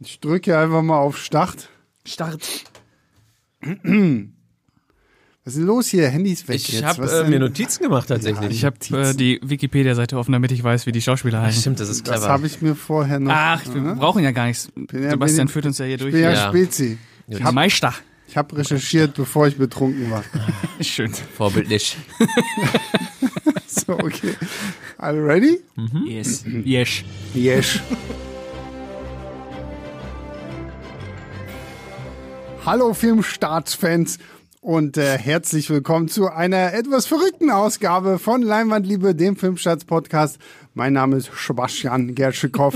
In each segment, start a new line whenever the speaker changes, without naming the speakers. Ich drücke einfach mal auf Start.
Start.
Was ist denn los hier? Handys weg
Ich
jetzt.
habe
Was
äh,
denn?
mir Notizen gemacht tatsächlich.
Ich habe äh, die Wikipedia-Seite offen, damit ich weiß, wie die Schauspieler heißen.
Stimmt, das ist
das
clever.
habe ich mir vorher noch.
Ach, wir brauchen ja gar nichts.
ja-
Sebastian
bin-
führt uns ja hier durch.
ich bin ja,
Ah, Ja.
Spezi.
Die Meister.
Ich habe recherchiert, bevor ich betrunken war.
Ist schön.
Vorbildlich.
So, okay. Are you ready?
Yes. Yes.
Yes. Hallo Filmstarts-Fans und äh, herzlich willkommen zu einer etwas verrückten Ausgabe von Leinwandliebe, dem Filmstarts-Podcast. Mein Name ist Sebastian Gerschikow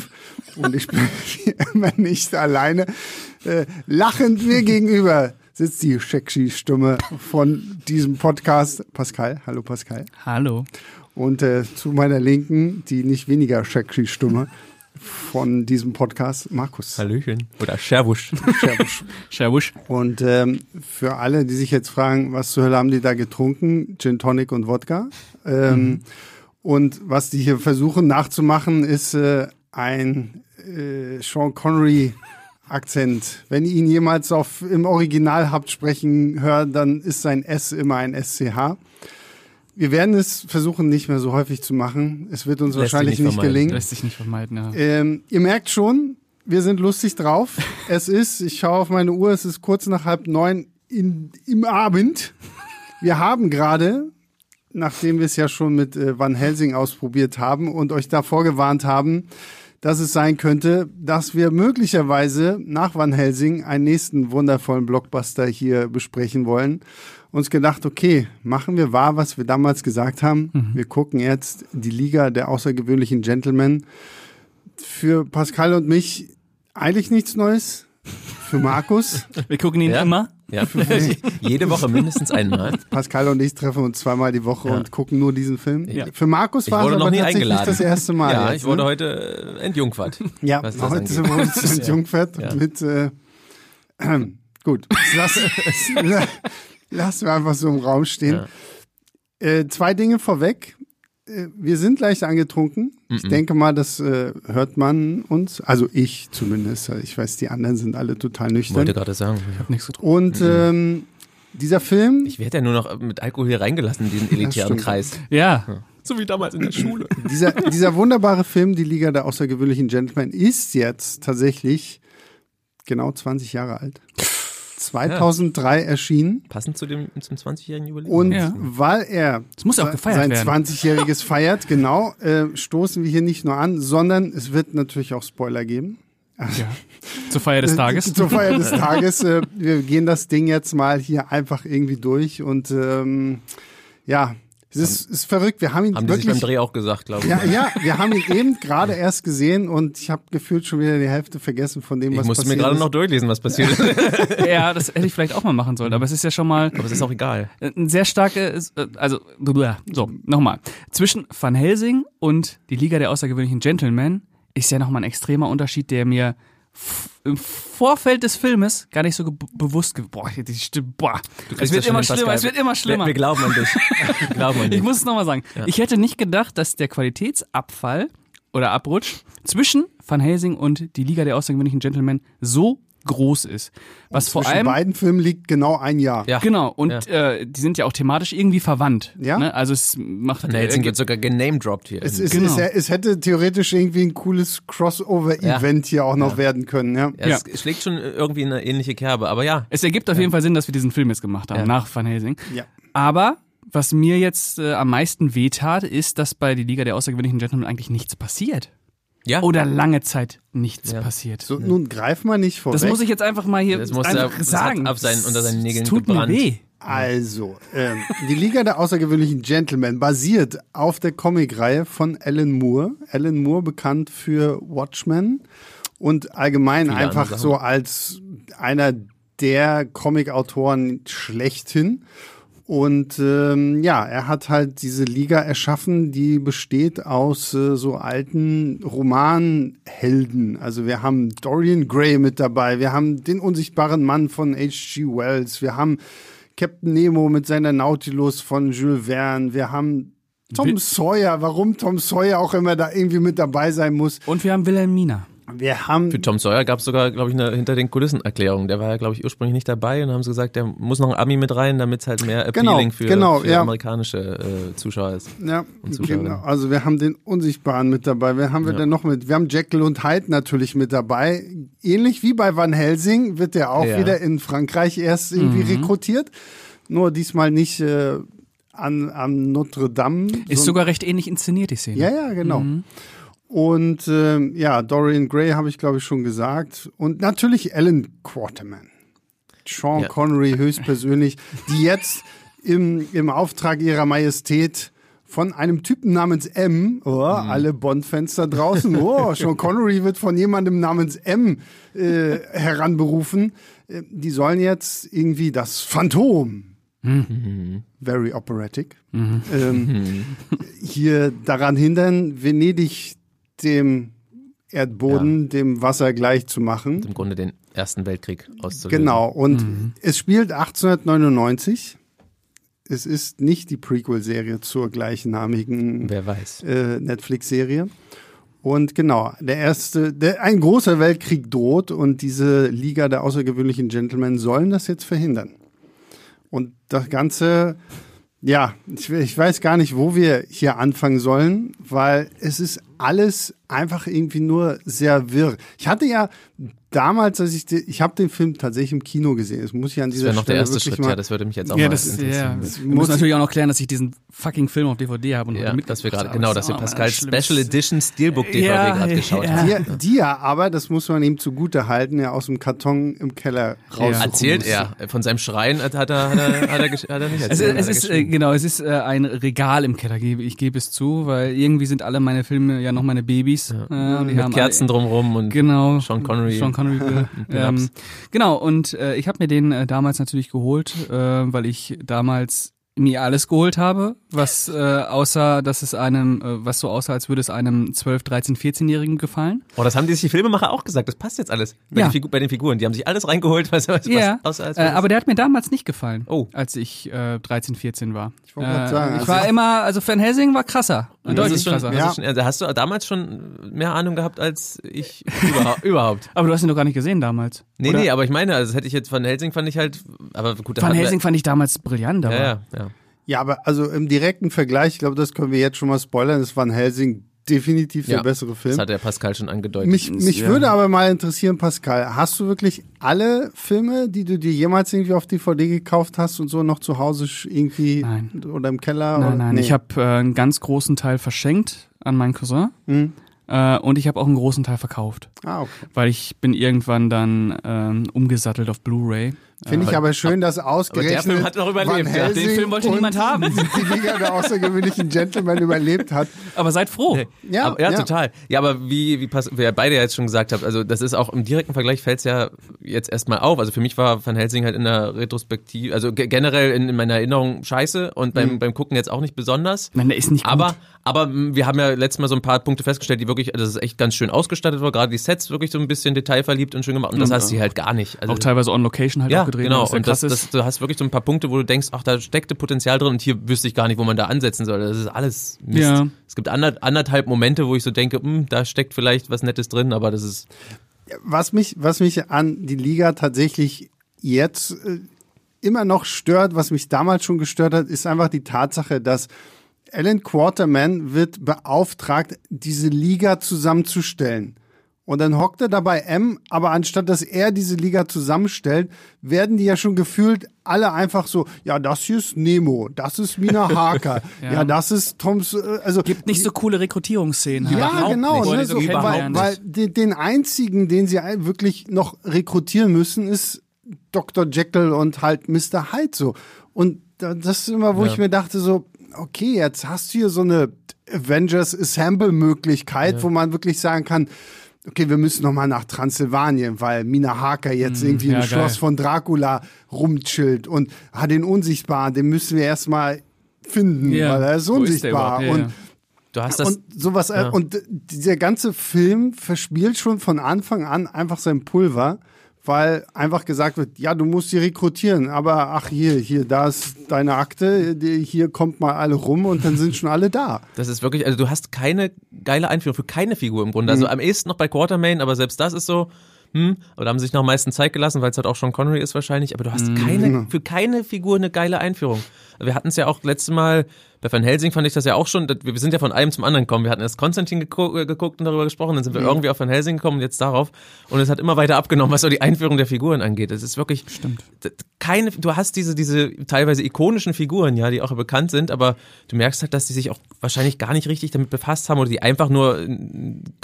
und ich bin wie immer nicht alleine. Äh, lachend mir gegenüber sitzt die sexy Stimme von diesem Podcast. Pascal, hallo Pascal.
Hallo.
Und äh, zu meiner Linken die nicht weniger sexy Stimme von diesem Podcast, Markus.
Hallöchen. Oder Scherwusch.
Scherbusch.
Sherwush.
Und ähm, für alle, die sich jetzt fragen, was zur Hölle haben die da getrunken? Gin Tonic und Wodka. Ähm,
Mhm.
Und was die hier versuchen nachzumachen, ist äh, ein äh, Sean Connery. Akzent. Wenn ihr ihn jemals auf, im Original habt sprechen hören, dann ist sein S immer ein SCH. Wir werden es versuchen, nicht mehr so häufig zu machen. Es wird uns
Lässt sich
wahrscheinlich
nicht
nicht
vermeiden.
gelingen.
Lässt sich nicht vermeiden. Ja.
Ähm, ihr merkt schon, wir sind lustig drauf. Es ist, ich schaue auf meine Uhr, es ist kurz nach halb neun in, im Abend. Wir haben gerade, nachdem wir es ja schon mit äh, Van Helsing ausprobiert haben und euch davor gewarnt haben, dass es sein könnte, dass wir möglicherweise nach Van Helsing einen nächsten wundervollen Blockbuster hier besprechen wollen. Uns gedacht, okay, machen wir wahr, was wir damals gesagt haben. Wir gucken jetzt die Liga der außergewöhnlichen Gentlemen für Pascal und mich eigentlich nichts Neues. Für Markus.
Wir gucken ihn
Ja.
immer.
Ja. Jede Woche mindestens einmal.
Pascal und ich treffen uns zweimal die Woche und gucken nur diesen Film.
Ja.
Für Markus
Ich
war es
wurde
aber
noch nie
tatsächlich
eingeladen.
das erste Mal.
Ja,
jetzt,
ich wurde
ne?
heute äh, entjungfert.
ja,
was das
heute
angeht.
wurde ich in Jungfett mit äh, gut. Lass, lassen wir einfach so im Raum stehen. Äh, zwei Dinge vorweg. Äh, Wir sind leicht angetrunken. Ich denke mal, das äh, hört man uns. Also ich zumindest. Ich weiß, die anderen sind alle total
Ich
nüchtern.
wollte gerade sagen.
Nichts getrunken.
Und ähm, dieser Film,
Ich werde ja nur noch mit Alkohol hier reingelassen in diesen elitären
stimmt.
Kreis.
Ja.
So wie damals in der Schule.
dieser, dieser wunderbare Film, Die Liga der außergewöhnlichen Gentlemen, ist jetzt tatsächlich genau 20 Jahre alt. 2003 erschienen.
Passend zu dem, zum 20-jährigen Jubiläum.
Und
Ja.
weil er
Es muss auch gefeiert
sein
werden.
20-jähriges feiert, genau, äh, stoßen wir hier nicht nur an, sondern es wird natürlich auch Spoiler geben.
ja. Zur Feier des Tages.
Zur Feier des Tages. Äh, wir gehen das Ding jetzt mal hier einfach irgendwie durch und ähm, ja, es ist, ist verrückt. Wir haben ihn
Haben die sich
wirklich
beim Dreh auch gesagt, glaube ich.
Ja, ja, wir haben ihn eben gerade erst gesehen und ich habe gefühlt schon wieder die Hälfte vergessen von dem,
Ich
was
musste mir
passiert
gerade
ist.
noch durchlesen, was passiert ist. Aber
ja, das hätte ich vielleicht auch mal machen sollen. Aber es ist ja schon mal
es ist auch egal.
ein sehr starkes, äh, also blablabla. so nochmal zwischen Van Helsing und die Liga der außergewöhnlichen Gentlemen ist ja nochmal ein extremer Unterschied, der mir f- im Vorfeld des Filmes gar nicht so ge bewusst ge boah, die Stimme, boah. Es wird
schon
immer
hin,
schlimmer,
Pascal.
es wird immer schlimmer.
Wir, wir glauben an dich. Wir glauben an dich.
Ich muss es nochmal sagen. Ich hätte nicht gedacht, dass der Qualitätsabfall oder Abrutsch zwischen Van Helsing und die Liga der außergewöhnlichen Gentlemen so groß ist. Was vor
Zwischen
allem
beiden Filmen liegt genau ein Jahr.
Ja.
Genau, und
Ja.
äh, die sind ja auch thematisch irgendwie verwandt.
Ja.
Ne? Also es macht
Na, jetzt
äh,
wird sogar genamedropped hier.
Es, ist,
Genau.
es, es hätte theoretisch irgendwie ein cooles Crossover-Event hier auch noch werden können. Ja.
ja, Es schlägt schon äh, irgendwie in eine ähnliche Kerbe, aber ja.
es ergibt auf jeden Fall Sinn, dass wir diesen Film jetzt gemacht haben,
Ja.
nach Van Helsing.
Ja.
Aber was mir jetzt äh, am meisten wehtat, ist, dass bei die Liga der außergewöhnlichen Gentlemen eigentlich nichts passiert.
Ja.
Oder lange Zeit nichts
Ja.
passiert.
So, nun greif mal nicht vorweg.
das muss ich jetzt einfach mal hier
Das muss
einfach
er- das hat
sagen.
ab seinen- unter seinen
Es
Nägeln
tut
gebrannt.
mir weh.
Also, ähm, die Liga der außergewöhnlichen Gentlemen basiert auf der Comicreihe von Alan Moore. Alan Moore bekannt für Watchmen und allgemein einfach
andere Sachen.
so als einer der Comicautoren schlechthin. Und ähm, ja, er hat halt diese Liga erschaffen, die besteht aus äh, so alten Romanhelden. Also wir haben Dorian Gray mit dabei, wir haben den unsichtbaren Mann von H.G. Wells, wir haben Captain Nemo mit seiner Nautilus von Jules Verne, wir haben Tom Sawyer, warum Tom Sawyer auch immer da irgendwie mit dabei sein muss.
Und wir haben Wilhelmina.
Wir haben
Für Tom Sawyer gab es sogar, glaube ich, eine hinter den Kulissen Erklärung. Der war ja, glaube ich, ursprünglich nicht dabei und haben sie gesagt, der muss noch ein Ami mit rein, damit es halt mehr
Genau,
appealing für,
genau,
für
ja.
amerikanische äh, Zuschauer ist.
Ja,
Zuschauerin.
genau. Also wir haben den Unsichtbaren mit dabei. Wer haben wir denn noch mit? Wir haben Jekyll und Hyde natürlich mit dabei. Ähnlich wie bei Van Helsing wird der auch
Ja.
wieder in Frankreich erst irgendwie rekrutiert. Nur diesmal nicht äh, an, an Notre Dame.
Ist
so-
sogar recht ähnlich inszeniert, die Szene.
ja, ja, genau. Und ähm, ja, Dorian Gray habe ich, glaube ich, schon gesagt. Und natürlich Alan Quarterman. Sean
Ja.
Connery höchstpersönlich, die jetzt im, im Auftrag ihrer Majestät von einem Typen namens M, oh, alle Bond-Fans da draußen, oh, Sean Connery wird von jemandem namens M äh, heranberufen. Äh, Die sollen jetzt irgendwie das Phantom, very operatic, ähm, hier daran hindern, Venedig dem Erdboden, dem Wasser gleich zu machen.
Im Grunde den Ersten Weltkrieg auszulösen.
Genau, und es spielt 1899. Es ist nicht die Prequel-Serie zur gleichnamigen
Wer weiß.
äh, Netflix-Serie. Und genau, der erste, der, ein großer Weltkrieg droht und diese Liga der außergewöhnlichen Gentlemen sollen das jetzt verhindern. Und das Ganze, ja, ich, we- ich weiß gar nicht, wo wir hier anfangen sollen, weil es ist alles einfach irgendwie nur sehr wirr. Ich hatte ja damals, als ich, de, ich habe den Film tatsächlich im Kino gesehen. Das muss ich an
Das
dieser
wäre noch der
Stelle
erste
wirklich
Schritt,
mal
ja, das würde mich jetzt auch
Ja,
mal
das ist, ja.
interessieren.
Wir müssen natürlich auch noch klären, dass ich diesen fucking Film auf DVD habe und
Ja,
heute mitgebracht
dass wir gerade,
habe.
genau,
Das
dass
ist
wir
auch
Pascal
ein schlimmes-
Special Edition Steelbook DVD
Ja,
gerade geschaut
ja.
haben.
Die, die ja aber, das muss man ihm zugute halten, ja aus dem Karton im Keller raus.
Ja.
Erzählt er. Von seinem Schreien hat hat er, hat er, hat er, gesch- hat er nicht
Es,
erzählt.
es
hat er
ist, äh,
geschrieben.
genau, es ist äh, ein Regal im Keller, gebe- ich gebe es zu, weil irgendwie sind alle meine Filme ja noch meine Babys. Äh, und die haben
mit Kerzen drumrum und
Alle, genau.
Sean Connery.
Sean Connery. äh, ähm,
Pin-ups.
genau, und äh, ich habe mir den äh, damals natürlich geholt, äh, weil ich damals mir alles geholt habe, was äh, außer, dass es einem, äh, was so aussah, als würde es einem 12, 13, 14-Jährigen gefallen.
Oh, das haben die sich die Filmemacher auch gesagt. Das passt jetzt alles. Bei,
Ja.
den, Figu bei den Figuren. Die haben sich alles reingeholt, was, was
Ja,
was, außer als
äh, aber der hat mir damals nicht gefallen,
Oh.
als ich äh, 13, 14 war. Ich,
wollte grad sagen,
ich
also-
war immer, also Van Helsing war krasser,
das
deutlich
ist schon,
krasser.
das
Ja.
ist schon, also hast du damals schon mehr Ahnung gehabt als ich überha überhaupt?
Aber du hast ihn doch gar nicht gesehen damals.
Nee,
Oder?
nee, aber ich meine, also das hätte ich jetzt Van Helsing fand ich halt, aber gut, da
Van
hat-
Helsing fand ich damals brillant, aber
Ja, ja, ja.
Ja, aber also im direkten Vergleich, ich glaube, das können wir jetzt schon mal spoilern, ist Van Helsing definitiv der
Ja,
bessere Film.
Das hat der Pascal schon angedeutet.
Mich, mich
ja.
würde aber mal interessieren, Pascal, hast du wirklich alle Filme, die du dir jemals irgendwie auf DVD gekauft hast und so noch zu Hause sch- irgendwie
Nein.
oder im Keller? oder?
Nein, nein,
Nee.
ich habe äh, einen ganz großen Teil verschenkt an meinen Cousin äh, und ich habe auch einen großen Teil verkauft,
Ah, okay.
weil ich bin irgendwann dann ähm, umgesattelt auf Blu-ray.
Finde ich aber schön, dass ausgerechnet
der Film hat noch überlebt,
Van
ja. Den
Helsing
Film wollte
und
niemand haben.
Die Liga der außergewöhnlichen Gentlemen überlebt hat.
Aber seid froh.
Ja,
aber, ja,
ja.
total. Ja, aber wie, wie pass, wie ihr beide ja jetzt schon gesagt habt, also das ist auch im direkten Vergleich fällt es ja jetzt erstmal auf. Also für mich war Van Helsing halt in der Retrospektive, also ge- generell in, in meiner Erinnerung scheiße und beim,
Mhm.
beim Gucken jetzt auch nicht besonders.
Nein, der ist nicht gut.
Aber, aber mh, wir haben ja letztes Mal so ein paar Punkte festgestellt, die wirklich, also das ist echt ganz schön ausgestattet war. Gerade die Sets wirklich so ein bisschen detailverliebt und schön gemacht. Und das hast du halt gar nicht. Also,
Mhm. auch teilweise on Location halt
ja,
auch gedreht,
genau.
was sehr
Und das,
krass ist.
das, du hast wirklich so ein paar Punkte, wo du denkst, ach, da steckte Potenzial drin und hier wüsste ich gar nicht, wo man da ansetzen soll. Das ist alles Mist.
Ja.
Es gibt ander, anderthalb Momente, wo ich so denke, hm, da steckt vielleicht was Nettes drin, aber das ist
was mich, was mich an die Liga tatsächlich jetzt äh, immer noch stört, was mich damals schon gestört hat, ist einfach die Tatsache, dass Alan Quarterman wird beauftragt, diese Liga zusammenzustellen. Und dann hockt er dabei M, aber anstatt dass er diese Liga zusammenstellt, werden die ja schon gefühlt alle einfach so, ja, das hier ist Nemo, das ist Mina Harker, ja. das ist Toms, äh, also
Gibt nicht so coole Rekrutierungsszenen. halt
ja,
Überhaupt
genau.
nicht. Wollen
Ne,
die
so,
kennenlernen.
weil weil de- den einzigen, den sie ein- wirklich noch rekrutieren müssen, ist Dr. Jekyll und halt Mr. Hyde so. Und da- das ist immer, wo ich mir dachte, so, okay, jetzt hast du hier so eine Avengers Assemble-Möglichkeit, wo man wirklich sagen kann, okay, wir müssen nochmal nach Transsilvanien, weil Mina Harker jetzt irgendwie
Mm, ja,
im Schloss
geil.
von Dracula rumchillt und hat den Unsichtbaren, den müssen wir erstmal finden,
Ja.
weil er ist
Wo ist der
unsichtbar.
überhaupt? Ja,
und
ja.
du hast das.
und sowas, äh, und dieser ganze Film verspielt schon von Anfang an einfach sein Pulver, weil einfach gesagt wird, ja, du musst sie rekrutieren, aber ach hier, hier, da ist deine Akte, die- hier kommt mal alle rum und dann sind schon alle da.
Das ist wirklich, also du hast keine geile Einführung für keine Figur im Grunde. Also am ehesten noch bei Quartermain, aber selbst das ist so, hm, aber da haben sie sich noch am meisten Zeit gelassen, weil es halt auch schon Connery ist wahrscheinlich, aber du hast keine, für keine Figur eine geile Einführung. Wir hatten es ja auch letztes Mal, bei Van Helsing fand ich das ja auch schon, dass- wir sind ja von einem zum anderen gekommen. Wir hatten erst Konstantin geguckt, geguckt und darüber gesprochen, dann sind
Mhm.
wir irgendwie auf Van Helsing gekommen und jetzt darauf. Und es hat immer weiter abgenommen, was so die Einführung der Figuren angeht. Es ist wirklich, Stimmt. keine, du hast diese, diese teilweise ikonischen Figuren, ja, die auch bekannt sind, aber du merkst halt, dass die sich auch wahrscheinlich gar nicht richtig damit befasst haben oder die einfach nur äh,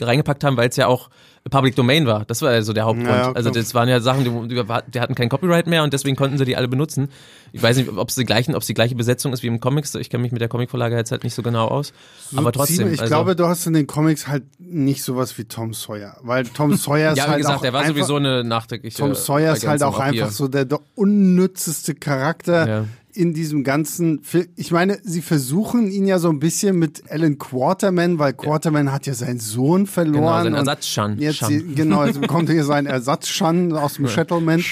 reingepackt haben, weil es ja auch Public Domain war. Das war also der Hauptgrund.
Ja, ja,
also
klar.
das waren ja Sachen, die, die, die hatten kein Copyright mehr und deswegen konnten sie die alle benutzen. Ich weiß nicht, ob es die gleichen, ob es die gleiche Besetzung ist wie im Comics. Ich kenne mich mit der Comicvorlage jetzt halt nicht so genau aus. aber trotzdem.
Simon, ich
also,
glaube, du hast in den Comics halt nicht sowas wie Tom Sawyer, weil Tom Sawyer ist
ja, wie
halt
gesagt,
auch
der war
einfach,
sowieso eine nachträgliche.
Tom Sawyer ist halt
Ergänzung
auch
hier.
einfach so der, der unnützeste Charakter
Ja.
in diesem ganzen Film. Ich meine, sie versuchen ihn ja so ein bisschen mit Alan Quarterman, weil Quarterman hat ja seinen Sohn verloren.
Genau, sein
und
Ersatzschan.
Jetzt,
Schan.
sie- genau, jetzt bekommt er hier seinen Ersatzschan aus dem Settlement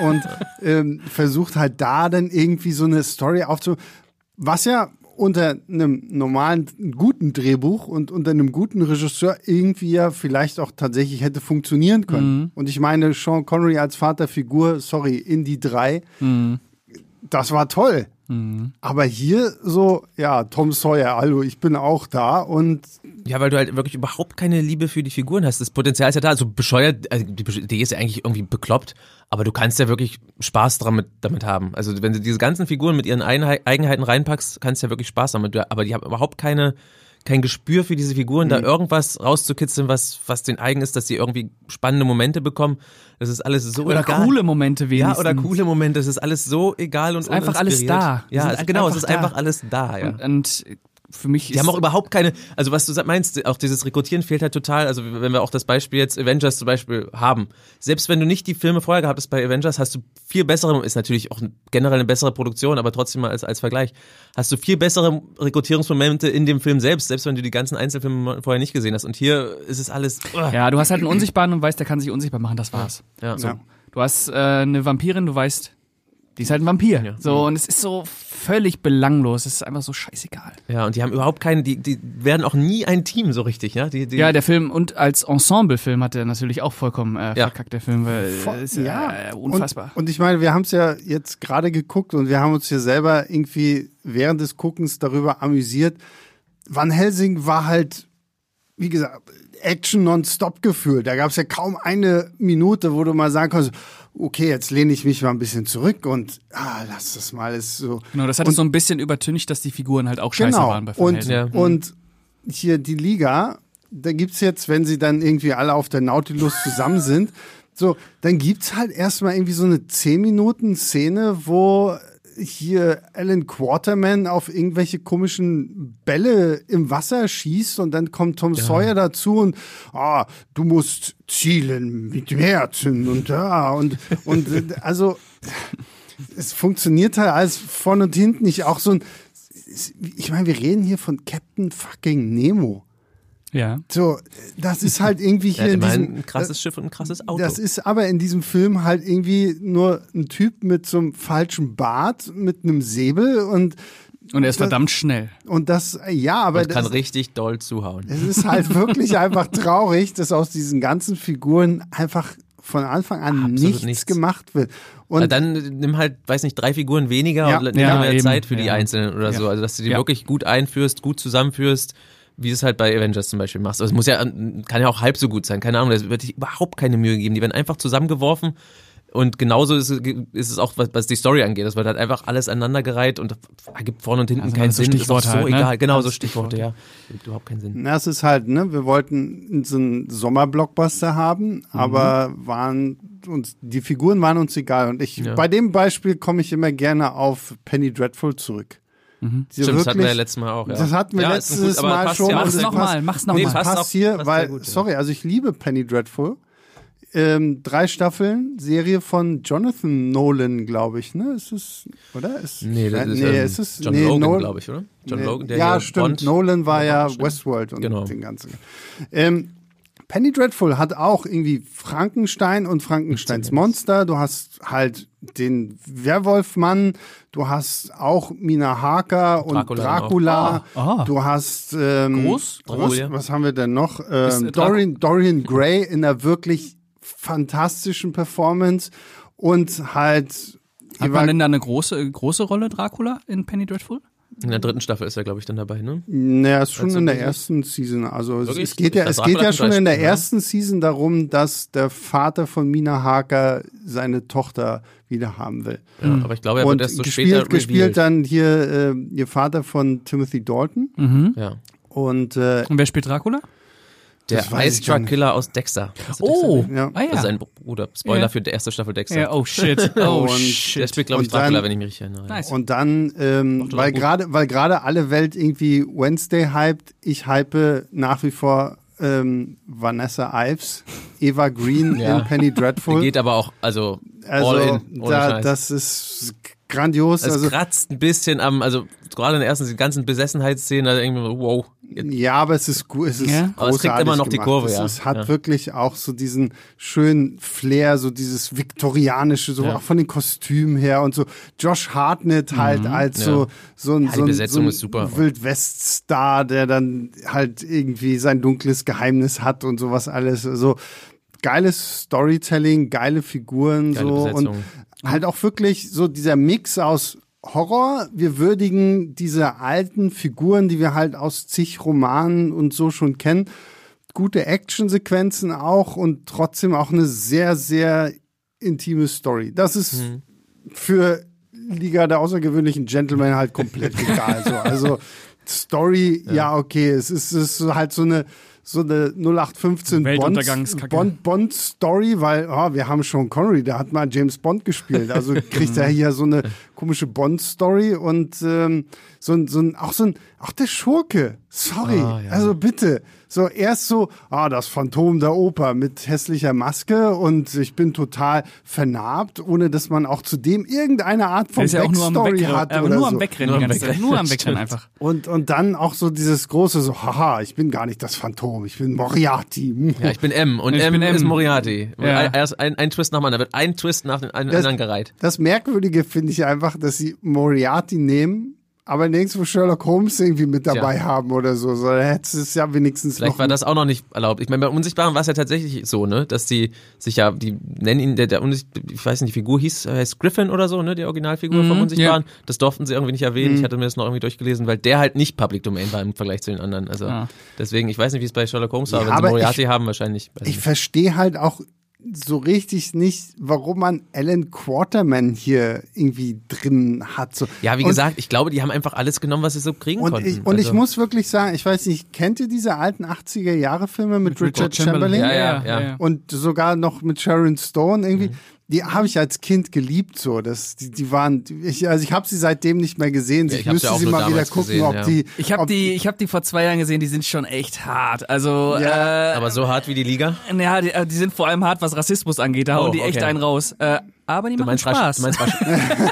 und ähm, versucht halt da dann irgendwie so eine Story aufzu... Was ja unter einem normalen guten Drehbuch und unter einem guten Regisseur irgendwie ja vielleicht auch tatsächlich hätte funktionieren können. Und ich meine, Sean Connery als Vaterfigur, sorry, in die drei, das war toll. Aber hier so, ja, Tom Sawyer, hallo, ich bin auch da und
Ja, weil du halt wirklich überhaupt keine Liebe für die Figuren hast. Das Potenzial ist ja da. Also bescheuert, also die Besch- Idee ist ja eigentlich irgendwie bekloppt, aber du kannst ja wirklich Spaß damit, damit haben. Also wenn du diese ganzen Figuren mit ihren Einheit, Eigenheiten reinpackst, kannst du ja wirklich Spaß damit. Du- Aber die haben überhaupt keine, kein Gespür für diese Figuren,
Mhm.
da irgendwas rauszukitzeln, was, was den eigen ist, dass sie irgendwie spannende Momente bekommen. Das ist alles so
Oder
egal.
coole Momente
ja,
wenigstens.
oder coole Momente, das ist alles so egal und
einfach alles
uninspiriert.
da. Die
Ja,
sind
es-
halt
genau, es
einfach
ist
da.
einfach alles da, ja.
Und für mich
Die
ist
haben auch überhaupt keine, also was du sa- meinst, auch dieses Rekrutieren fehlt halt total. Also wenn wir auch das Beispiel jetzt Avengers zum Beispiel haben, selbst wenn du nicht die Filme vorher gehabt hast bei Avengers, hast du viel bessere, ist natürlich auch generell eine bessere Produktion, aber trotzdem mal als, als Vergleich, hast du viel bessere Rekrutierungsmomente in dem Film selbst, selbst wenn du die ganzen Einzelfilme vorher nicht gesehen hast. Und hier ist es alles, uah,
Ja, du hast halt einen Unsichtbaren und weißt, der kann sich unsichtbar machen, das war's.
ja.
So. Du hast äh, eine Vampirin, du weißt, die ist halt ein Vampir.
Ja.
So, und es ist so völlig belanglos. Es ist einfach so scheißegal.
ja, und die haben überhaupt keinen, die, die werden auch nie ein Team so richtig, ja? Die, die,
Ja, der Film und als Ensemble-Film hat er natürlich auch vollkommen äh,
Ja.
verkackt, der Film, weil
Voll-
äh, ist ja äh, unfassbar.
Und, und ich meine, wir haben es ja jetzt gerade geguckt und wir haben uns hier selber irgendwie während des Guckens darüber amüsiert. Van Helsing war halt, wie gesagt, Action nonstop gefühlt. Da gab es ja kaum eine Minute, wo du mal sagen konntest, okay, jetzt lehne ich mich mal ein bisschen zurück und ah, lass das mal. Ist so.
genau, das hat es so ein bisschen übertüncht, dass die Figuren halt auch scheiße
Genau.
waren bei Van
Und,
Helsing.
Ja.
und hier die Liga, da gibt's jetzt, wenn sie dann irgendwie alle auf der Nautilus zusammen sind, so, dann gibt's halt erstmal irgendwie so eine 10 Minuten Szene, wo hier Alan Quarterman auf irgendwelche komischen Bälle im Wasser schießt und dann kommt Tom Sawyer dazu und ah, du musst zielen mit dem Herzen und da und und äh, also es funktioniert halt alles vorne und hinten nicht auch so ein ich meine, wir reden hier von Captain fucking Nemo.
Ja.
So, das ist halt irgendwie
ja,
hier in
immerhin
diesem
ein krasses Schiff und ein krasses Auto.
das ist aber in diesem Film halt irgendwie nur ein Typ mit so einem falschen Bart, mit einem Säbel und
Und er ist
Das-
verdammt schnell.
und das ja, aber
und kann
das,
richtig doll zuhauen.
es ist halt wirklich einfach traurig, dass aus diesen ganzen Figuren einfach von Anfang an nichts,
nichts.
gemacht wird. Und
Na, dann nimm halt, weiß nicht, drei Figuren weniger
Ja.
und nimm
Ja,
mehr
eben.
Zeit für die
Ja.
einzelnen oder
Ja.
so. Also, dass du die
Ja.
wirklich gut einführst, gut zusammenführst, wie du es halt bei Avengers zum Beispiel machst. Also, es muss ja, kann ja auch halb so gut sein. Keine Ahnung, da wird sich überhaupt keine Mühe gegeben. Die werden einfach zusammengeworfen. Und genauso ist es, ist es auch, was, was die Story angeht. Das wird halt einfach alles aneinandergereiht und ergibt vorne und hinten
Also
keinen
so
Sinn.
Stichworte
ist auch so
halt, ne?
egal. Genau,
Also
so Stichworte, ja. Ergibt überhaupt keinen Sinn.
Na, es ist halt, ne, wir wollten so einen Sommerblockbuster
Mhm.
haben, aber waren uns, die Figuren waren uns egal. Und ich,
Ja.
bei dem Beispiel komme ich immer gerne auf Penny Dreadful zurück. Sie
Mhm. Stimmt, das hatten wir ja
wirklich-
letztes Mal auch. Ja.
das hatten wir
ja, ist ein
letztes
gut, aber
Mal
passt
schon.
Ja,
und
Mach's
es
alles
noch mal,
passt-
mach's noch
nee,
mal.
Passt,
Passt
passt
auch-
hier,
passt
weil,
sehr gut, ja.
sorry, also ich liebe Penny Dreadful. Ähm, drei Staffeln, Serie von Jonathan Nolan, glaube ich, ne? Ist es, oder? Ist,
Nee, das ist,
nee,
ähm,
es ist
John
nee,
Logan,
Nol-
glaube ich, oder? John
Nee.
Logan, der
ja,
hier
stimmt.
Bond-
Nolan war
Bond
ja
gespielt hat.
Westworld und
Genau.
den ganzen. Ähm, Penny Dreadful hat auch irgendwie Frankenstein und Frankensteins Monster. Du hast halt den Werwolfmann, du hast auch Mina Harker und
Dracula
Dracula.
Ah, ah.
Du hast ähm,
Groß?
was,
Dracula.
was haben wir denn noch?
Ist, äh,
Ähm, Dorian, Dorian Gray in einer wirklich fantastischen Performance und halt
Hat
Eva-
man denn da eine große, große Rolle, Dracula, in Penny Dreadful?
In der dritten Staffel ist er, glaube ich, dann dabei, ne?
Naja, ist schon
Also
in der
wirklich?
ersten Season. Also es,
Wirklich?
es geht ja,
Ist
es
das
geht ja
Dracula
schon in der
vielleicht, ne?
ersten Season darum, dass der Vater von Mina Harker seine Tochter wieder haben will.
Ja, aber ich glaube, er
Und
wird erst so später
gespielt, gespielt
revealed.
dann hier äh, ihr Vater von Timothy Dalton
Ja.
und äh,
Und wer spielt Dracula?
Der
Das weiß
Ice
ich gar
Truck
nicht.
Killer aus Dexter. Hast du
Oh,
Dexter
Ja.
ah
gesehen? Das ist
ja.
sein Bruder. Spoiler
Ja.
für die erste Staffel Dexter.
ja. Oh shit, oh
Und-
Der
shit.
spielt, glaube ich,
Und dann-
Dracula, wenn ich mich richtig erinnere.
Nice.
und dann ähm,
doch
weil
gut.
gerade weil gerade alle Welt irgendwie Wednesday hypt, ich hype nach wie vor ähm, Vanessa Ives, Eva Green
Ja.
in Penny
Der
Dreadful.
geht aber auch, also,
also
all in. Ohne
da,
Scheiß.
das ist grandios.
Es
also
kratzt ein bisschen am, also gerade in der ersten, die ganzen Besessenheitsszenen, also irgendwie, so, wow.
Ja, aber es ist gut, es ist
Ja.
ja.
Aber es kriegt immer noch die Kurve,
es,
ja.
Es hat
Ja.
wirklich auch so diesen schönen Flair, so dieses viktorianische, so
Ja.
auch von den Kostümen her und so Josh Hartnett halt als so so ein,
Mhm. die
so ein, so
Besetzung
ein
ist super.
Wildwest-Star, der dann halt irgendwie sein dunkles Geheimnis hat und sowas alles. Also geiles Storytelling, geile Figuren
Geile
so
Besetzung.
und halt auch wirklich so dieser Mix aus Horror, wir würdigen diese alten Figuren, die wir halt aus zig Romanen und so schon kennen. Gute Actionsequenzen auch und trotzdem auch eine sehr, sehr intime Story. Das ist für Liga der außergewöhnlichen Gentlemen halt komplett egal. So. Also Story, ja. okay, es ist, es ist halt so eine so eine 0815
Weltuntergangskacke.
Bond, Bond, Bond Story, weil oh, wir haben Sean Connery, der hat mal James Bond gespielt, also kriegt er hier so eine komische Bond Story und ähm, so ein, so ein auch so ein auch der Schurke, sorry,
Ah, ja.
also bitte, so erst so ah das Phantom der Oper mit hässlicher Maske und ich bin total vernarbt, ohne dass man auch zudem irgendeine Art
Der
von
ist ja auch nur am
Backstory
Wegrennen,
hat
aber
oder
nur
so.
am Wegrennen
Nur
die
am
ganze Zeit,
Wegrennen,
nur am Wegrennen einfach.
Und, und dann auch so dieses große, so, haha, ich bin gar nicht das Phantom, ich bin Moriarty.
Ja, ich bin M und
Ich
M,
bin M.
ist Moriarty.
Ja.
Ein, erst ein, ein Twist nach dem anderen, da wird ein Twist nach dem einen-
Das-
anderen gereiht.
Das Merkwürdige finde ich einfach, dass sie Moriarty nehmen, aber nirgendwo Sherlock Holmes irgendwie mit dabei
Tja.
haben oder so. So dann hättest du es ja wenigstens
Vielleicht
noch.
war das auch noch nicht erlaubt. Ich meine, bei Unsichtbaren war es ja tatsächlich so, ne, dass die sich ja, die nennen ihn, der, der Unsicht, ich weiß nicht, die Figur hieß, äh, heißt Griffin oder so, ne, die Originalfigur
Mhm,
vom Unsichtbaren. Das durften sie irgendwie nicht erwähnen.
Mhm.
Ich hatte mir das noch irgendwie durchgelesen, weil der halt nicht Public Domain war im Vergleich zu den anderen. Also
Ah.
deswegen, ich weiß nicht, wie es bei Sherlock Holmes war,
Ja,
wenn sie
aber
Moriarty haben wahrscheinlich. weiß
ich
nicht.
verstehe halt auch so richtig nicht, warum man Alan Quarterman hier irgendwie drin hat. So.
ja, wie
Und-
gesagt, ich glaube, die haben einfach alles genommen, was sie so kriegen
Und,
konnten. Also,
ich, und ich muss wirklich sagen, ich weiß nicht, kennt ihr diese alten 80er-Jahre-Filme mit, Richard Chamberlain?
Ja, ja, ja. Mhm.
und sogar noch mit Sharon Stone irgendwie. Die habe ich als Kind geliebt, so. Das, die, die waren, ich, also ich habe sie seitdem nicht mehr gesehen.
Ja, ich
ich
hab sie
müsste
auch
sie
nur
mal wieder
damals
gucken,
gesehen,
ob
ja.
die.
Ich habe
ob,
die, ich hab die vor zwei Jahren gesehen, die sind schon echt hart. Also,
Ja,
äh,
aber so hart wie die Liga.
ja die, äh, die sind vor allem hart, was Rassismus angeht. Da
Oh,
hauen die echt
okay.
einen raus. Äh, aber die
Du
machen
meinst, Rasch,
Spaß.
du, meinst Rasch,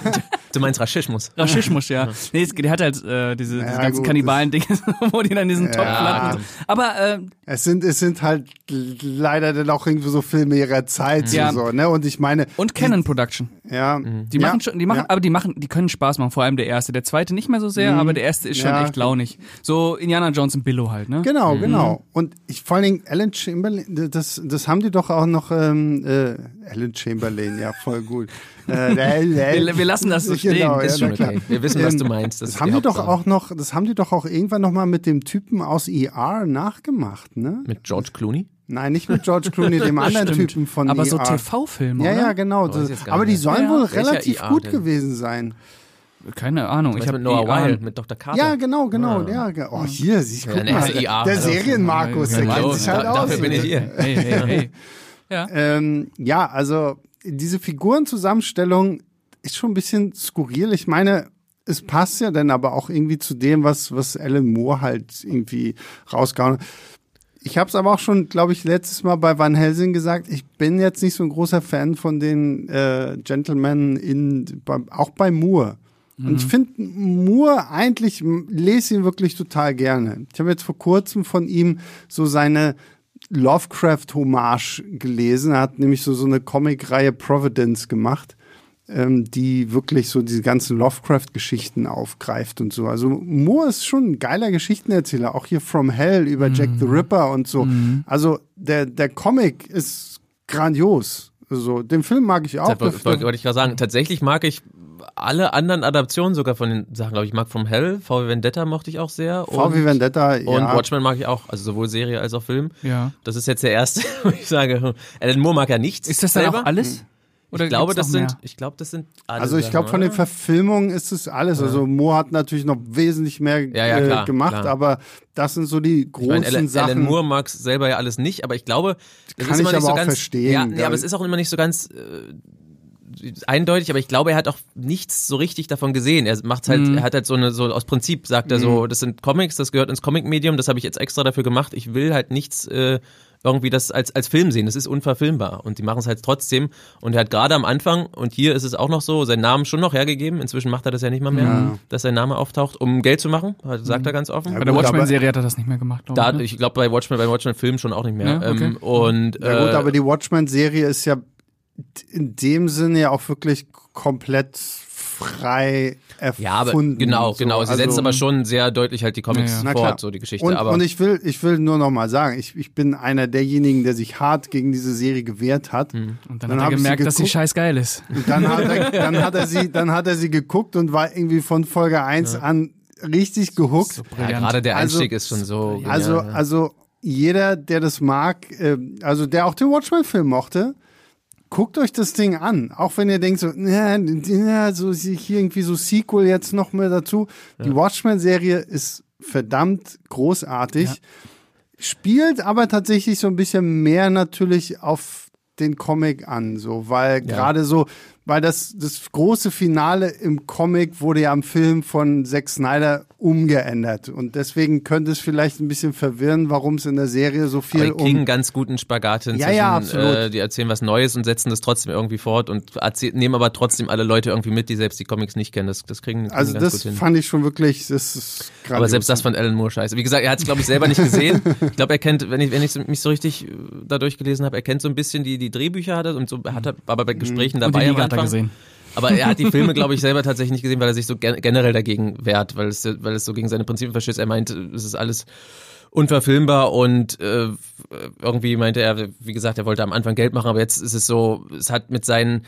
du meinst Raschismus.
Raschismus, ja. Nee, es, der hat halt äh, diese, diese
Ja,
ganzen
gut,
Kannibalen-Dinge, wo die dann in diesen Topf landen. Aber äh,
Es sind, es sind halt leider dann auch irgendwie so Filme ihrer Zeit,
Ja.
so, ne? Und ich meine,
und Canon Production.
Mhm.
ja.
Die machen
ja, Mhm.
schon, die machen, aber die machen, die können Spaß machen, vor allem der erste. Der zweite nicht mehr so sehr, aber der erste ist schon
Ja.
echt launig. So Indiana Jones und Billow halt, ne?
Genau,
Mhm.
genau. Und ich vor allen Dingen Alan Chamberlain, das, das haben die doch auch noch, ähm, äh, Alan Chamberlain, ja, voll gut. Äh, der,
Wir, wir lassen das so stehen.
Genau, ja,
Ist schon
na klar.
okay. Wir wissen, was
Ähm,
du meinst. Das,
Das
ist
haben die doch
Hauptsache.
auch noch, das haben die doch auch irgendwann noch mal mit dem Typen aus ER nachgemacht, ne?
Mit George Clooney?
Nein, nicht mit George Clooney, dem anderen Typen von
aber
ER.
so TV-Filme,
ja,
oder?
ja, genau.
Weiß ich
Das,
Oh, jetzt gar
aber die
nicht.
sollen
Ja.
wohl
Welcher
relativ
ER
gut
denn?
gewesen sein.
Keine Ahnung. Ich
Ich
habe
mit Noah Weil, ah, mit Dr. Carter.
Ja, genau, genau. Ja. ge- Oh, hier, siehst du,
Ah. Hm.
guck
Ja, ne,
mal.
ist
Der
ER. Also,
Serienmarkus, der
ja,
kennt
hallo,
sich halt
da-
aus.
dafür bin ich hier.
Hey, hey, hey.
Ähm, ja, also diese Figurenzusammenstellung ist schon ein bisschen skurril. Ich meine, es passt ja dann aber auch irgendwie zu dem, was, was Alan Moore halt irgendwie rausgehauen hat. Ich habe es aber auch schon, glaube ich, letztes Mal bei Van Helsing gesagt, ich bin jetzt nicht so ein großer Fan von den äh, Gentlemen, in, bei, auch bei Moore. Und ich finde Moore eigentlich, m- lese ihn wirklich total gerne. Ich habe jetzt vor kurzem von ihm so seine Lovecraft-Hommage gelesen. Er hat nämlich so, so eine Comic-Reihe Providence gemacht, ähm, die wirklich so diese ganzen Lovecraft-Geschichten aufgreift und so. Also Moore ist schon ein geiler Geschichtenerzähler, auch hier From Hell
Mhm.
über Jack the Ripper und so. Also der, der Comic ist grandios. So, den Film mag ich auch.
Deshalb
Der-
wollte- wollte wollte ich gerade sagen, tatsächlich mag ich alle anderen Adaptionen sogar von den Sachen, glaube ich. Ich mag From Hell, VW Vendetta mochte ich auch sehr.
VW Vendetta, ja.
Und Watchmen mag ich auch, also sowohl Serie als auch Film.
Ja.
Das ist jetzt der erste, wo ich sage, hm, Alan Moore mag ja nichts.
Ist das dann
selber.
auch alles? Oder
Ich glaube, das
gibt's noch
sind,
mehr?
ich glaube, das sind alle
Also ich
Sachen,
glaube, von
oder?
den Verfilmungen ist es alles. Also Moore hat natürlich noch wesentlich mehr
Ja, ja, klar,
äh, gemacht,
klar.
aber das sind so die
Ich
großen
meine, Alan,
Sachen.
Alan Moore mag selber ja alles nicht, aber ich glaube, das
Kann
ist immer
ich
nicht so
aber auch
ganz,
verstehen,
Ja, nee,
weil-
aber es ist auch immer nicht so ganz äh, eindeutig, aber ich glaube, er hat auch nichts so richtig davon gesehen. Er macht halt,
Mhm.
er hat halt so eine, so aus Prinzip sagt er so, das sind Comics, das gehört ins Comic-Medium, das habe ich jetzt extra dafür gemacht. Ich will halt nichts äh, irgendwie das als, als Film sehen. Das ist unverfilmbar. Und die machen es halt trotzdem. Und er hat gerade am Anfang, und hier ist es auch noch so, seinen Namen schon noch hergegeben. Inzwischen macht er das ja nicht mal mehr, dass sein Name auftaucht, um Geld zu machen, sagt
Mhm.
er ganz offen.
Bei der
Gut, aber-
Watchmen-Serie hat er das nicht mehr gemacht, glaube
Da,
ich. Ne?
ich glaube bei Watchmen, bei Watchmen Film schon auch nicht mehr.
Ja, okay.
ähm, und
ja gut,
äh,
aber die Watchmen-Serie ist ja in dem Sinne ja auch wirklich komplett frei erfunden.
ja, aber genau,
So,
genau. Sie
also-
setzen aber schon sehr deutlich halt die Comics
Ja,
Na klar.
fort, so die Geschichte.
Und,
aber
und ich will, ich will nur noch mal sagen, ich, ich bin einer derjenigen, der sich hart gegen diese Serie gewehrt hat.
Mhm.
Und dann,
Dann
hat
hab
er
ich sie
gemerkt, dass sie
geguckt.
scheiß geil ist.
Und dann hat er, dann hat er sie, dann hat er sie geguckt und war irgendwie von Folge 1 an richtig gehuckt.
ja, gerade der
Also-
Einstieg ist schon so.
Also,
genial, ja.
also jeder, der das mag, ähm, also der auch den Watchmen-Film mochte, guckt euch das Ding an. Auch wenn ihr denkt, so, na, na, so hier irgendwie so Sequel jetzt noch mal dazu. Die Watchmen-Serie ist verdammt großartig. Spielt aber tatsächlich so ein bisschen mehr natürlich auf den Comic an, so, weil gerade so, weil das, das große Finale im Comic wurde ja am Film von Zack Snyder umgeändert. Und deswegen könnte es vielleicht ein bisschen verwirren, warum es in der Serie so
Aber
viel
die kriegen
um.
ganz guten Spagat hin.
Ja, ja,
zwischen,
absolut.
Äh, die erzählen was Neues und setzen das trotzdem irgendwie fort und erzähl, nehmen aber trotzdem alle Leute irgendwie mit, die selbst die Comics nicht kennen. Das, das kriegen, kriegen
Also
ganz
das
gut hin.
fand ich schon wirklich, das ist gerade.
Aber selbst das von Alan Moore scheiße. Wie gesagt, er hat es, glaube ich, selber nicht gesehen. Ich glaube, er kennt, wenn ich, wenn ich mich so richtig äh, da durchgelesen habe, er kennt so ein bisschen die, die Drehbücher hat er und so hat er aber bei Gesprächen
Mhm. Und die
dabei am
Liga hat er
Anfang.
gesehen.
Aber er hat die Filme, glaube ich, selber tatsächlich nicht gesehen, weil er sich so gen generell dagegen wehrt, weil es, weil es so gegen seine Prinzipien verstößt. Er meint, es ist alles unverfilmbar und äh, irgendwie meinte er, wie gesagt, er wollte am Anfang Geld machen, aber jetzt ist es so, es hat mit seinen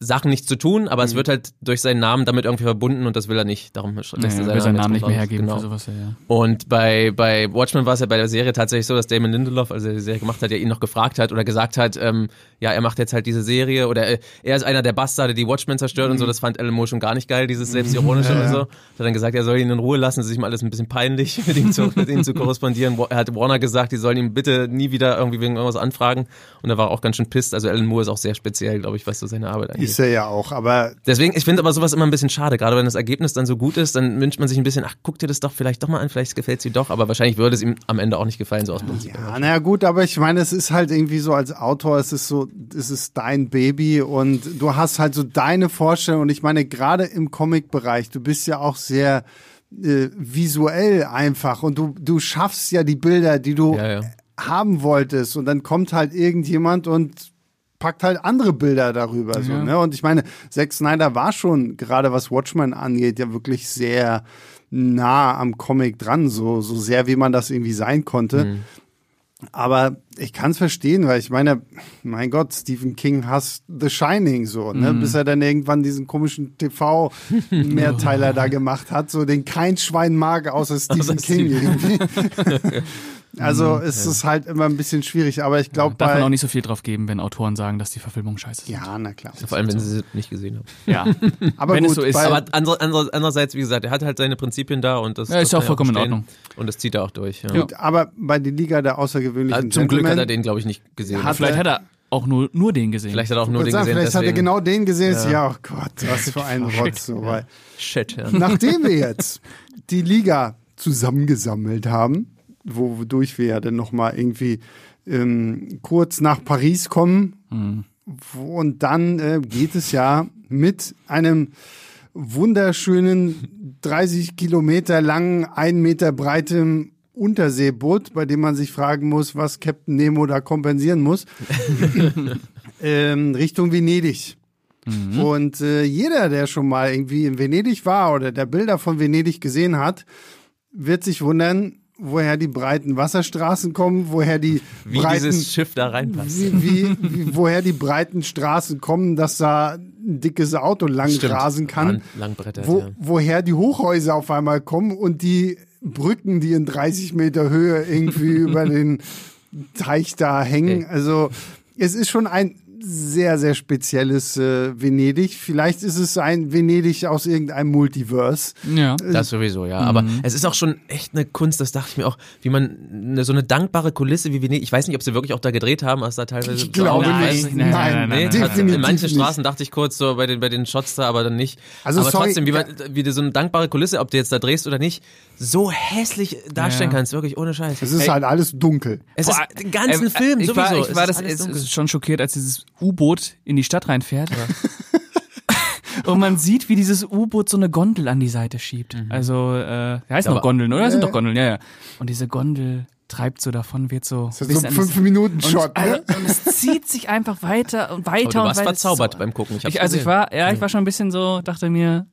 Sachen nichts zu tun, aber
Mhm.
es wird halt durch seinen Namen damit irgendwie verbunden und das will er nicht. Darum lässt
Naja,
er
will seinen Namen
jetzt
nicht mehr
raus.
hergeben
Genau.
für sowas. Ja, ja.
Und bei, bei Watchmen war es ja bei der Serie tatsächlich so, dass Damon Lindelof, als er die Serie gemacht hat, ja ihn noch gefragt hat oder gesagt hat, ähm, ja, er macht jetzt halt diese Serie oder äh, er ist einer der Bastarde, die Watchmen zerstört
Mhm.
und so. Das fand Alan Moore schon gar nicht geil, dieses Selbstironische und so. Hat dann gesagt, er soll ihn in Ruhe lassen, es ist ihm alles ein bisschen peinlich, mit ihm zu, mit ihm zu korrespondieren. Wa- Er hat Warner gesagt, die sollen ihm bitte nie wieder irgendwie wegen irgendwas anfragen. Und er war auch ganz schön pisst. Also Alan Moore ist auch sehr speziell, glaube ich, was so seine Arbeit angeht.
ist er ja auch, aber
Deswegen, ich finde aber sowas immer ein bisschen schade, gerade wenn das Ergebnis dann so gut ist, dann wünscht man sich ein bisschen, ach, guck dir das doch vielleicht doch mal an, vielleicht gefällt sie doch, aber wahrscheinlich würde es ihm am Ende auch nicht gefallen, so aus Prinzip.
Ja, naja, gut, aber ich meine, es ist halt irgendwie so als Autor, es ist so, es ist dein Baby und du hast halt so deine Vorstellung. Und ich meine, gerade im Comic-Bereich, du bist ja auch sehr äh, visuell einfach und du, du schaffst ja die Bilder, die
Oh.
du
Ja, ja.
haben wolltest. Und dann kommt halt irgendjemand und packt halt andere Bilder darüber. So, ne? Und ich meine, Zack Snyder war schon, gerade was Watchmen angeht, ja wirklich sehr nah am Comic dran, so, so sehr, wie man das irgendwie sein konnte. Aber ich kann es verstehen, weil ich meine, mein Gott, Stephen King hasst The Shining so, ne? Bis er dann irgendwann diesen komischen TV-Mehrteiler da gemacht hat, so den kein Schwein mag, außer Stephen King. irgendwie.
Mhm,
also es ist halt immer ein bisschen schwierig, aber ich glaube
Darf man auch
bei.
nicht so viel drauf geben, wenn Autoren sagen, dass die Verfilmung scheiße ist.
Ja, na klar.
Vor allem, wenn sie es nicht gesehen haben.
Ja.
Aber
Wenn
gut,
es so ist.
bei,
Aber andere- andere- andererseits, wie gesagt, er hat halt seine Prinzipien da und das
Ja, ist
das
ja auch
kann
vollkommen in
verstehen.
Ordnung.
Und das zieht er auch durch. Ja.
Ja.
aber bei der Liga der außergewöhnlichen
Also, zum Glück hat er
Gentlemen-
den, glaube ich, nicht gesehen.
Hat-
Vielleicht hat er auch nur, nur den gesehen.
vielleicht hat er auch nur
Gott
den
sei Dank,
gesehen.
vielleicht hat er
deswegen-
genau den gesehen. Ja, ja oh Gott, was für ein Rotz. So, weil
Shit, ja.
Nachdem wir jetzt die Liga zusammengesammelt haben, wodurch wir ja dann nochmal irgendwie ähm, kurz nach Paris kommen,
Mhm.
wo, und dann äh, geht es ja mit einem wunderschönen 30 Kilometer langen, 1 Meter breitem Unterseeboot, bei dem man sich fragen muss, was Captain Nemo da kompensieren muss, ähm, Richtung Venedig.
Mhm.
Und äh, jeder, der schon mal irgendwie in Venedig war oder der Bilder von Venedig gesehen hat, wird sich wundern, woher die breiten Wasserstraßen kommen, woher die
Wie
breiten
dieses Schiff da reinpasst.
wie, wie, wie, woher die breiten Straßen kommen, dass da ein dickes Auto lang rasen kann.
Langbretter.
Wo,
ja.
woher die Hochhäuser auf einmal kommen und die Brücken, die in 30 Meter Höhe irgendwie über den Teich da hängen.
Ey.
Also es ist schon ein sehr, sehr spezielles äh, Venedig. Vielleicht ist es ein Venedig aus irgendeinem Multiverse.
Ja.
Das sowieso, ja. Aber
mhm.
es ist auch schon echt eine Kunst, das dachte ich mir auch, wie man eine, so eine dankbare Kulisse wie Venedig, ich weiß nicht, ob sie wirklich auch da gedreht haben, was da teilweise.
Ich glaube
Nein,
nicht.
nein, nein, nein, nein,
nee,
nein,
hat, in
definitiv
manchen
nicht.
Straßen dachte ich kurz so bei den, bei den Shots da, aber dann nicht.
Also
aber
sorry,
trotzdem, wie, man, wie du so eine dankbare Kulisse, ob du jetzt da drehst oder nicht, so hässlich darstellen
Ja.
kannst, wirklich ohne Scheiß.
Es ist halt alles dunkel.
es ist
Boah,
den ganzen
äh,
Film
ich
sowieso.
War,
es
ich war
ist
das,
alles
es
dunkel.
ist schon schockiert, als dieses U-Boot in die Stadt reinfährt. Und man sieht, wie dieses U-Boot so eine Gondel an die Seite schiebt. Also, äh, heißt noch
Mhm. Aber-
Gondeln, oder? Sind
Ja,
doch Gondeln, ja, ja. Und diese Gondel treibt so davon, wird so.
Das ist so ein 5-Minuten-Shot. Ne?
und, und es zieht sich einfach weiter und weiter
aber Oh, du
und
warst
weiter.
verzaubert
so,
beim Gucken. Ich hab's
ich, also ich
gesehen.
war, ja, ich war schon ein bisschen so, dachte mir,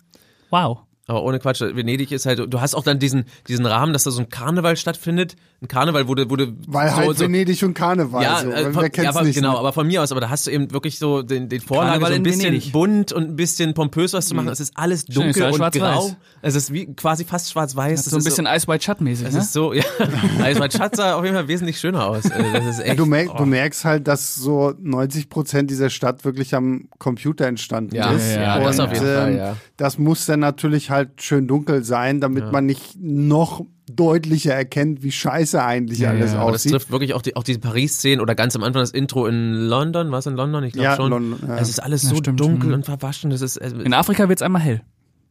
wow.
Aber ohne Quatsch, Venedig ist halt, du hast auch dann diesen, diesen Rahmen, dass da so ein Karneval stattfindet. Ein Karneval wurde, wurde
Weil
so,
halt
so,
Venedig und Karneval.
Ja,
so.
äh,
Weil
von-
Wer kennt's
ja, aber,
nicht?
genau,
ne?
aber von mir aus, aber da hast du eben wirklich so den, den Vorlage
Karneval
so ein
in
bisschen
Venedig. Mhm.
bunt und ein bisschen pompös was zu machen. Es ist alles
ist
dunkel
alles
und
schwarz-weiß.
grau. Es ist wie quasi fast schwarz-weiß. Das
So ein
ist
bisschen Ice White Shut mäßig,
Es
ne?
ist so, ja. Also mein Schatz sah auf jeden Fall wesentlich schöner aus. Also Das ist echt.
Du, merk, du merkst halt, dass so 90 Prozent dieser Stadt wirklich am Computer entstanden
Ja,
ist.
ja, ja,
und
das auf
jeden Fall,
ähm,
ja.
das muss dann natürlich halt schön dunkel sein, damit man nicht noch deutlicher erkennt, wie scheiße eigentlich alles
ja,
aber das
aussieht.
trifft wirklich auch die, auch diese Paris-Szenen oder ganz am Anfang das Intro in London. War es in London? Ich glaube
Ja,
schon.
London, ja.
Es ist alles
Ja,
so
stimmt,
dunkel
mhm.
und verwaschen. Das ist, also,
In Afrika wird's einmal hell.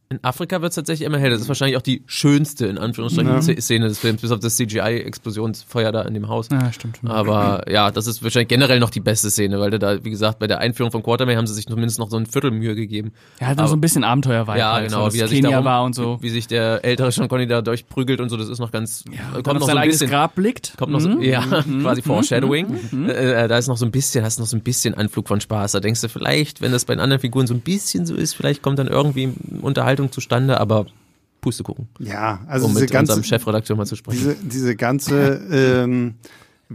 In Afrika wird es tatsächlich immer
Mhm.
heller. Das ist wahrscheinlich auch die schönste, in Anführungsstrichen, Sz- Szene des Films, bis auf das CGI-Explosionsfeuer da in dem Haus.
Ja, stimmt.
Aber ja, das ist wahrscheinlich generell noch die beste Szene, weil du da, wie gesagt, bei der Einführung von Quartermain haben sie sich zumindest noch so ein Viertel Mühe gegeben.
Ja, halt noch so ein bisschen Abenteuer war.
Ja,
halt,
genau,
so,
wie er
dass
sich
Kenia
darum,
war und so.
Wie sich der ältere Sean Connery da durchprügelt und so, das ist noch ganz, äh,
Und
kommt
auf
noch so
sein
ein
eigenes
bisschen.
Grab Mhm. blickt.
Kommt noch so, ja, quasi Foreshadowing.
Mhm.
Äh, äh, da ist noch so ein bisschen, hast noch so ein bisschen Anflug von Spaß. Da denkst du vielleicht, wenn das bei den anderen Figuren so ein bisschen so ist, vielleicht kommt dann irgendwie Unterhaltung zustande, aber Puste gucken.
ja, also
um
diese
mit
ganze,
unserem Chefredakteur mal zu sprechen.
diese, diese ganze ähm,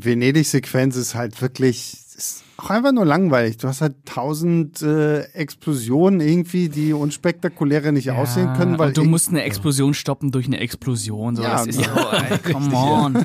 Venedig-Sequenz ist halt wirklich ist auch einfach nur langweilig. Du hast halt tausend äh, Explosionen irgendwie, die unspektakulärer nicht aussehen können, weil
und du
irgend-
musst eine Explosion stoppen durch eine Explosion. So,
Ja, genau.
das ist
ja.
so, ey, come on.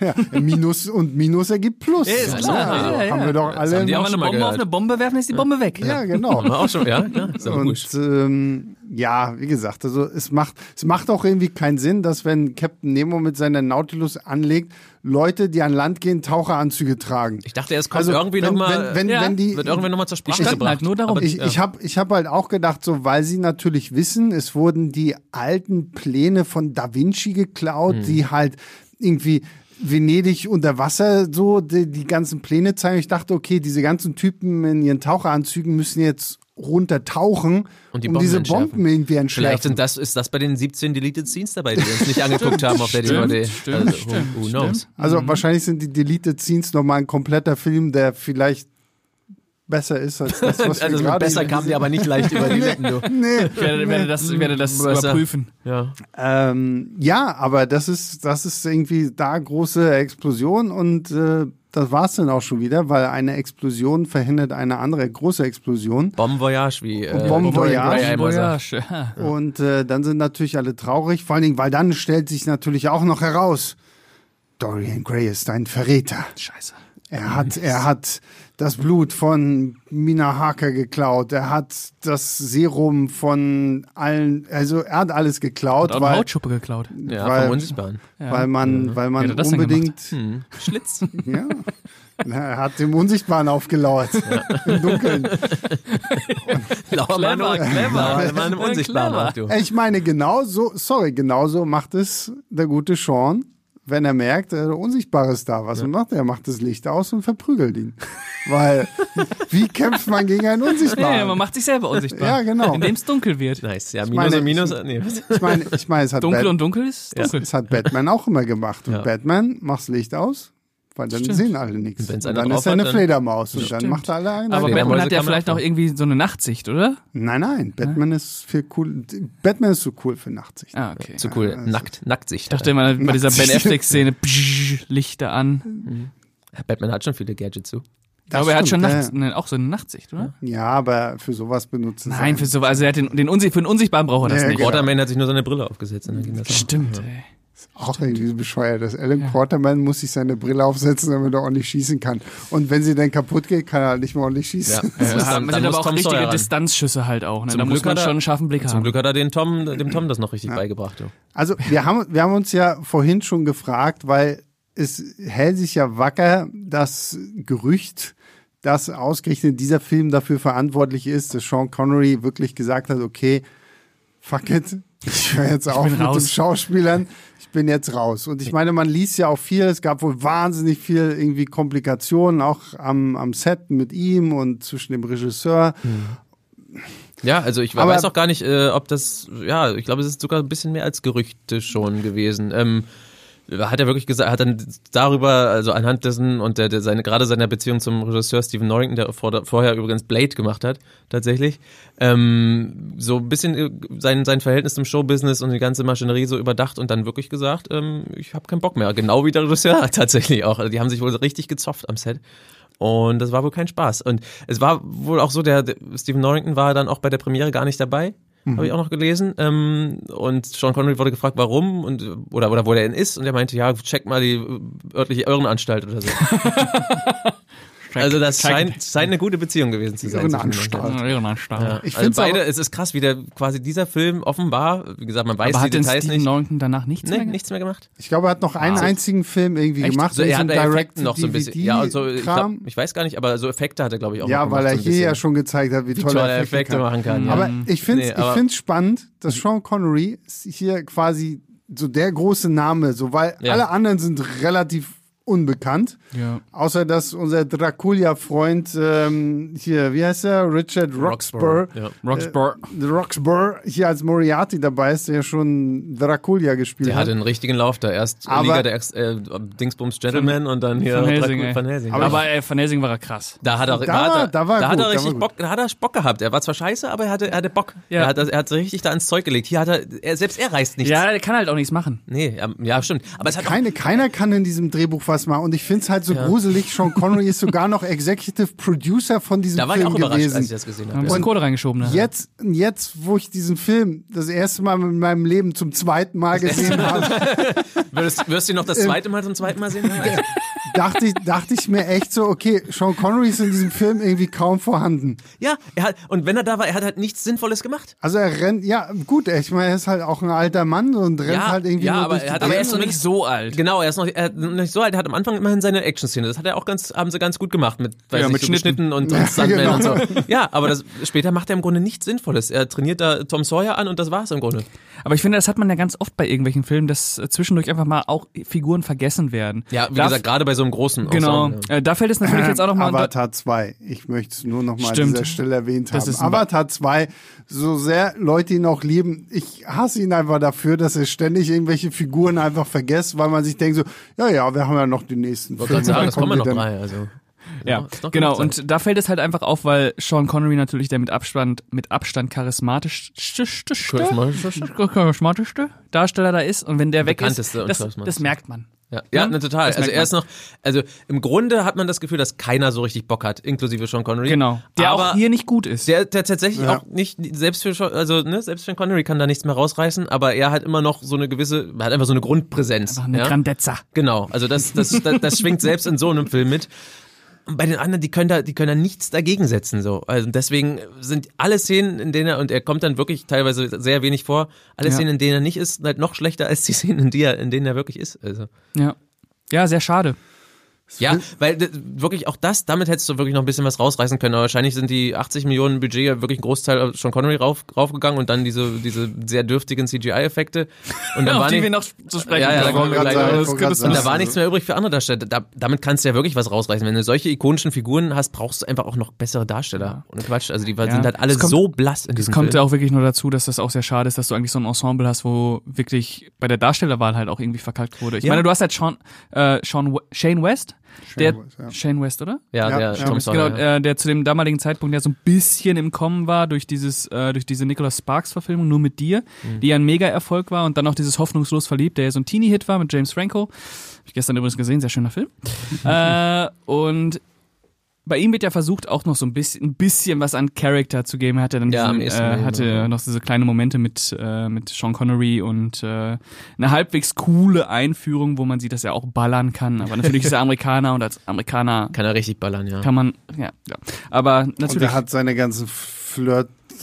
Ja, Minus und Minus ergibt Plus.
Ja, ist klar.
Ja, ja.
Haben wir doch
Das
alle.
haben die
Wenn
auch
wir eine
schon mal
Bombe auf
gehört.
eine Bombe werfen, ist die Bombe weg.
ja, genau.
Haben wir auch schon, ja, klar, ist ja
Und
logisch.
ähm, ja, wie gesagt, also es macht, es macht auch irgendwie keinen Sinn, dass wenn Captain Nemo mit seiner Nautilus anlegt, Leute, die an Land gehen, Taucheranzüge tragen.
Ich dachte, es kommt
also
irgendwie
wenn,
nochmal,
wenn, wenn,
ja,
wenn die,
wird irgendwann nochmal zur Sprache
standen
gebracht.
halt nur darum.
Aber,
ich, ich habe ich hab halt auch gedacht, so weil sie natürlich wissen, es wurden die alten Pläne von Da Vinci geklaut,
Hm.
die halt irgendwie Venedig unter Wasser so die, die ganzen Pläne zeigen. Ich dachte, okay, diese ganzen Typen in ihren Taucheranzügen müssen jetzt runtertauchen
Und die
um
Bomben
diese
entschärfen.
Bomben irgendwie
vielleicht
entschärfen.
sind das, ist das bei den 17 Deleted Scenes dabei, die wir uns nicht angeguckt haben auf der
stimmt,
DVD. also,
stimmt,
who, who
stimmt,
knows?
stimmt.
Also wahrscheinlich sind die Deleted Scenes nochmal ein kompletter Film, der vielleicht besser ist als das, was wir
Also
gerade
besser kamen die aber nicht leicht über die Lippen, du.
Nee.
Ich werde, werde das, werde das
Wasser.
überprüfen.
Ja.
Ähm, ja, aber das ist, das ist irgendwie da große Explosion und äh, das war's dann auch schon wieder, weil eine Explosion verhindert eine andere große Explosion.
Bon Voyage, wie äh,
Bon Voyage.
Ray einmal sagt.
Voyage, ja.
Und äh, dann sind natürlich alle traurig, vor allen Dingen, weil dann stellt sich natürlich auch noch heraus, Dorian Gray ist ein Verräter.
Scheiße.
Er hat, er hat das Blut von Mina Harker geklaut. Er hat das Serum von allen, also er hat alles geklaut,
Hat auch eine
weil,
Hautschuppe geklaut.
Ja,
Weil-
vom Unsichtbaren.
weil man, weil
Wer
man
hat das denn
unbedingt
Schlitz.
Ja. Na, Er hat dem Unsichtbaren aufgelauert. Im Dunkeln.
Lauer Mann,
Clever, clever.
Lauer Mann im
Clever.
Unsichtbaren. auch, du.
Ich meine, genauso, sorry, genauso macht es der gute Sean, wenn er merkt, äh, der Unsichtbare ist da. Was macht er? Er macht das Licht aus und verprügelt ihn. Weil, wie kämpft man gegen einen
Ja, ja, man
Unsichtbaren?
macht sich selber unsichtbar.
Ja, genau.
Indem es dunkel wird.
Nice. Ja,
meine,
Minus und Minus. äh, Nee, was?
Ich meine, ich meine, es hat,
Dunkel
Bat-
und dunkel ist dunkel.
es hat Batman auch immer gemacht. Und
Ja.
Batman macht das Licht aus, weil dann sehen alle nichts.
wenn's
Und
einer
dann
drauf
ist er
hat,
eine
dann-
Fledermaus und dann
Stimmt.
macht alle einen.
Aber
Fledermaus.
Batman
Fledermäuse
hat ja
kann man
vielleicht
auch
auch irgendwie so eine Nachtsicht, oder?
Nein, nein, Batman ist viel cool. Batman ist so cool für Nachtsicht.
Ah, okay.
Zu cool.
also-
Nackt, Nacktsicht.
Ich dachte immer bei dieser Ben
Nachtsicht.
Affleck-Szene, psch, Lichter an.
Batman hat schon viele Gadgets zu.
Das
Aber er hat schon
stimmt, ja,
nachts, ne, auch so eine Nachtsicht, oder?
Ja, aber für sowas benutzen sie
Nein, für so, also er hat den, den Unsi für den Unsichtbaren braucht er das
Ja,
nicht.
genau.
Waterman hat sich nur seine Brille aufgesetzt. Und dann ging das auch.
Stimmt, ey.
Auch irgendwie so bescheuert, dass Alan Quarterman muss sich seine Brille aufsetzen, damit er ordentlich schießen kann. Und wenn sie dann kaputt geht, kann er halt nicht mehr ordentlich
Ja.
schießen.
Das muss
Ja,
dann-
man
dann
sind
muss
aber auch
Tom
richtige
Sawyer ran.
Distanzschüsse halt auch. Ne?
Zum
Da muss
Glück
man
hat er-
schon einen scharfen Blick
Zum
haben.
Glück hat er den Tom, dem Tom das noch richtig beigebracht. du.
Also wir haben, wir haben uns ja vorhin schon gefragt, weil es hält sich ja wacker das Gerücht, dass ausgerechnet dieser Film dafür verantwortlich ist, dass Sean Connery wirklich gesagt hat, okay, fuck it, ich höre jetzt auf
bin
mit
raus.
den Schauspielern, ich bin jetzt raus. Und ich meine, man liest ja auch viel, es gab wohl wahnsinnig viel irgendwie Komplikationen, auch am, am Set mit ihm und zwischen dem Regisseur.
Ja, also ich
Aber-
weiß auch gar nicht, äh, ob das, ja, ich glaube, es ist sogar ein bisschen mehr als Gerüchte schon gewesen. Ähm, hat er wirklich gesagt, hat dann darüber, also anhand dessen und der, der seine, gerade seiner Beziehung zum Regisseur Stephen Norrington, der vor, vorher übrigens Blade gemacht hat, tatsächlich, ähm, so ein bisschen äh, sein, sein Verhältnis zum Showbusiness und die ganze Maschinerie so überdacht und dann wirklich gesagt, ähm, ich habe keinen Bock mehr. Genau wie der Regisseur tatsächlich auch. Also die haben sich wohl richtig gezopft am Set. Und das war wohl kein Spaß. Und es war wohl auch so, der, der Stephen Norrington war dann auch bei der Premiere gar nicht dabei.
Mhm.
Habe ich auch noch gelesen. Ähm, und Sean Connery wurde gefragt, warum und oder, oder wo der denn ist. Und er meinte, ja, check mal die äh, örtliche Irrenanstalt oder so. also das scheint, scheint eine gute Beziehung gewesen zu sein. zwischen den
Irrenanstalt.
beiden.
Ja. genau,
Ich
also
find's
beide,
aber-
es ist krass, wie der quasi dieser Film offenbar, wie gesagt, man weiß
Aber
die
hat denn
Details
Steven
nicht.
Norrington danach nichts
Nee,
mehr
nichts mehr gemacht.
Ich glaube, er hat noch einen einzigen Film irgendwie
Echt?
gemacht.
Also So, er
diesen
hat bei
Direct
Effekten noch so ein bisschen. Ja, und so, ich, glaub,
DVD-Kram.
ich weiß gar nicht, aber so Effekte hat er, glaube ich, auch noch
Ja,
gemacht,
weil er
so ein
hier
bisschen.
ja schon gezeigt hat, wie,
wie
toll
toll
er Effekte kann.
machen kann.
Aber
Aber ich finde es
Mhm. Nee, aber-
find's spannend, dass Sean Connery ist hier quasi so der große Name, so weil
Ja.
alle anderen sind relativ unbekannt.
Ja.
Außer dass unser Draculia-Freund ähm, hier, wie heißt er? Richard Roxburgh.
Ja.
Äh,
Roxburgh.
Roxburgh hier als Moriarty dabei ist, der ja schon Draculia gespielt
Der
hat.
hatte einen richtigen Lauf da. Erst
Aber-
Liga der Ex äh, Dingsbums Gentleman und dann hier
Van Helsing,
Dracula-
ey.
Van Helsing.
Aber, aber ey, Van Helsing war er krass.
da hat er,
Da war-
hat er,
da war
da hat
gut,
er
da
richtig
war
Bock, da hat er Bock gehabt. Er war zwar scheiße, aber er hatte, er hatte Bock.
Ja.
Er hat, er hat sich richtig da ans Zeug gelegt. Hier hat er, er selbst er reißt nichts.
Ja, der kann halt auch nichts machen.
Nee, ja, ja, stimmt. Aber es hat auch,
Keine, keiner kann in diesem Drehbuch was machen. Und ich finde es halt so gruselig. Sean Connery ist sogar noch Executive Producer von diesem
da war ich
Film
auch überrascht,
gewesen.
als ich das gesehen
Da haben
habe. Also,
ein bisschen Kohle reingeschoben. Ne?
Jetzt, jetzt, wo ich diesen Film das erste Mal in meinem Leben zum zweiten Mal gesehen habe,
Würdest, wirst du ihn noch
Äh,
das zweite Mal zum zweiten Mal sehen? Nein.
dachte ich, dachte ich mir echt so, okay, Sean Connery ist in diesem Film irgendwie kaum vorhanden.
ja, er hat, und wenn er da war, er hat halt nichts Sinnvolles gemacht.
Also er rennt, ja gut, ich meine, er ist halt auch ein alter Mann und rennt
Ja,
halt irgendwie
ja,
nur
aber
durch
er hat
die
Aber er
Gegend.
ist noch nicht so alt.
Genau, er ist noch, er hat noch nicht so alt, er hat am Anfang immerhin seine Action-Szene. Das hat er auch ganz, haben sie ganz gut gemacht mit, weiß
Ja,
nicht,
mit
so
Schnitten.
Schnitten und,
Ja,
und Stuntman
genau.
und so. Ja, aber das, später macht er im Grunde nichts Sinnvolles. Er trainiert da Tom Sawyer an und das war's im Grunde.
Aber ich finde, das hat man ja ganz oft bei irgendwelchen Filmen, dass äh, zwischendurch einfach mal auch Figuren vergessen werden.
Ja, wie
Da-
gesagt, gerade bei so einem großen.
Genau.
Ensemble.
Äh, Da fällt es natürlich jetzt auch nochmal.
Avatar 2. Ich möchte es nur noch mal an
Stimmt.
dieser Stelle erwähnt
Das
haben.
ist ein
Avatar 2, so sehr Leute ihn auch lieben, ich hasse ihn einfach dafür, dass er ständig irgendwelche Figuren einfach vergisst, weil man sich denkt so, ja, ja, wir haben ja noch den nächsten
Ich wollte
Film.
gerade sagen,
Wann
es kommen noch
die denn?
drei. Also.
Ja,
Ist noch
genau.
genug Zeit.
Und da fällt es halt einfach auf, weil Sean Connery natürlich der mit Abstand, mit Abstand charismatischste,
Charismatischste?
charismatischste Darsteller da ist. Und wenn der weg ist,
Bekannteste und
das,
charismatischste.
das merkt man.
Ja, ja
Ne?
ne, total.
Das
Also
merkt
er ist noch, also im Grunde hat man das Gefühl, dass keiner so richtig Bock hat, inklusive Sean Connery.
Genau. Der
aber
auch hier nicht gut ist.
Der, der tatsächlich
Ja.
auch nicht, selbst für, Sean- also, ne, selbst für Connery kann da nichts mehr rausreißen, aber er hat immer noch so eine gewisse, hat einfach so eine Grundpräsenz.
Ach, eine
ja?
Grandezza.
Genau, also das, das, das, das schwingt selbst in so einem Film mit. Und bei den anderen, die können da, die können da nichts dagegen setzen, so. Also deswegen sind alle Szenen, in denen er, und er kommt dann wirklich teilweise sehr wenig vor, alle
Ja.
Szenen, in denen er nicht ist, sind halt noch schlechter als die Szenen, in, die er, in denen er wirklich ist. Also,
Ja. Ja, sehr schade.
Ja, weil d- wirklich auch das, damit hättest du wirklich noch ein bisschen was rausreißen können. Aber wahrscheinlich sind die 80 Millionen Budget ja wirklich ein Großteil schon Connery rauf, raufgegangen und dann diese, diese sehr dürftigen CGI-Effekte. Und dann
Auf
war
die
nicht,
wir noch zu sprechen
Ja, ja,
kommen.
da kommen wir
Also,
gleich noch.
Wollte
das
gerade
Skript ist-
sagen.
und da war
Also-
nichts mehr übrig für andere Darsteller. Da, damit kannst du ja wirklich was rausreißen. Wenn du solche ikonischen Figuren hast, brauchst du einfach auch noch bessere Darsteller. Und Quatsch, also die
Ja.
sind halt alle
Es kommt-
so blass in diesem
Kommt ja
Film.
auch wirklich nur dazu, dass das auch sehr schade ist, dass du eigentlich so ein Ensemble hast, wo wirklich bei der Darstellerwahl halt auch irgendwie verkackt wurde. Ich
Ja.
meine, du hast halt Sean, äh, Sean We- Shane West, der
West, ja.
Shane West, oder?
Ja,
Ja,
der
ja.
Tom Sawyer,
Genau,
ja.
äh, der zu dem damaligen Zeitpunkt ja so ein bisschen im Kommen war durch dieses, äh, durch diese Nicholas Sparks Verfilmung nur mit dir,
Mhm.
die ja ein Mega Erfolg war und dann auch dieses hoffnungslos verliebt, der ja so ein Teenie Hit war mit James Franco. Hab ich gestern übrigens gesehen, sehr schöner Film. äh, und bei ihm wird ja versucht, auch noch so ein bisschen, ein bisschen was an Charakter zu geben. Er hatte dann
Ja, am
diesen,
ehesten,
äh,
ja,
hatte
genau.
noch diese kleinen Momente mit, äh, mit Sean Connery und äh, eine halbwegs coole Einführung, wo man sieht, dass er auch ballern kann. Aber natürlich ist er Amerikaner und als Amerikaner
Kann er richtig ballern, ja.
kann man, ja, ja. Aber natürlich.
Und er hat seine ganzen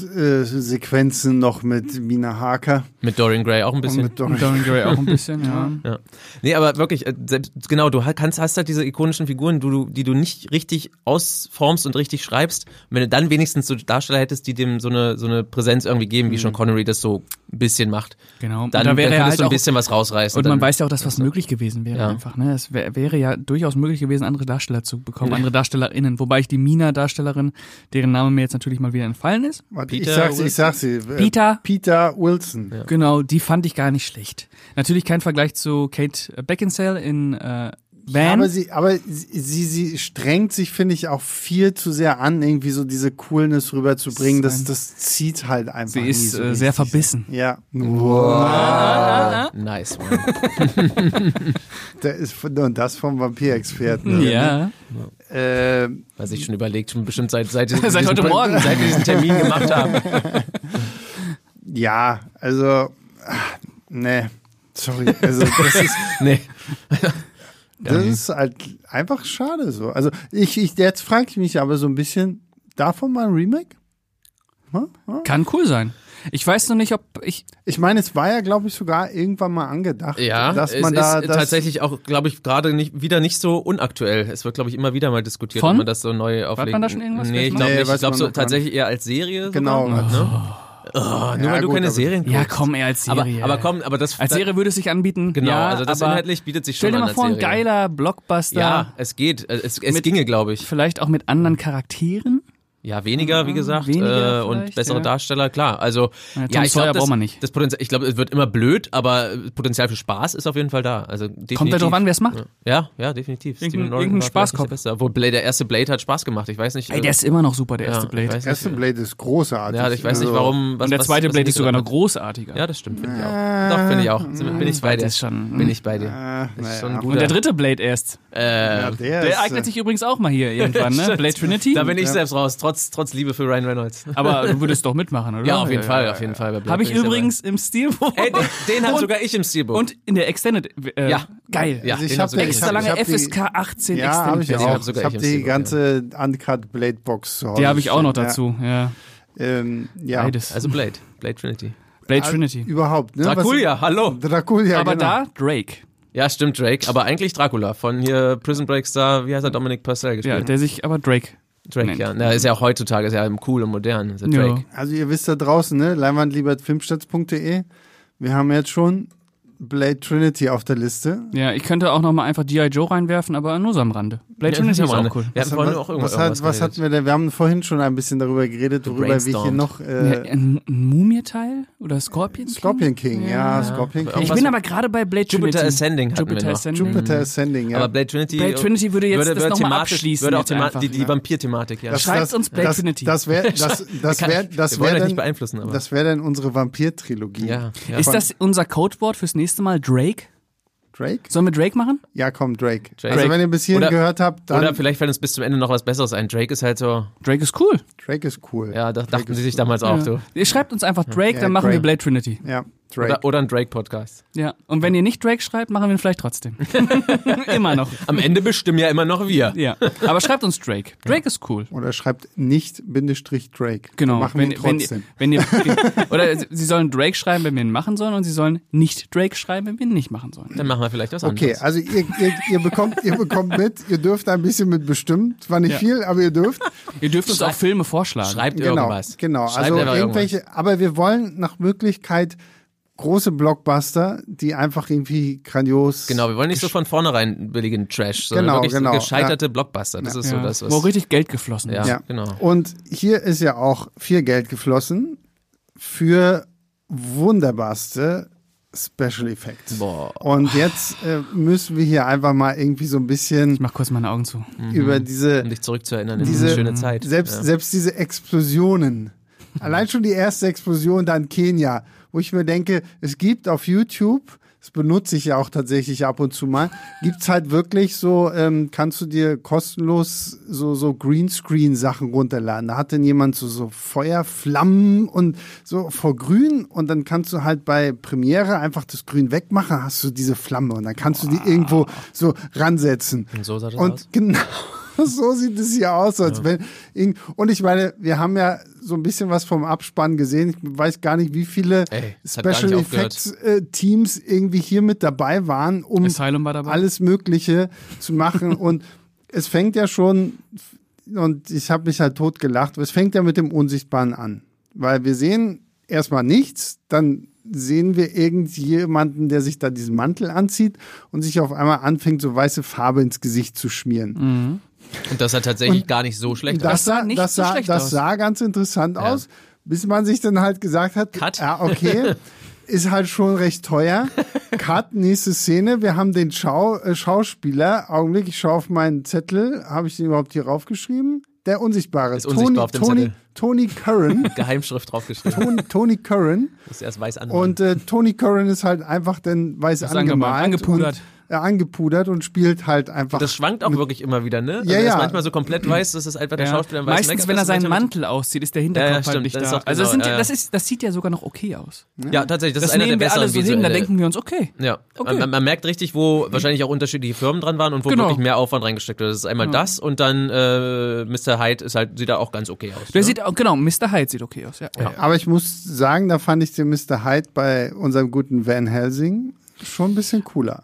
Flirt-Sequenzen noch mit Mina Harker
Mit Dorian Gray auch ein
und
bisschen.
mit Dorian.
Dorian Gray auch ein bisschen, ja.
Ja. Nee, aber wirklich, äh, selbst, genau, du ha- kannst, hast halt diese ikonischen Figuren, du, du, die du nicht richtig ausformst und richtig schreibst. Und wenn du dann wenigstens so Darsteller hättest, die dem so eine, so eine Präsenz irgendwie geben, wie schon Connery das so ein bisschen macht,
Genau. Und
dann,
Mhm. da
dann
wäre
könntest
er
du
halt
ein
auch,
bisschen was rausreißen.
und man
dann,
weiß ja auch, dass was möglich gewesen wäre
Ja.
einfach. Ne? Es wär, wäre ja durchaus möglich gewesen, andere Darsteller zu bekommen, andere DarstellerInnen. Wobei ich die Mina-Darstellerin, deren Name mir jetzt natürlich mal wieder entfallen ist.
Warte, ich
Peter
sag sie, ich
Wilson?
sag sie. Äh,
Peter.
Peter Wilson.
Genau, die fand ich gar nicht schlecht. Natürlich kein Vergleich zu Kate Beckinsale in äh, Van.
Aber sie, aber sie, sie, sie strengt sich, finde ich, auch viel zu sehr an, irgendwie so diese Coolness rüberzubringen. Das,
ein-
das zieht halt einfach.
sie
nie
ist
so
äh, sehr
richtig.
verbissen.
Ja.
Ah,
Wow.
Nice, man.
Der ist, von- und das vom Vampir-Experten.
Ja.
Ähm,
Was ich schon überlegt, schon bestimmt seit, seit, seit
heute Morgen.
seit wir diesen Termin gemacht haben.
ja, also, ah, nee. Sorry. Also, das ist,
Nee.
das ist halt einfach schade so. Also, ich, ich jetzt frage ich mich aber so ein bisschen, davon mal ein Remake? Hm? Hm?
Kann cool sein. Ich weiß noch nicht, ob ich.
Ich meine, es war ja, glaube ich, sogar irgendwann mal angedacht,
Ja,
dass
es
man
ist
da das,
tatsächlich auch, glaube ich, gerade nicht, wieder nicht so unaktuell. Es wird, glaube ich, immer wieder mal diskutiert,
Von?
wenn man das so neu auflegt.
man da schon irgendwas?
Nee, ich
Nee,
glaube nicht.
weiß
Ich glaube
man
so
noch gar
tatsächlich eher als Serie.
Genau.
Sogar, ne? oh, nur
Ja,
weil du
gut, also
keine
aber-
Serien guckst.
Ja, komm, eher als
aber,
Serie.
aber komm, aber das.
Als Serie würde es sich anbieten.
Genau,
ja,
also das
aber
inhaltlich bietet sich schon
Stell dir
an
mal
als
vor, ein
Serie.
geiler Blockbuster.
Ja, es geht. äh, Es, es
Mit-
ginge, glaube ich.
Vielleicht auch mit anderen Charakteren.
Ja, weniger, wie gesagt,
weniger
äh, und
vielleicht,
bessere
ja.
Darsteller, klar. Also,
Ja,
ja,
Tom
ich glaub,
Sawyer
das-
braucht man nicht.
Das Potenzial, ich glaube, es wird immer blöd, aber Potenzial für Spaß ist auf jeden Fall da. Also, definitiv.
Kommt halt drauf an, wer es macht.
Ja, ja, definitiv.
Irgendein-
Stephen Norton war
irgendein
vielleicht
Spaßkopf.
nicht der Beste. Obwohl Blade, der erste Blade hat Spaß gemacht. Ich weiß nicht.
Ey, der ist immer noch super, der
ja,
erste
Ich
Blade.
weiß
Erste
nicht,
Blade ist großartig.
ja, ich weiß nicht,
Also,
warum. Was,
Und der
was-
zweite
was
Blade ist sogar noch
Nicolas
großartiger.
hat. Ja, das stimmt, finde ich auch. Doch, finde ich auch. Sind- Bin ich bei
zweite
dir.
ist schon-
Bin ich bei
Äh,
dir. Das ist schon
naja.
ein guter-
und der dritte Blade erst.
Ja,
Äh,
der
Der
ist,
eignet sich übrigens auch mal hier irgendwann, ne? Blade Trinity.
da bin ich selbst raus, trotz, trotz Liebe für Ryan Reynolds.
Aber du würdest doch mitmachen, oder?
Ja, auf jeden Fall, auf jeden Fall. bei Blade
Habe ich
bin dabei.
übrigens im Stil.
Ey, den, den habe
Und-
sogar ich im Steelbook.
Und in der Extended. Äh,
Ja.
Geil.
Ja, genau
Also ich
den
hab
hab sogar
den-
ich
Extra
ich
lange
hab die-
FSK 18
Ja, habe ich
Extended.
den hab
auch.
sogar
ich habe
ich im
die
Steelbook, ja.
ganze Uncut Blade Box zu Hause.
Die habe ich auch noch
stehen,
dazu. Ja.
Ja. Ähm, ja.
Beides.
also Blade, Blade Trinity.
Blade
Also,
Trinity.
Überhaupt. Ne?
Draculia, hallo.
Was, Draculia,
Aber
genau.
da Drake.
Ja, stimmt, Drake, aber eigentlich Dracula von hier Prison Break Star, wie heißt er, Dominic Purcell
Ja,
gespielt.
der sich aber Drake.
Drake,
nennt.
ja. Na, ist ja auch heutzutage, ist ja cool und modern, ist ja
Ja.
Drake.
Also ihr wisst da draußen, ne? Leinwandliebertfilmstarts.de. Wir haben jetzt schon Blade Trinity auf der Liste.
Ja, ich könnte auch nochmal einfach G.I. Joe reinwerfen, aber nur so am Rande. Blade Trinity ist auch cool.
Wir hatten vorhin auch irgendwas.
was, hat, was hatten wir denn? Wir haben vorhin schon ein bisschen darüber geredet, worüber wir hier
Brainstormt.
noch.
Ja,
Äh,
ein ein Mumie-Teil? Oder Scorpion? King?
Scorpion King, ja, Scorpion King.
Ich bin aber gerade bei Blade Trinity.
Jupiter Ascending hatten
Jupiter
wir noch.
Ascending.
Jupiter Ascending, ja.
Aber Blade Trinity,
Blade Trinity würde jetzt das noch mal
thematisch-
abschließen
Würde auch
jetzt
thema-
einfach,
die, die
ja.
Vampir-Thematik, ja.
Das-
Schreibt
das-
uns Blade
das,
Trinity.
Das wäre das, das wär, das
wir wollen
wär
euch
dann,
nicht beeinflussen, aber-
das wär dann unsere Vampir-Trilogie.
ja, ja.
Ist das unser Codewort fürs nächste Mal Drake?
Drake?
Sollen wir Drake machen?
Ja, komm, Drake.
Drake.
Also wenn ihr bis hierhin
Oder-
gehört habt, dann
Oder vielleicht fällt uns bis zum Ende noch was Besseres ein. Drake ist halt so,
Drake ist cool.
Drake ist cool.
ja, das dachten sie sich damals auch,
Ja.
du.
Ihr schreibt uns einfach Drake,
Ja,
dann machen
Drake.
wir Blade Trinity.
Ja. Drake.
Oder, oder ein Drake-Podcast.
Ja. Und wenn ihr nicht Drake schreibt, machen wir ihn vielleicht trotzdem. Immer noch.
Am Ende bestimmen ja immer noch wir.
Ja. Aber schreibt uns Drake. Drake ist cool.
Oder schreibt nicht Bindestrich Drake.
Genau.
Dann Machen
wenn,
wir ihn trotzdem.
Wenn ihr, wenn ihr, oder sie- sie sollen Drake schreiben, wenn wir ihn machen sollen, und sie sollen nicht Drake schreiben, wenn wir ihn nicht machen sollen.
Dann machen wir vielleicht was
Okay,
anderes.
also ihr, ihr, ihr, bekommt, ihr bekommt mit, ihr dürft ein bisschen mit bestimmt. Zwar nicht
Ja.
viel, aber ihr dürft.
Ihr dürft uns auch Filme vorschlagen.
Schreibt
Genau,
irgendwas.
genau.
Schreibt
Also
einfach
irgendwelche, aber wir wollen nach Möglichkeit große Blockbuster, die einfach irgendwie grandios.
Genau, wir wollen nicht so von vornherein billigen Trash, sondern
Genau,
wirklich
genau,
so gescheiterte Blockbuster. Das ist
Ja.
so das, was.
Wo richtig Geld geflossen
Ja.
ist.
Ja,
genau.
Und hier ist ja auch viel Geld geflossen für wunderbarste Special Effects.
Boah.
Und jetzt äh, müssen wir hier einfach mal irgendwie so ein bisschen
Ich mach kurz meine Augen zu.
über diese
um dich zurückzuerinnern in
Diese-
diese, schöne Zeit.
Selbst,
ja. Mhm.
selbst diese Explosionen. Allein schon die erste Explosion da in Kenia, wo ich mir denke, es gibt auf YouTube, das benutze ich ja auch tatsächlich ab und zu mal, gibt's halt wirklich so, ähm, kannst du dir kostenlos so, so Greenscreen-Sachen runterladen. Da hat dann jemand so, so Feuerflammen und so vor Grün und dann kannst du halt bei Premiere einfach das Grün wegmachen, hast du diese Flamme und dann kannst du die irgendwo so ransetzen.
Und so sah das
Und
aus.
genau so sieht es hier aus, als wenn irgend- und ich meine, wir haben ja so ein bisschen was vom Abspann gesehen. Ich weiß gar nicht, wie viele
Ey, es hat gar
Special
nicht aufgehört.
Effects äh, Teams irgendwie hier mit dabei waren, um
Asylum war dabei.
alles Mögliche zu machen. und es fängt ja schon, und ich habe mich halt tot gelacht, aber es fängt ja mit dem Unsichtbaren an. Weil wir sehen erstmal nichts, dann sehen wir irgendjemanden, der sich da diesen Mantel anzieht und sich auf einmal anfängt, so weiße Farbe ins Gesicht zu schmieren.
Mhm.
Und das sah tatsächlich gar nicht so schlecht aus.
Äh, Das sah,
nicht
das
so
sah,
schlecht
das
aus.
sah ganz interessant aus, bis man sich dann halt gesagt hat,
Cut.
ja, okay, ist halt schon recht teuer. Cut, nächste Szene, wir haben den Schau, äh, Schauspieler, Augenblick, ich schaue auf meinen Zettel, habe ich den überhaupt hier raufgeschrieben? Der Unsichtbare.
Ist unsichtbar
Tony,
auf dem
Tony,
Zettel.
Tony Curran.
Geheimschrift draufgeschrieben.
Tony, Tony Curran.
Muss erst weiß an.
Und äh, Tony Curran ist halt einfach dann weiß angemalt.
angemalt, angepudert.
Und, äh, angepudert und spielt halt einfach.
das schwankt auch wirklich immer wieder, ne? Also
Ja,
er
ja.
ist manchmal so komplett weiß, das ist einfach der
Ja.
Schauspieler im weißen
Meistens,
Make-up,
wenn er
das ist
seinen
manchmal-
Mantel auszieht, ist der Hinterkopf
Ja, ja,
halt
stimmt,
nicht
das ist
da.
auch
Also
genau,
das, sind, ja,
ja, ja.
das, ist, das sieht ja sogar noch okay aus.
Ja, tatsächlich, das,
Das,
ist einer der
nehmen wir
besseren
alle so hin, da
visuell-
denken wir uns, okay.
Ja,
Okay.
man, man merkt richtig, wo wahrscheinlich auch unterschiedliche Firmen dran waren und wo
Genau.
wirklich mehr Aufwand reingesteckt wird. Das ist einmal das und dann äh, Mr. Hyde ist halt, sieht da auch ganz okay aus.
Der
ne?
sieht auch, genau, Mr. Hyde sieht okay aus. Ja.
Aber ich muss sagen, da fand ich den Mr. Hyde bei unserem guten Van Helsing schon ein bisschen cooler.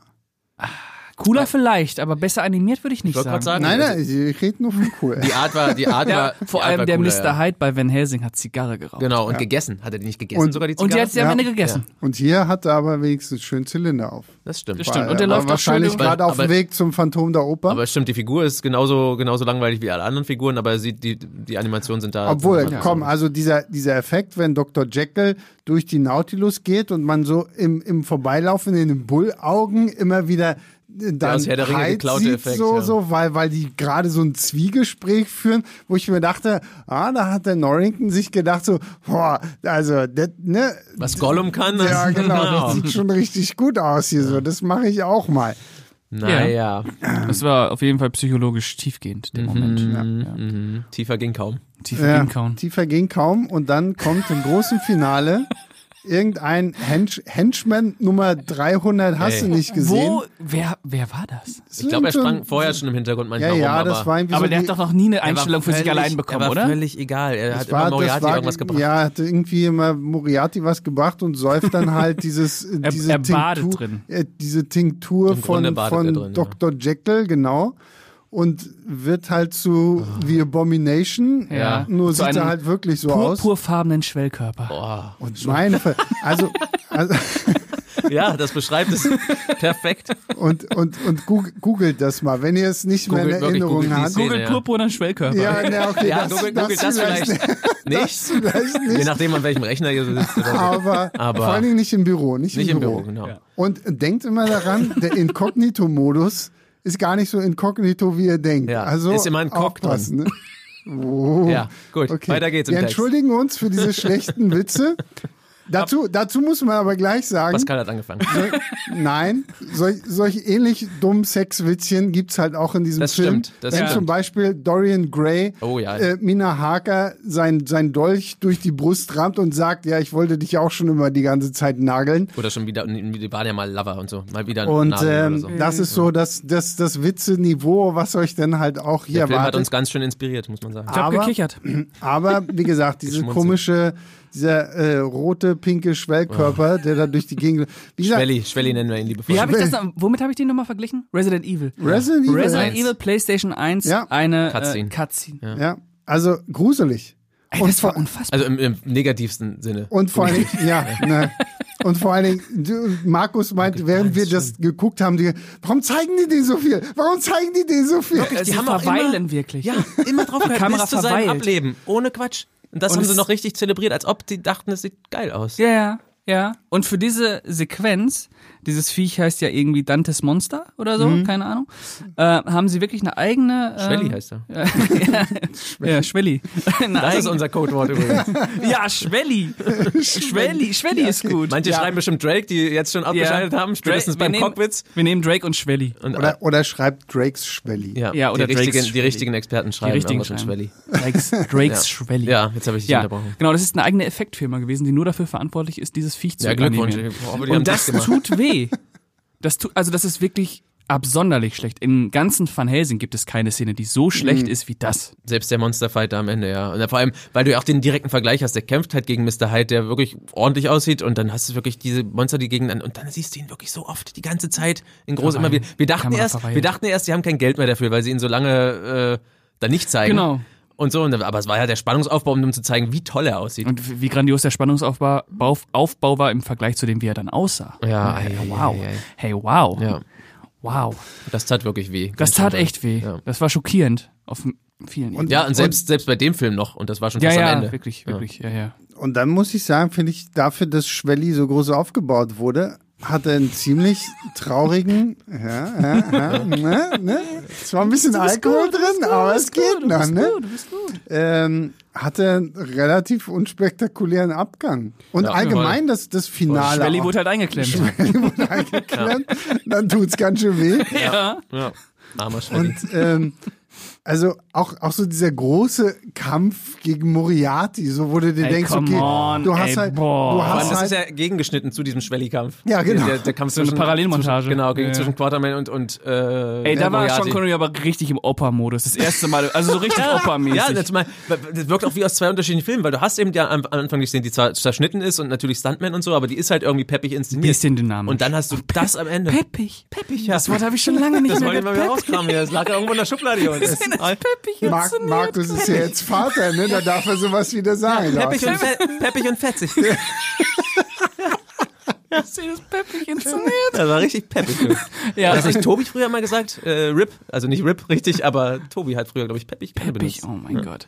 Cooler vielleicht, aber besser animiert würde ich nicht
ich wollte gerade
sagen.
sagen,
Nein,
also
nein, ich rede nur von cool.
die Art war, die Art
Ja,
war, die
vor
Art war
allem der
cooler,
Mr.
Ja.
Hyde bei Van Helsing hat Zigarre geraucht.
Genau, und gegessen. Hat er die nicht gegessen
Und-
sogar die
Und die hat
Zigarre?
sie am
Ja.
Ende gegessen.
Und hier hat er aber wenigstens schön Zylinder auf.
Das stimmt.
Das stimmt. Und
Weil
der
er war
läuft auch schön
wahrscheinlich
über-
gerade auf dem
aber-
Weg zum Phantom der Oper.
Aber es stimmt, die Figur ist genauso, genauso langweilig wie alle anderen Figuren, aber sie, die, die Animationen sind da.
Obwohl,
sind da-
komm, also dieser, dieser Effekt, wenn Dr. Jekyll durch die Nautilus geht und man so im, im Vorbeilaufen in den Bullaugen immer wieder äh, dann
aus Herr der Ringe
Hyde
geklaute
sieht,
Effekt,
so,
ja.
so, weil, weil die gerade so ein Zwiegespräch führen, wo ich mir dachte, ah, da hat der Norrington sich gedacht so, boah, also, das, ne,
Was Gollum kann?
ja,
das-
genau, das sieht schon richtig gut aus hier so, das mache ich auch mal.
Naja,
Das war auf jeden Fall psychologisch tiefgehend, der Moment. Ja.
mhm. tiefer ging kaum.
Tief
Ja,
hinkauen.
tiefer ging kaum. Und dann kommt im großen Finale irgendein Hench Henchman Nummer 300, hast
Ey.
du nicht gesehen?
Wo, wer, wer war das?
Ich glaube, er
Sind
sprang
schon-
vorher schon im Hintergrund manchmal
Ja, ja,
rum,
das war irgendwie
aber
so
der
die-
hat doch noch nie eine
Er war
Einstellung für sich
völlig-
allein bekommen,
er war
oder?
völlig egal. Er hat
das war,
immer Moriarty
das war,
irgendwas gebracht.
Ja, hat irgendwie immer Moriarty was gebracht und säuft dann halt dieses, äh,
Er-
diese
er badet
Tinktur,
drin.
Äh, diese Tinktur
Im Grunde
von,
badet
von
er drin, ja.
Dr. Jekyll, genau. Und wird halt zu The Abomination.
Ja.
Nur
Zu
sieht er
einem
halt wirklich so aus.
Purpurfarbenen Schwellkörper.
Boah.
Und meine, Ver- also, also
Ja, das beschreibt es perfekt.
und, und, und goog- googelt das mal, wenn ihr es nicht mehr in
Googelt wirklich,
Erinnerung
googelt die
habt.
Szene.
Google
ja.
purpurner Schwellkörper.
Ja, ne, okay,
Ja,
das,
googelt
das,
googelt das
vielleicht,
vielleicht nicht.
vielleicht
Je
nicht,
nachdem, an welchem Rechner ihr so sitzt. Oder so.
aber,
Aber-
vor allen Dingen nicht im Büro, nicht,
Nicht
im
im
Büro.
Büro, genau.
Ja.
Und denkt immer daran, der Inkognito-Modus ist gar nicht so inkognito, wie ihr denkt.
Ja,
Also
ist immer ein Cock drin.
aufpassen. Ne? Oh.
Ja, gut, weiter geht's im
Wir
Text.
entschuldigen uns für diese schlechten Witze. Dazu, dazu muss man aber gleich sagen,
Pascal hat angefangen.
nein, solch, solch ähnlich dummen Sexwitzchen gibt's halt auch in diesem
Das
Film.
stimmt, das
Wenn
stimmt.
zum Beispiel Dorian Gray
Oh ja.
äh, Mina Harker sein, sein Dolch durch die Brust rammt und sagt, ja, ich wollte dich auch schon immer die ganze Zeit nageln.
Oder schon wieder, die waren ja mal Lover und so. Mal wieder ein
Und
Nadel
ähm,
oder so.
das ist so das, das, das Witze-Niveau, was euch dann halt auch hier
Der Film hat
erwartet.
uns ganz schön inspiriert, muss man sagen.
Ich hab
Aber-
gekichert.
Aber wie gesagt, diese
Geschmunzelt.
komische, dieser äh, rote, pinke Schwellkörper, der da durch die Gegend. Wie gesagt,
Oh. Schwelli, Schwelli nennen wir ihn liebevoll.
Wie hab ich das, noch- womit habe ich den nochmal verglichen? Resident Evil.
Resident Evil.
Resident
Eins.
Evil PlayStation 1,
Ja.
eine
Cutscene.
Äh, Cutscene.
Ja, also gruselig.
Ey,
Und
das war
vor-
unfassbar.
also im, im negativsten Sinne.
Und vor allen Dingen, ja, ne. Und vor allen Dingen, du, Markus meint, während wir das geguckt haben, die, warum zeigen die den so viel? Warum zeigen die den so viel?
Also,
die haben auch
verweilen
immer-
wirklich.
Ja, immer drauf gehalten,
Kamera
bis zu seinem
verweilt.
Ableben. Ohne Quatsch. Und das
Und
haben sie
es-
noch richtig zelebriert, als ob die dachten, das sieht geil aus.
Ja, ja, ja. Und für diese Sequenz, dieses Viech heißt ja irgendwie Dantes Monster oder so, keine Ahnung, äh, haben sie wirklich eine eigene. Äh,
Mhm. Schwelli heißt er.
Ja, Schwelli. Eine
Das ist
eigene-
unser Codewort übrigens.
ja, Schwelli. Schwelli, Schwelli ist gut.
Manche schreiben bestimmt Drake, die jetzt schon abgeschaltet haben, spätestens
Drake-
beim
wir nehmen,
Cockwitz.
Wir nehmen Drake und Schwelli.
Und, äh,
Oder, oder schreibt Drakes Schwelli.
ja,
Ja, oder
die,
Drakes
richtigen, die
Schwelli.
richtigen Experten schreiben
richtigen
aber schon
schreiben.
Schwelli.
Drakes, Drakes Schwelli.
Ja, jetzt habe ich dich
Ja,
unterbrochen.
genau, das ist eine eigene Effektfirma gewesen, die nur dafür verantwortlich ist, dieses Viech zu
Ja, Glückwunsch.
animieren.
Ich hoffe, die haben
Und das
das gemacht.
tut weh. Das tut, also das ist wirklich absonderlich schlecht. Im ganzen Van Helsing gibt es keine Szene, die so schlecht
Mhm.
ist wie das.
Selbst der Monsterfight da am Ende, ja. Und vor allem, weil du ja auch den direkten Vergleich hast, der kämpft halt gegen Mr. Hyde, der wirklich ordentlich aussieht und dann hast du wirklich diese Monster, die gegen und dann siehst du ihn wirklich so oft, die ganze Zeit, in groß immer
Verweilt.
wieder. Wir dachten
Kamera
erst, wir
verweilt.
dachten erst, sie haben kein Geld mehr dafür, weil sie ihn so lange äh, dann nicht zeigen.
Genau.
Und so, und, aber es war ja der Spannungsaufbau, um ihm zu zeigen, wie toll er aussieht.
Und w- wie grandios der Spannungsaufbau Bauf- Aufbau war im Vergleich zu dem, wie er dann aussah.
Ja,
hey,
ei, ei,
wow.
ei, ei.
Hey, wow.
ja,
Wow.
das tat wirklich weh.
Das tat echt weh.
Ja.
Das war schockierend. Auf m- vielen Ebenen.
Ja, und selbst, selbst bei dem Film noch, und das war schon
ja,
fast
ja,
am Ende.
wirklich, wirklich, ja, ja.
Und dann muss ich sagen, finde ich, dafür, dass Schwelli so groß aufgebaut wurde, hat er einen ziemlich traurigen, ja, ja, ja, ne, ne? Zwar ein bisschen Alkohol drin, aber es geht noch, ne?
Du bist gut.
ähm, hatte einen relativ unspektakulären Abgang. Und
Ja,
allgemein das, das Finale.
Schwelli
auch.
wurde halt eingeklemmt.
Schwelli wurde eingeklemmt. Dann tut's ganz schön weh.
Ja.
Ja. Armer Schwede.
Und ähm, also auch, auch so dieser große Kampf gegen Moriarty, so wo du dir
Ey,
denkst,
come
okay,
on,
du hast
ey,
halt,
boah.
du
Vor allem,
hast
das ist
halt,
ja gegengeschnitten zu diesem Schwelli-Kampf.
Ja, genau.
Der, der Kampf
eine
zwischen,
Parallelmontage.
Zwischen, genau, gegen,
Ja.
zwischen Quarterman und, und äh,
Ey, da war
Moriarty.
Sean Connery aber richtig im Opa-Modus. Das erste Mal, also so richtig Opa-mäßig.
Ja, das, mal, das wirkt auch wie aus zwei unterschiedlichen Filmen, weil du hast eben ja am am Anfang die Szene, die zwar zerschnitten ist und natürlich Stuntman und so, aber die ist halt irgendwie peppig inszeniert.
Bisschen dynamisch.
Und dann hast du das am Ende.
Peppig. Peppig, ja. Das Wort habe ich schon lange nicht
Das
mehr
wollte ich mal wieder
gehört.
rauskramen hier. Das lag ja irgendwo in der Schublade hier unten.
Peppig. Das Peppig
Mark,
inszeniert.
Markus ist ja jetzt Vater, ne? Da darf er sowas wieder sagen. Lars.
Peppig und, fe peppig und fetzig.
Ich sehe das Peppig inszeniert.
Das war richtig peppig. du.
Ja, also
Hat das nicht Tobi früher mal gesagt? Äh, Rip. Also nicht Rip, richtig, aber Tobi hat früher, glaube ich, peppig,
Peppig,
benutzt.
oh mein Gott.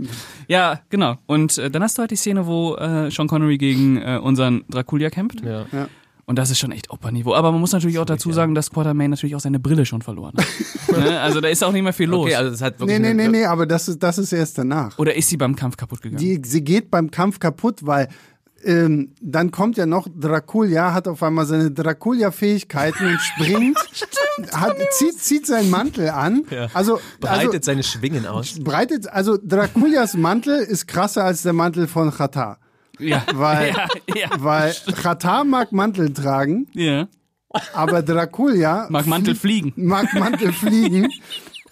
Ja, genau. Und äh, dann hast du halt die Szene, wo äh, Sean Connery gegen äh, unseren Draculia kämpft.
Ja.
Und das ist schon echt Operniveau. Aber man muss natürlich auch dazu sagen, dass Quartermain natürlich auch seine Brille schon verloren hat. ne? Also da ist auch nicht mehr viel los.
Okay, also das hat wirklich
Nee, nee,
eine-
nee, nee, aber das ist, das ist erst danach.
Oder ist sie beim Kampf kaputt gegangen?
die, sie geht beim Kampf kaputt, weil ähm, dann kommt ja noch Dracula, hat auf einmal seine Dracula-Fähigkeiten und springt, hat, zieht, zieht seinen Mantel an. Also,
breitet
also
seine Schwingen aus.
breitet, also Draculas Mantel ist krasser als der Mantel von Chata.
ja.
Weil,
ja, ja,
weil Chata mag Mantel tragen,
ja.
aber Dracula
Mag Mantel fliegen.
mag Mantel fliegen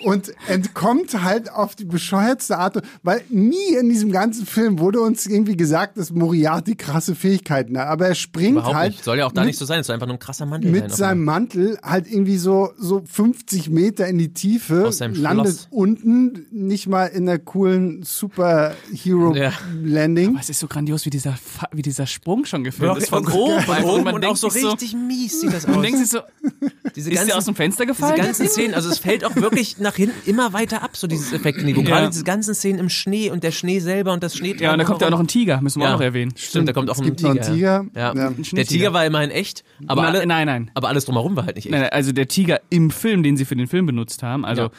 und entkommt halt auf die bescheuertste Art, und- weil nie in diesem ganzen Film wurde uns irgendwie gesagt, dass Moriarty krasse Fähigkeiten hat, aber er springt
Überhaupt
halt
nicht. Soll ja auch da nicht so sein. Es soll einfach nur ein krasser Mantel sein.
mit seinem Mantel halt irgendwie so so 50 Meter in die Tiefe,
Aus seinem
landet
Schloss.
unten, nicht mal in der coolen Superhero
Ja.
Landing.
Aber es ist so grandios, wie dieser, Fa- wie dieser Sprung schon gefilmt
Wirklich
ist.
von oben, von
von oben. Also
oben
Man
und auch
denkt
so
sich so-
richtig mies sieht das aus.
Man denkt sich so,
diese
ist der aus
ganzen,
dem Fenster
diese
gefallen?
ganzen Szenen, also es fällt auch wirklich nach hinten immer weiter ab, so dieses Effektniveau. Gerade diese ganzen Szenen im Schnee und der Schnee selber und das Schnee.
ja, und da kommt ja auch noch ein Tiger, müssen wir auch noch erwähnen.
Stimmt, da kommt auch
Es
ein
gibt
Tiger.
noch einen Tiger.
Ja.
Ja.
Der
Schneetiger.
Tiger war immerhin echt, aber,
Na,
alle,
nein, nein.
aber alles drumherum war halt nicht echt.
Nein, nein, Also der Tiger im Film, den sie für den Film benutzt haben, also
Ja.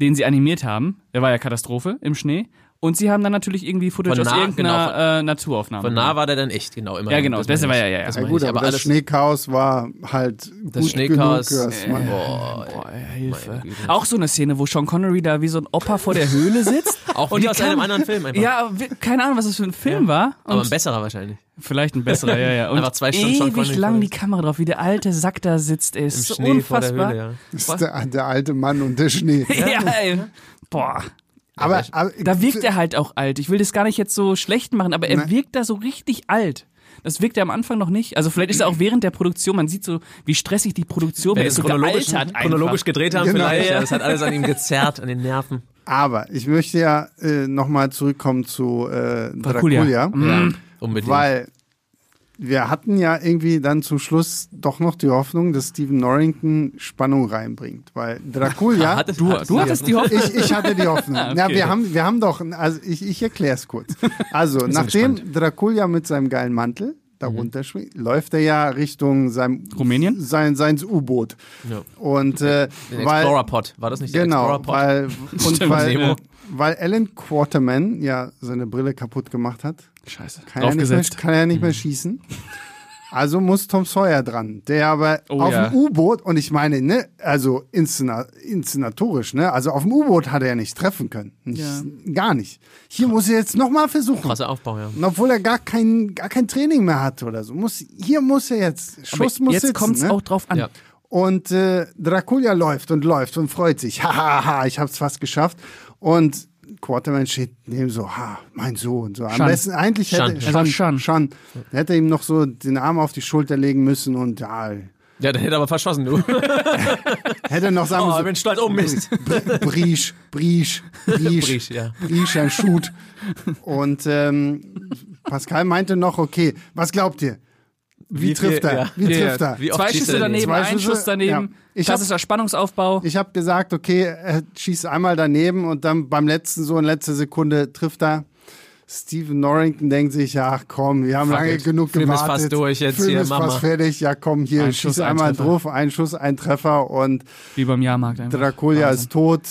den sie animiert haben, der war ja Katastrophe im Schnee. Und sie haben dann natürlich irgendwie Footage
Von
aus
nah,
irgendeiner
genau,
äh, Naturaufnahme.
Von nah war der dann echt, genau. Immerhin,
ja, genau.
meine
Das war
ich.
ja, ja, ja.
Das
Ja
meine
gut,
ich,
aber,
aber
das
alles-
Schneechaos war halt gut
Das Schneechaos. äh,
genug. dass man-
Boah,
Boah, Hilfe.
meine Güte.
Auch so eine Szene, wo Sean Connery da wie so ein Opa vor der Höhle sitzt.
Auch
Und
wie
die
aus einem
Kam-
anderen Film einfach.
Ja, wir- keine Ahnung, was das für ein Film war.
aber ein
Und
besserer wahrscheinlich.
vielleicht ein besserer, ja, ja. Und
Einfach zwei Stunden Sean
ewig
Connery
lang
vor
die
uns.
Kamera drauf, wie der alte Sack da sitzt, ey. Ist
Im
so
Schnee
unfassbar.
vor der Höhle, ja.
Das ist der, der alte Mann und der Schnee.
ja. ey. Boah.
Aber, aber
Da wirkt er halt auch alt. Ich will das gar nicht jetzt so schlecht machen, aber er
Nein.
wirkt da so richtig alt. Das wirkt er am Anfang noch nicht. Also vielleicht ist er auch während der Produktion, man sieht so, wie stressig die Produktion war. Er ist so
chronologisch,
gealtert einfach.
chronologisch gedreht haben
Genau.
vielleicht.
Ja.
Ja, das hat alles an ihm gezerrt, an den Nerven.
Aber ich möchte ja äh, nochmal zurückkommen zu äh,
Dracula.
Dracula,
Mhm. Ja, unbedingt.
weil wir hatten ja irgendwie dann zum Schluss doch noch die Hoffnung, dass Stephen Norrington Spannung reinbringt, weil Dracula.
Hattest-
Du,
hattest
du hattest die Hoffnung. Ah,
Ich, ich hatte die Hoffnung. ja, wir, haben, wir haben doch, also ich, ich erkläre es kurz. Also, nachdem Dracula mit seinem geilen Mantel darunter schwingt, läuft er ja Richtung seinem
Mhm. Rumänien?
sein, seins U-Boot.
Ja.
Und äh,
Den
weil,
Explorer-Pod. War das nicht der
Genau,
Explorer-Pod?
weil, und
Stimmt, Nemo.
weil, äh, weil Alan Quarterman ja seine Brille kaputt gemacht hat,
Scheiße.
kann er nicht mehr,
Draufgesetzt. Mhm.
kann er nicht mehr schießen. Also muss Tom Sawyer dran, der aber
Oh
auf
ja.
dem U-Boot, und ich meine, ne, also inszena inszenatorisch, ne, also auf dem U-Boot hat er ja nicht treffen können. Nicht,
Ja.
Gar nicht. Hier muss er jetzt nochmal versuchen.
Krasser Aufbau, ja.
Und obwohl er gar kein, gar kein Training mehr hat oder so. Muss, hier muss er jetzt,
Aber
Schuss muss
jetzt
sitzen.
kommt's
ne?
auch drauf an.
Ja.
Und äh, Dracula läuft und läuft und freut sich. Hahaha, ich hab's fast geschafft. Und Quarterman steht neben so, ha, mein Sohn. So. Am
Schan.
besten eigentlich hätte
Schan.
Er sagt Schan.
Schan. Er hätte ihm noch so den Arm auf die Schulter legen müssen und ja,
Ja, der hätte aber verschossen, du.
hätte noch sagen
Oh, ich
müssen,
bin stolz. Oh, Mist.
Br- Briesch, Briesch, Briesch.
Briesch, ja.
Briesch, ein Schut. Und ähm, Pascal meinte noch, okay, was glaubt ihr? Wie,
Wie
trifft
viel-
er?
ja.
Wie
Ja,
trifft
ja.
er?
Wie oft
Zwei
schießt
Schüsse
er denn?
daneben,
Zwei
ein
Schüsse,
Schuss daneben.
ja. Ich hab-
Klassischer Spannungsaufbau.
Ich habe gesagt, okay, er schießt einmal daneben und dann beim letzten so in letzter Sekunde trifft er. Steven Norrington denkt sich, ach komm, wir haben
Fuck
lange
it.
genug
Film ist
gewartet.
fast durch, jetzt
Film
hier,
ist
mach
fast
mal.
fertig, ja komm, hier,
Ein
schieß
Schuss, ein
einmal
Treffer.
drauf, ein Schuss, ein Treffer und
Wie beim Jahrmarkt einfach.
Dracula ist tot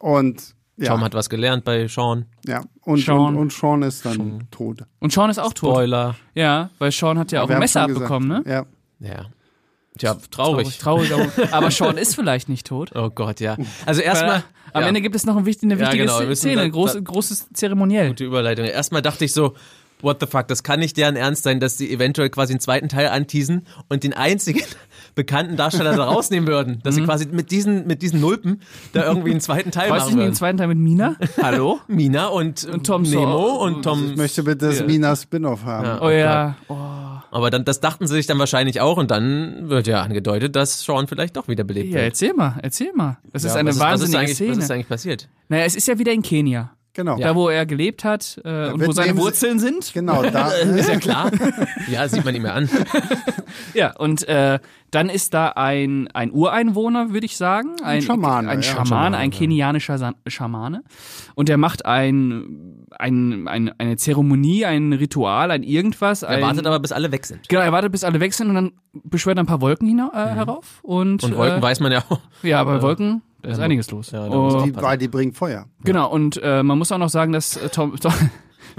und ja,
Tom hat was gelernt bei Sean.
ja. Und,
Sean.
Und, und Sean ist dann tot.
Und Sean ist auch tot.
Spoiler.
Ja, weil Sean hat ja auch
Wir
ein
haben
Messer
schon gesagt,
abbekommen, ne?
Ja.
Ja. Tja, traurig.
Traurig, aber- aber Sean ist vielleicht nicht tot.
Oh Gott, ja. Also
Weil,
erstmal.
am
ja.
Ende gibt es noch ein wichtig, eine
Ja,
wichtige
genau, wir müssen
Szene,
da-
ein groß,
da-
großes Zeremoniell.
Gute Überleitung. Erstmal dachte ich so, what the fuck, das kann nicht deren Ernst sein, dass sie eventuell quasi einen zweiten Teil anteasen und den einzigen bekannten Darsteller da rausnehmen würden. Dass sie quasi mit diesen, mit diesen Nulpen da irgendwie einen zweiten Teil
Mhm. Weißt
machen
du nicht, den
würden.
zweiten Teil mit Mina? Hallo?
Mina und,
Und Tom
Nemo
Saw-
und Tom.
Ich möchte bitte das Mina Spin-off haben.
Ja.
Oh Um ja. Oh,
Aber dann, das dachten sie sich dann wahrscheinlich auch und dann wird ja angedeutet, dass Sean vielleicht doch wieder belebt
ja,
wird.
erzähl mal, erzähl mal. Das ist
Ja,
eine
was was ist
wahnsinnige
eigentlich,
Szene.
Was ist eigentlich passiert?
naja, es ist ja wieder in Kenia.
Genau.
Da, wo er gelebt hat äh, und
wird
wo seine
neben-
Wurzeln sind.
Genau, da,
Ist ja klar. ja, sieht man ihm ja an.
Ja, und äh, dann ist da ein, ein Ureinwohner, würde ich sagen. Ein,
Schamane,
Ein
ja.
Schaman, ein kenianischer San Schamane. Und der macht ein, ein, ein, eine Zeremonie, ein Ritual, ein irgendwas.
Er
ein,
wartet aber, bis alle weg sind.
Genau, er wartet, bis alle weg sind und dann beschwört er ein paar Wolken hina äh, herauf. Und,
Und Wolken
äh,
weiß man ja auch.
Ja, bei Wolken, da ist einiges los.
Ähm, ja, da muss
oh,
die, weil die bringen Feuer.
genau, und äh, man muss auch noch sagen, dass äh, Tom, Tom,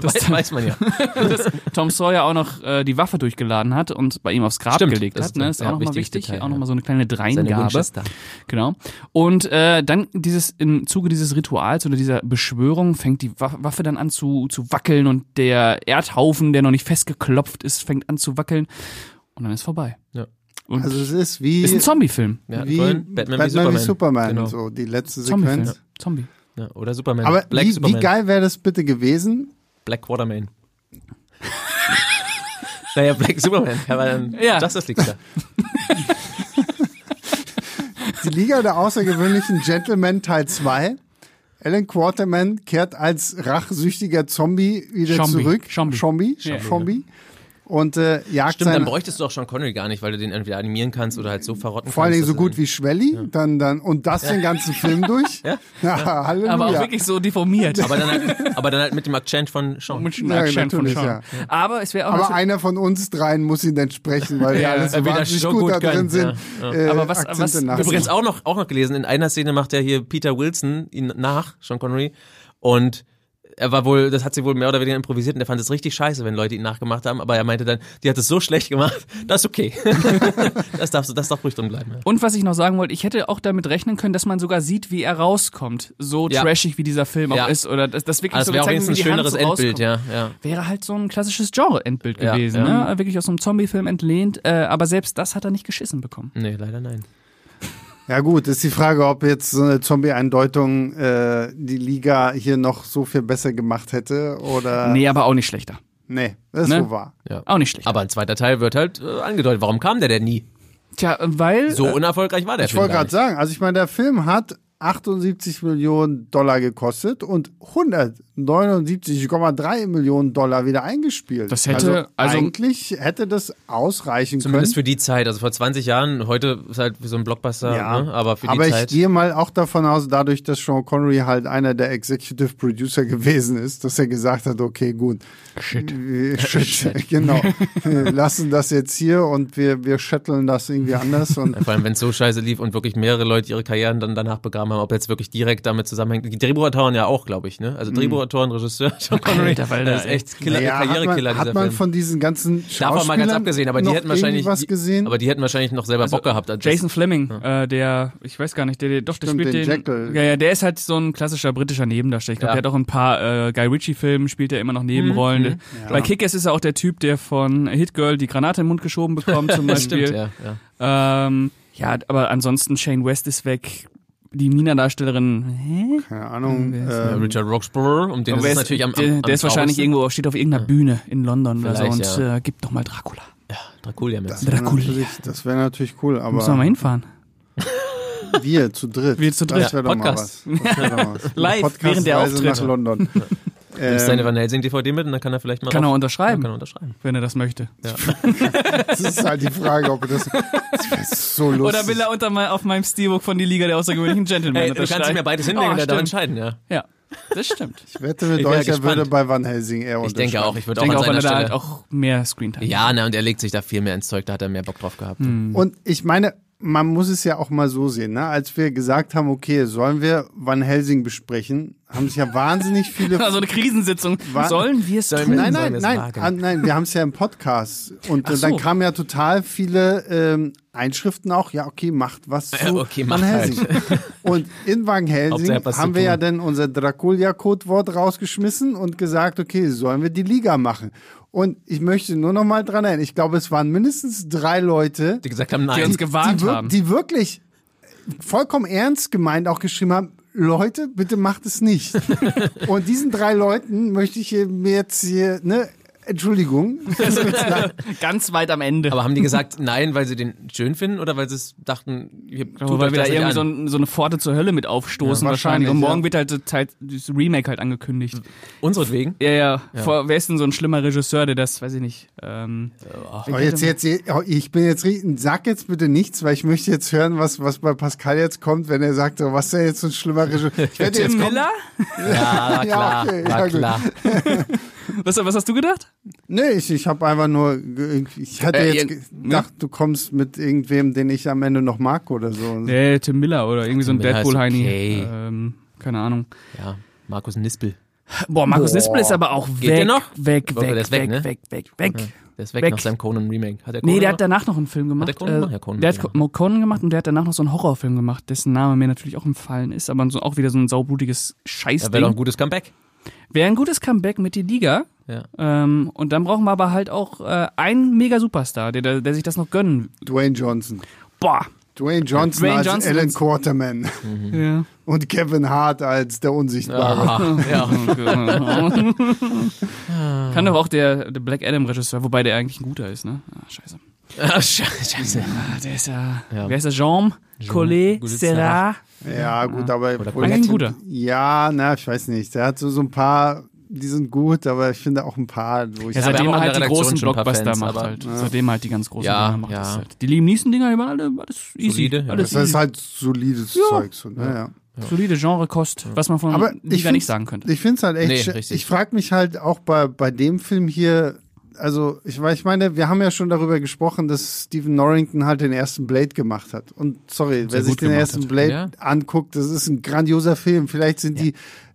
dass,
Weiß, weiß man ja.
dass Tom Sawyer auch noch äh, die Waffe durchgeladen hat und bei ihm aufs Grab
Stimmt,
gelegt
das
hat.
ist
Ne?
ein-
Ist auch
ja,
noch nochmal
wichtiges
wichtig,
Detail,
auch
ja.
nochmal so eine kleine Dreingabe.
Winchester.
Genau. Und äh, dann dieses im Zuge dieses Rituals oder dieser Beschwörung fängt die Wa- Waffe dann an zu, zu wackeln und der Erdhaufen, der noch nicht festgeklopft ist, fängt an zu wackeln und dann ist vorbei.
Ja.
Und
Also es ist wie
ist ein Zombie-Film.
Ja,
wie
Cohen,
Batman, wie Superman,
Genau.
so die letzte
Zombie-Film.
Sequenz.
Zombie.
Ja, oder Superman.
Aber
Black
wie, wie
Superman.
geil wäre das bitte gewesen?
Black Waterman. naja, Black Superman. Ja, weil dann
Ja.
Justice League da.
Die Liga der außergewöhnlichen Gentlemen Teil 2. Alan Quarterman kehrt als rachsüchtiger Zombie wieder
Zombie.
zurück.
Zombie.
Zombie.
Ja.
Zombie. Und äh, jagt
Stimmt, dann
seine,
bräuchtest du auch Sean Connery gar nicht, weil du den entweder animieren kannst oder halt so verrotten
vor allen Dingen
kannst.
so
dass
gut
er
wie Schwelli. Dann, dann, und das den ganzen Film durch. Ja, Halleluja.
Aber auch wirklich so deformiert.
dann- Aber dann, halt, aber dann halt mit dem Akzent von Sean.
mit einem
Ja,
Akzent von
natürlich,
Sean.
ja.
Aber es wäre auch
Aber
natürlich-
einer von uns dreien muss ihn dann sprechen, weil wir
Ja,
alle so
weil wir das
wahnsinnig
so
gut,
gut
da drin
können,
sind. Äh,
Aber was-
Akzente
was-
nachzumachen.
Übrigens auch noch, auch noch gelesen, in einer Szene macht ja hier Peter Wilson ihn nach, Sean Connery, und er war wohl, das hat sie wohl mehr oder weniger improvisiert und er fand es richtig scheiße, wenn Leute ihn nachgemacht haben, aber er meinte dann, die hat es so schlecht gemacht, das ist okay. das darfst du, das darf ruhig drin bleiben. Ja.
Und was ich noch sagen wollte, ich hätte auch damit rechnen können, dass man sogar sieht, wie er rauskommt. So
Ja.
trashig, wie dieser Film
Ja.
auch ist. Oder das, das wirklich
Also
so
das wäre auch
gezeigt,
wenigstens
wie
ein
die Hand
schöneres
so
Endbild,
rauskommt.
ja, ja.
Wäre halt so ein klassisches Genre-Endbild
Ja,
gewesen.
ja.
Ne? Wirklich aus so einem Zombie-Film entlehnt. Äh, aber selbst das hat er nicht geschissen bekommen.
Nee, leider nein.
Ja gut, ist die Frage, ob jetzt so eine Zombie-Eindeutung äh, die Liga hier noch so viel besser gemacht hätte oder...
nee, aber auch nicht schlechter.
Nee, das ist
Ne?
so wahr.
Ja.
Auch nicht schlecht.
Aber ein zweiter Teil wird halt äh, angedeutet. Warum kam der denn nie?
Tja, weil.
So unerfolgreich war der
Ich
Film.
wollte
gar
gerade
nicht.
sagen, also ich meine, der Film hat 78 Millionen Dollar gekostet und 179,3 Millionen Dollar wieder eingespielt.
Das hätte- also-
eigentlich hätte das ausreichen
Zumindest
können.
für die Zeit, also vor 20 Jahren, heute ist halt so ein Blockbuster,
Ja,
ne? aber für
aber
die
ich
Zeit.
gehe mal auch davon aus, dadurch, dass Sean Connery halt einer der Executive Producer gewesen ist, dass er gesagt hat, okay, gut,
Shit.
wir- shit, genau, wir lassen das jetzt hier und wir, wir shetteln das irgendwie anders und
Vor allem, wenn es so scheiße lief und wirklich mehrere Leute ihre Karrieren dann danach begraben haben, ob jetzt wirklich direkt damit zusammenhängt. Die Drehbuchautoren ja auch, glaube ich, ne? Also Drehbuchautoren, Regisseur, Sean Connery.
Alter, Walter,
das ist echt Killer,
Naja,
Karrierekiller,
hat man,
dieser
hat man
Film.
von diesen ganzen
Davon mal ganz
Schauspielern
abgesehen, aber die
noch
hätten wahrscheinlich,
irgendwas
die,
gesehen.
aber die hätten wahrscheinlich noch selber Bock gehabt. Das-
Jason Fleming, äh, der, ich weiß gar nicht, der, der doch, der
Stimmt,
spielt
den
den,
Jekyll.
ja, ja, der ist halt so ein klassischer britischer Nebendarsteller. Ich glaube,
Ja.
der hat auch ein paar äh, Guy Ritchie-Filmen, spielt er immer noch Nebenrollen.
Mhm.
Bei Kickers ist er auch der Typ, der von Hit Girl die Granate in den Mund geschoben bekommt, zum
das
Beispiel.
stimmt, ja, ja.
ja. Ähm, ja, aber ansonsten Shane West ist weg. Die Mina-Darstellerin, hä?
Keine Ahnung.
Ja,
Ähm,
Richard Roxburgh, um den ist
Wer
es natürlich am, am
der, der
am
ist wahrscheinlich
traurigsten.
irgendwo, steht auf irgendeiner Bühne in London oder so
Vielleicht,
und
ja.
äh, gibt doch mal Dracula.
Dracula Mensch.
das wär
Dracula.
natürlich- Das wäre natürlich cool,
Müssen wir mal
aber
hinfahren.
wir zu dritt.
Wir zu dritt.
Das wäre doch mal was.
Podcast.
Das wär doch mal was.
Live,
Podcast
während der
Reise nach
Auftritte.
London.
Nimmst seine
Ähm,
Van Helsing-DVD mit und dann kann er vielleicht mal
Kann er
rauf-
unterschreiben,
kann er unterschreiben.
wenn er das möchte.
das ist halt die Frage, ob das, das wär so lustig.
Oder will er unter mein, auf meinem Steelbook von die Liga der außergewöhnlichen Gentlemen
Hey, du kannst
unterschreiben?
mir beides hinlegen
Oh,
und dann darf
stimmt.
entscheiden, ja.
Ja, das stimmt.
ich wette mit
Ich wär
euch, er
gespannt.
würde bei Van Helsing eher
Ich denke auch, ich würde
Ich denke
auch an
auch, weil er
seiner
da
Stelle.
halt auch mehr Screentime hat.
ja, na, und er legt sich da viel mehr ins Zeug, da hat er mehr Bock drauf gehabt.
Und ich meine, man muss es ja auch mal so sehen, ne? Als wir gesagt haben, okay, sollen wir Van Helsing besprechen, haben sich ja wahnsinnig viele
Also eine Krisensitzung.
Wa-
Sollen wir es
Sollen
tun?
wir-
Nein,
Sollen
nein,
wir es
nein,
wagen?
ah, nein, wir haben es ja im Podcast. Und äh,
so.
dann kamen ja total viele ähm, Einschriften auch, ja, okay, macht was zu
Äh, okay,
Van
macht
Helsing. Und in Van
Hauptsache,
Helsing
er hat was
haben
zu
wir
tun.
ja dann unser Draculia-Codewort rausgeschmissen und gesagt, okay, sollen wir die Liga machen? Und ich möchte nur noch mal dran erinnern, ich glaube, es waren mindestens drei Leute,
Die gesagt haben,
Die
nein.
uns gewarnt
die, wir-
haben.
die wirklich vollkommen ernst gemeint auch geschrieben haben, Leute, bitte macht es nicht. Und diesen drei Leuten möchte ich hier- mir jetzt hier, ne, Entschuldigung,
Ganz weit am Ende.
aber haben die gesagt, nein, weil sie den schön finden oder weil sie es dachten, wir tut
Aber weil
euch
wir da
das nicht
irgendwie so,
an?
ein, so eine Pforte zur Hölle mit aufstoßen
Ja, wahrscheinlich,
wahrscheinlich. Und morgen
ja.
wird halt so Zeit- das Remake halt angekündigt.
Unseretwegen?
Ja, ja. Vor, wer ist denn so ein schlimmer Regisseur, der das, weiß ich nicht. Ähm,
oh, jetzt, jetzt, oh, ich bin jetzt, ri- sag jetzt bitte nichts, weil ich möchte jetzt hören, was, was bei Pascal jetzt kommt, wenn er sagt, oh, was ist denn jetzt so ein schlimmer Regisseur? Ich wette, jetzt
Tim
kommt,
Miller?
Ja, war klar,
okay, ja,
war
gut.
klar.
Was, was hast du gedacht?
nee, ich, ich habe einfach nur, ge- ich hatte
Äh,
jetzt
ihr-
gedacht, du kommst mit irgendwem, den ich am Ende noch mag oder so.
Nee, Tim Miller oder irgendwie so ein
Tim Miller ist
Deadpool-Heini.
okay.
Ähm, keine Ahnung.
Ja, Markus Nispel.
Boah, Markus Nispel ist aber auch weg.
Geht der noch?
Weg,
Glaub,
weg,
der
weg,
ist weg,
weg,
ne?
weg, weg, weg.
Der ist weg,
Weg.
nach seinem Conan-Remake. Hat der Conan
Nee, der
gemacht?
hat danach noch einen Film gemacht.
der Conan
äh,
gemacht? Ja, Conan
der hat
gemacht.
Co- Conan gemacht und der hat danach noch so einen Horrorfilm gemacht, dessen Name mir natürlich auch entfallen ist, aber so, auch wieder so ein saublutiges
Da
Scheißding.
wäre doch ein gutes Comeback.
Wäre ein gutes Comeback mit die Liga.
Ja.
Ähm, und dann brauchen wir aber halt auch äh, einen Mega-Superstar, der, der, der sich das noch gönnen.
Dwayne Johnson.
Boah.
Dwayne Johnson
Dwayne
als
Johnson
Alan
als-
Quarterman.
Mhm.
Ja.
Und Kevin Hart als der Unsichtbare.
Ah, ja. Ah.
Kann doch auch der, der Black Adam-Regisseur, wobei der eigentlich ein guter ist, ne? Ah, scheiße.
Ah, Scheiße.
Ah, der ist ja.
Ja.
Wer ist der? Jean? Collet?
Gulitzer.
Serra?
Ja, gut, aber.
Oder
wohl-
Ein guter.
Ja, na, ich weiß nicht. Der hat so, so ein paar, die sind gut, aber ich finde auch ein paar, wo ich.
Ja,
Ja, wir haben
seitdem er
auch
halt
in
die
der
großen
Redaktion schon ein paar
Blockbuster
Fans,
macht
aber-
halt. Seitdem er halt die ganz großen
Ja,
Dinger macht.
ja.
das Halt. Die lieben nächsten Dinger, die waren alle alles easy.
Solide, ja.
alles
das ist
easy.
halt solides Zeug. So, ne? ja.
Solide Genrekost, was man von
Aber ich
Liga nicht
find's-
sagen könnte.
Ich finde es halt echt.
Nee,
sch-
richtig.
ich frage mich halt auch bei, bei dem Film hier. Also, ich, weil ich meine, wir haben ja schon darüber gesprochen, dass Stephen Norrington halt den ersten Blade gemacht hat. Und sorry, wer sich
gut
den
gemacht
ersten
hat.
Blade
Ja.
anguckt, das ist ein grandioser Film. Vielleicht sind die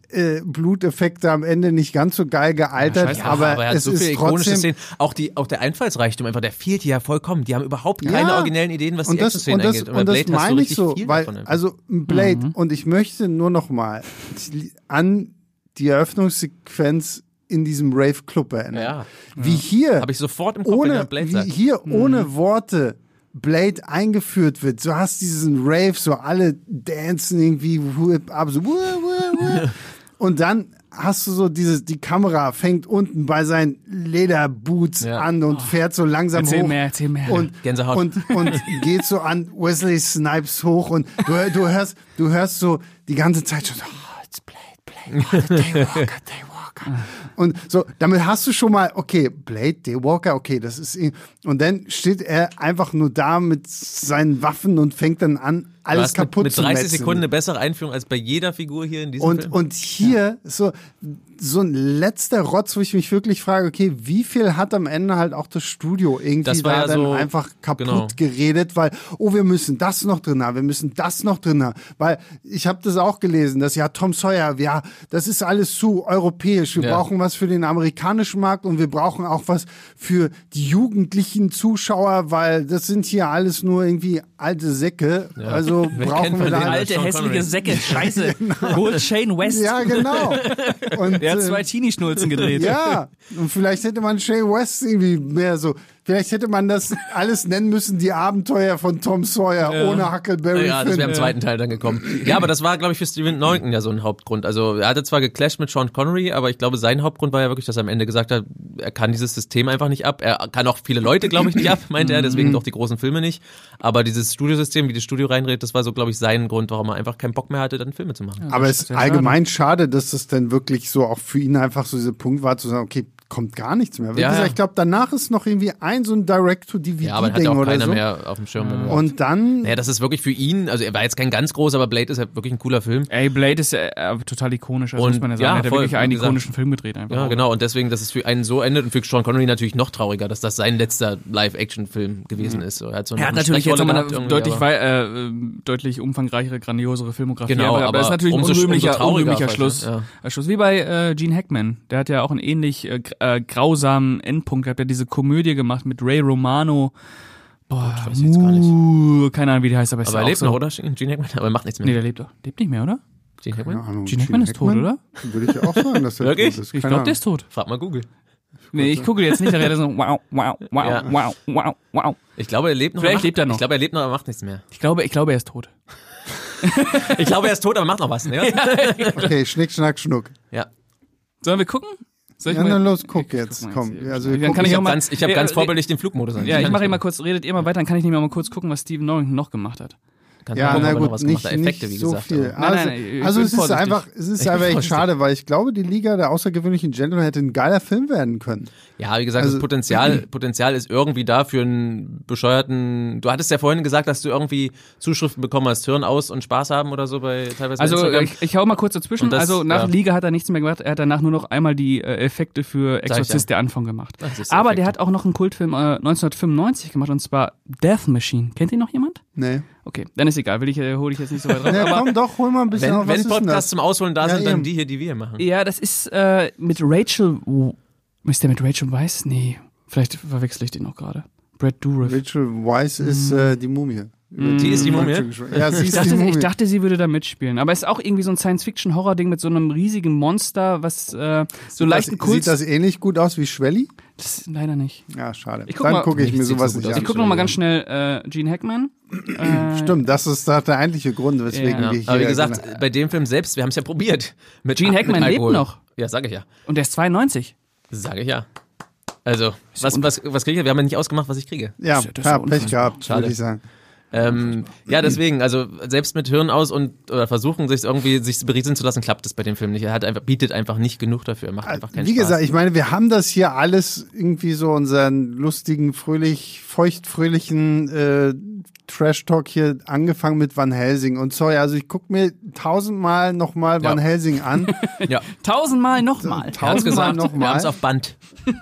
äh, Bluteffekte am Ende nicht ganz so geil gealtert,
Scheiß drauf,
aber,
er hat
es
so
ist
viele ikonische
trotzdem
Szenen. Auch, die, auch der Einfallsreichtum einfach, der fehlt hier ja vollkommen. Die haben überhaupt keine
Ja.
originellen Ideen, was
und
die
das,
Action-Szenen
und das,
angeht. bei
und das
Blade hast du
meine ich
richtig
so,
viel
weil,
davon.
also ein Blade, und ich möchte nur noch mal an die Eröffnungssequenz in diesem Rave Club erinnern.
Ja.
Wie hier,
Habe ich sofort im Kopf, wenn er
ohne,
Blade
wie
sagt. Mhm.
hier ohne Worte Blade eingeführt wird. Du hast diesen Rave, so alle dancen irgendwie, whip up, so, wuh, wuh, wuh. und dann hast du so dieses, die Kamera fängt unten bei seinen Lederboots
Ja. Oh.
an und fährt so langsam
Erzähl
hoch.
mehr, erzähl mehr.
Und,
Gänsehaut.
Und, und geht so an Wesley Snipes hoch und du, du hörst, du hörst so die ganze Zeit schon, so, oh, it's Blade, Blade, oh, Daywalker, Daywalker. Und so, damit hast du schon mal, okay, Blade, Daywalker, okay, das ist ihn. Und dann steht er einfach nur da mit seinen Waffen und fängt dann an,
Du
alles
hast mit,
kaputt
mit
zu
30
metzen.
Sekunden eine bessere Einführung als bei jeder Figur hier in diesem
Und,
Film.
und hier so, so ein letzter Rotz, wo ich mich wirklich frage, okay, wie viel hat am Ende halt auch das Studio irgendwie
Das war
da
ja
dann
so-
einfach kaputt
genau.
geredet, weil, oh, wir müssen das noch drin haben, wir müssen das noch drin haben. Weil ich habe das auch gelesen, dass ja Tom Sawyer, ja, das ist alles zu europäisch. Wir
Ja.
brauchen was für den amerikanischen Markt und wir brauchen auch was für die jugendlichen Zuschauer, weil das sind hier alles nur irgendwie alte Säcke. Also
Wer
brauchen
kennt
wir
von
da
denen
Alte
Sean
hässliche
Connery.
Säcke, scheiße. Gold Shane West.
Genau. Ja, genau. Und,
Der hat
äh,
zwei Teenie-Schnulzen gedreht.
ja, und vielleicht hätte man Shay West irgendwie mehr so, vielleicht hätte man das alles nennen müssen, die Abenteuer von Tom Sawyer ohne Huckleberry
ja, das
Finn.
wäre im zweiten Teil dann gekommen. Ja, aber das war, glaube ich, für Steven Norrington ja so ein Hauptgrund. Also er hatte zwar geclasht mit Sean Connery, aber ich glaube, sein Hauptgrund war ja wirklich, dass er am Ende gesagt hat, er kann dieses System einfach nicht ab. Er kann auch viele Leute, glaube ich, nicht ab, meinte
Mhm.
er, deswegen doch die großen Filme nicht. Aber dieses Studiosystem, wie das Studio reinredet, das war so, glaube ich, sein Grund, warum er einfach keinen Bock mehr hatte, dann Filme zu machen.
Aber es ist allgemein schade, dass das dann wirklich so auch für ihn einfach so dieser Punkt war, zu sagen, okay, kommt gar nichts mehr. Wie
Ja,
gesagt,
ja.
ich glaube, danach ist noch irgendwie ein so ein
Ja, aber dann
Direct-to-DVD-Ding
hat auch
oder
keiner
so.
mehr auf dem Schirm.
Und dann,
Naja, das ist wirklich für ihn, also er war jetzt kein ganz großer, aber Blade ist halt wirklich ein cooler Film.
Ey, Blade ist äh, äh, total ikonisch, also
Und-
muss man ja sagen.
ja,
er hat ja
voll,
wirklich einen
wie gesagt.
ikonischen Film gedreht einfach.
Ja,
auch.
genau. Und deswegen, dass es für einen so endet und für Sean Connery natürlich noch trauriger, dass das sein letzter Live-Action-Film gewesen ist. So, Er hat, so
Mhm. Er hat
eine
natürlich jetzt
Sprechrolle
nochmal
gehabt
eine
irgendwie,
deutlich,
aber-
wei- äh, äh, deutlich umfangreichere, grandiosere Filmografie.
Genau,
aber, aber
aber
ist natürlich
umso-
ein unrühmlicher,
umso trauriger
unrühmlicher
fast,
Schluss.
ja.
Äh, Schluss. Wie bei äh, Gene Hackman. Der hat ja auch einen ähnlich äh, gr- äh, grausamen Endpunkt. Der hat ja diese Komödie gemacht mit Ray Romano. Boah,
ich jetzt gar nicht.
Mu- keine Ahnung, wie die heißt, aber, ist
Aber
ja
er
auch
lebt
so.
noch, oder? Gene Hackman? Aber er macht nichts mehr.
Nee, der lebt doch. Lebt nicht mehr, oder?
Gene
keine
Hackman?
Ahnung,
Gene Hackman ist tot, oder?
Würde ich auch sagen, dass der
Wirklich?
tot ist.
Ich
Keine
glaube, der
Ahnung.
ist tot.
Frag mal Google.
Nee, ich gucke jetzt nicht, da redet er so wow, wow, wow,
Ja.
wow, wow, wow.
Ich glaube, er lebt noch.
Vielleicht
macht,
lebt er noch.
Ich glaube, er lebt noch, aber macht nichts mehr.
Ich glaube, ich glaube, er ist tot.
Ich glaube, er ist tot, aber macht noch was. Ne? ja.
Okay, Schnick, Schnack, Schnuck.
ja.
Sollen wir gucken? Soll
Ja,
mal-
dann los, guck
Ich guck
jetzt,
mal
komm.
jetzt hier.
Also wir
Dann
gucken-
kann ich
Ich
auch
habe
mal-
ganz, ich hab
Ja,
ganz
äh,
vorbildlich den Flugmodus an.
Ja, ich
Kann
mache
nicht
immer kurz, redet ihr mal weiter, dann kann ich nämlich mal kurz gucken, was Steven Norrington noch gemacht hat.
Kannst
Ja,
machen,
na
aber noch
gut,
was
nicht,
gemacht. Effekte,
nicht
wie
so
gesagt.
viel.
aber-
also
nein, ich
also
bin
es ist
vorsichtig.
einfach, es ist
Ich bin
einfach echt
vorsichtig.
schade, weil ich glaube, die Liga der außergewöhnlichen Gentlemen hätte ein geiler Film werden können.
Ja, wie gesagt,
Also-
das Potenzial, Potenzial ist irgendwie da für einen bescheuerten. Du hattest ja vorhin gesagt, dass du irgendwie Zuschriften bekommen hast, Hirn aus und Spaß haben oder so bei teilweise bei
Also
Instagram.
ich, ich hau mal kurz dazwischen.
Und das-
also nach
ja.
Liga hat er nichts mehr gemacht. Er hat danach nur noch einmal die äh, Effekte für
ich
Exorzist der Anfang gemacht.
Das ist
Aber
Effekte.
der hat auch noch einen Kultfilm äh, 1995 gemacht und zwar Death Machine. Kennt ihn noch jemand?
Nee.
Okay, dann ist egal. Will ich, äh, hole ich jetzt nicht so weit
Ja,
raus.
komm doch, hol mal ein bisschen
Wenn,
auf. Was
wenn
ist denn
Podcasts
das?
zum Ausholen da
Ja,
sind, dann
eben.
die hier, die wir machen.
ja, das ist äh, mit Rachel. Ist der mit Rachel Weiss? Nee, vielleicht verwechsel ich den noch gerade. Brad Dourif.
Rachel Weiss ist äh, die Mumie. Über
Mhm. Die ist die
wir
Mumie?
heute gesprochen haben. Ja, sie
Ich
ist die
dachte,
Mumie.
ich dachte, sie würde da mitspielen. Aber es ist auch irgendwie so ein Science-Fiction-Horror-Ding mit so einem riesigen Monster, was äh, so leichten
das,
Kult.
Sieht das ähnlich gut aus wie Schwelli?
Das- leider nicht.
Ja, schade.
Ich guck
Dann
mal-
gucke ich
Nee,
mir
sieht
sowas
so gut
nicht
aus.
an.
Ich gucke nochmal ganz schnell äh, Gene Hackman. Äh,
Stimmt, das ist da der eigentliche Grund, weswegen
Ja.
wir hier.
Aber wie gesagt,
genau.
bei dem Film selbst, wir haben es ja probiert. Mit,
Gene Hackman
mit
lebt
Alkohol.
noch.
Ja, sage ich ja.
Und der ist 92.
Sage ich ja. Also, was, was, was kriege ich? Wir haben ja nicht ausgemacht, was ich kriege.
ja,
das ist ja
ja
unfassbar.
Pech gehabt,
Schade.
würde ich sagen.
Ähm, ja, deswegen, also selbst mit Hirn aus und oder versuchen, sich irgendwie sich berieseln zu lassen, klappt das bei dem Film nicht. Er hat einfach, bietet einfach nicht genug dafür, er macht einfach keinen
Äh, Wie
Spaß.
gesagt, ich meine, wir haben das hier alles irgendwie so unseren lustigen, fröhlich, feuchtfröhlichen äh, Trash-Talk hier angefangen mit Van Helsing. Und sorry, also ich gucke mir tausendmal nochmal Van
Ja.
Helsing an.
ja,
Tausendmal nochmal.
Tausend-
er hat's gesagt,
noch
wir
mal.
haben es auf Band.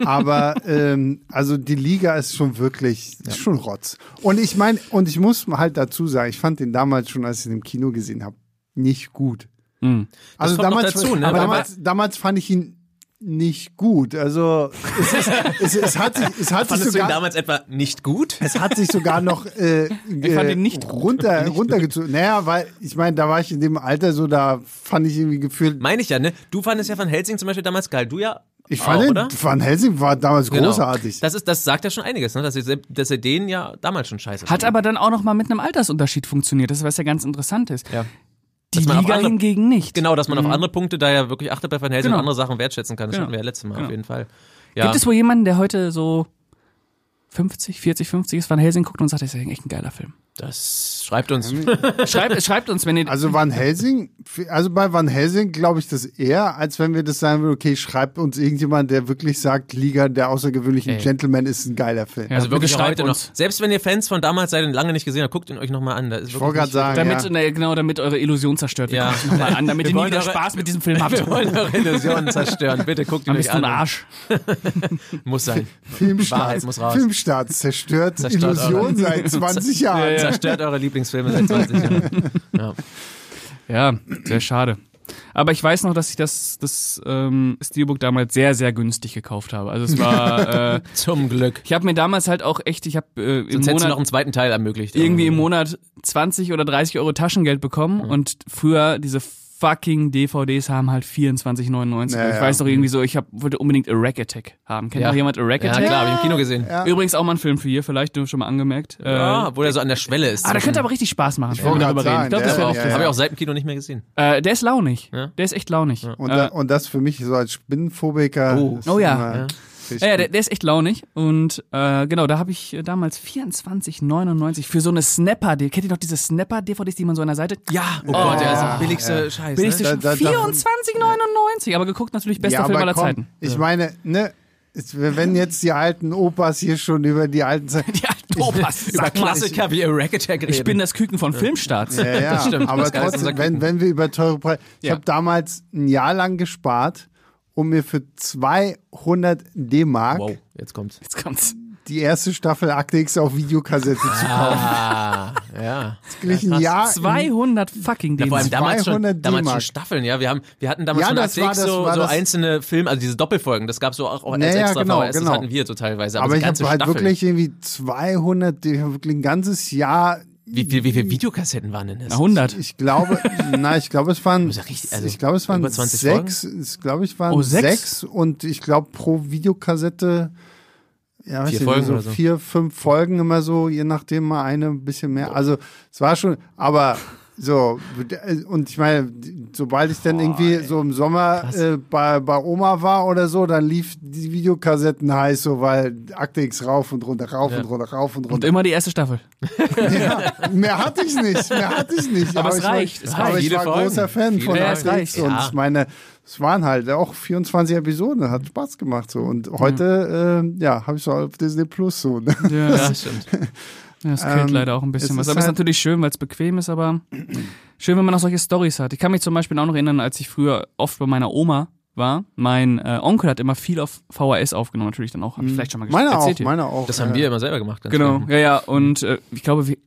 aber ähm, also die Liga ist schon wirklich ist schon Rotz. Und ich meine, und ich muss halt dazu sagen, ich fand den damals schon, als ich ihn im Kino gesehen habe, nicht gut. Also
Hm. kommt noch
damals,
dazu,
aber
ne? Aber-
damals, damals fand ich ihn nicht gut. Also es, ist, es, es hat sich, es hat sich
Fandest du ihn
sogar
damals etwa nicht gut?
es hat sich sogar noch äh, ich
fand ihn nicht gut.
runter runtergezogen. Naja, weil ich meine, da war ich in dem Alter so, da fand ich irgendwie gefühlt.
Meine ich ja, ne? Du fandest ja Van Helsing zum Beispiel damals geil. Du ja.
Ich fand
auch,
den,
oder? Genau.
Van Helsing war damals großartig.
Das, ist, das sagt ja schon einiges, ne? dass, er, dass er den ja damals schon scheiße
Hat
fand.
aber dann auch noch mal mit einem Altersunterschied funktioniert, das was ja ganz interessant ist.
Ja.
Die
Dass man auf
Liga
andere-
hingegen nicht.
Genau, dass man auf andere Punkte da ja wirklich achtet bei Van Helsing
Mhm. Genau.
und andere Sachen wertschätzen kann. Das
Genau.
hatten wir ja letztes Mal
Genau.
auf jeden Fall. Ja.
Gibt es wohl jemanden, der heute so 50, 40, 50 ist, Van Helsing guckt und sagt, das ist ja echt ein geiler Film.
das schreibt uns.
Schreibt, schreibt uns, wenn ihr...
Also Van Helsing, also bei Van Helsing glaube ich das eher, als wenn wir das sagen würden, okay, schreibt uns irgendjemand, der wirklich sagt, Liga der außergewöhnlichen
Ey.
Gentleman ist ein geiler Film.
Ja,
Also wirklich
bitte
auch
schreibt
heute noch.
uns.
Selbst wenn ihr Fans von damals seid und lange nicht gesehen habt, guckt ihn euch nochmal an. Da ist
Ich wollte gerade sagen,
Damit,
ja.
na, genau, damit eure Illusion zerstört wird,
Ja.
ja. nochmal an, damit
Wir
ihr nie
wollen
wieder
eure-
Spaß mit diesem Film habt.
Wir wollen eure Illusionen zerstören. Bitte guckt ihn
Dann
euch
bist du ein
an.
Arsch.
Muss sein. Wahrheit
Filmstarts,
muss raus.
Filmstarts zerstört,
Zerstört
Illusion
eure-
seit 20 Jahren.
Zerstört eure Lieblingsfilme seit 20 Jahren. Ja.
Ja, sehr schade. Aber ich weiß noch, dass ich das, das ähm, Steelbook damals sehr, sehr günstig gekauft habe. Also es war, äh,
Zum Glück.
ich habe mir damals halt auch echt, ich habe äh, im
Sonst hättest du noch
Monat
einen zweiten Teil ermöglicht.
irgendwie im Monat 20 oder 30 Euro Taschengeld bekommen und früher diese fucking DVDs haben halt 24,99.
Ja,
ich
ja.
weiß noch irgendwie so, ich hab, wollte unbedingt a Rack Attack haben. Kennt
Ja.
noch jemand a Rack
Ja,
Attack?
klar, hab ich im Kino gesehen. Ja.
Übrigens auch mal ein Film für hier, vielleicht nur schon mal angemerkt. Äh,
obwohl er so an der Schwelle ist.
ah, der könnte aber richtig Spaß machen, wenn wir
wollte
darüber
grad
reden.
sagen,
Ich glaube, das
der-
wäre auch.
ja,
Habe ich auch seit dem Kino nicht mehr gesehen.
Äh, der ist launig.
Ja.
Der ist echt launig.
Und,
äh,
da, und das für mich so als Spinnenphobiker.
Oh.
ist
Oh ja.
immer
Ja.
richtig
Ja, ja, der,
gut.
der ist echt launig. Und äh, genau, da habe ich äh, damals 24,99 für so eine Snapper, die, kennt ihr noch diese Snapper-DVDs, die man so an der Seite?
Ja, oh,
Gott,
der ist
ja.
der billigste Scheiß.
Billigste
Da-
schon
da- da-
24,99, aber geguckt natürlich bester Film
aber
aller
komm,
Zeiten.
Ich meine, ne, es- wenn jetzt die alten Opas hier schon über die alten Zeiten.
Die alten Opas,
Über
Oh, sag mal,
Klassiker wie Rack Attack reden.
Ich bin das Küken von Filmstarts.
Ja, ja,
Das stimmt,
aber
das Geilste
trotzdem,
unser
wenn,
Kuchen.
wenn wir über teure Preise. Ich
Ja.
habe damals ein Jahr lang gespart, um mir für 200 D-Mark
Wow, jetzt kommt's.
Jetzt kommt's.
die erste Staffel Akte X auf Videokassette zu kaufen.
Ah, ja.
Gleich ein Jahr.
200 fucking
Vor allem
D-Mark.
damals schon,
200
damals schon
D-Mark.
Staffeln, ja. Wir, haben, wir hatten damals
Ja,
schon
das
Arctic
war das-
so,
war
so
das-
einzelne Filme, also diese Doppelfolgen, das gab's so auch als
Naja,
extra
genau,
VHS,
genau.
das hatten wir so teilweise.
Aber
also die
ich habe
ganze
halt
Staffel.
wirklich irgendwie 200, D- ich hab wirklich ein ganzes Jahr.
Wie viel wie, viel Videokassetten waren denn das?
100.
Ich glaube, na, ich glaube, es waren,
ja richtig- also
ich glaube, es waren
über 20
sechs, ich glaube, ich waren
Oh, sechs?
sechs? und ich glaube pro Videokassette, ja, weiß ich
Vier
nicht,
Folgen
so
oder so.
vier, fünf Folgen immer so, je nachdem mal eine, ein bisschen mehr. Also es war schon, aber so und ich meine, sobald ich dann irgendwie so im Sommer äh, bei, bei Oma war oder so, dann lief die Videokassetten heiß so, weil Akte X rauf und runter, rauf und runter, rauf und runter.
Und immer die erste Staffel.
Ja, mehr hatte ich nicht, mehr hatte ich nicht.
Aber es
ich
reicht, es
War, aber
reicht.
ich
Jede
war ein
Folge.
großer Fan
Jede
von
Folge.
Asterix
Ja, es reicht.
und
Ja.
ich meine, es waren halt auch 24 Episoden, hat Spaß gemacht so. Und heute, ähm, ja, habe ich so auf Disney Plus so. Ne?
Ja, stimmt.
Ja, es killt
Ähm,
leider auch ein bisschen
es
was.
ist
Aber es ist
halt-
natürlich schön, weil es bequem ist, aber schön, wenn man auch solche Stories hat. Ich kann mich zum Beispiel auch noch erinnern, als ich früher oft bei meiner Oma war. Mein äh, Onkel hat immer viel auf VHS aufgenommen, natürlich dann auch. Hab ich vielleicht schon mal ges-
Meine Hm. auch,
erzählt. hier.
meine auch.
Das haben wir immer selber gemacht. ganz
Genau,
früh.
ja, ja. Und äh, ich glaube, wir,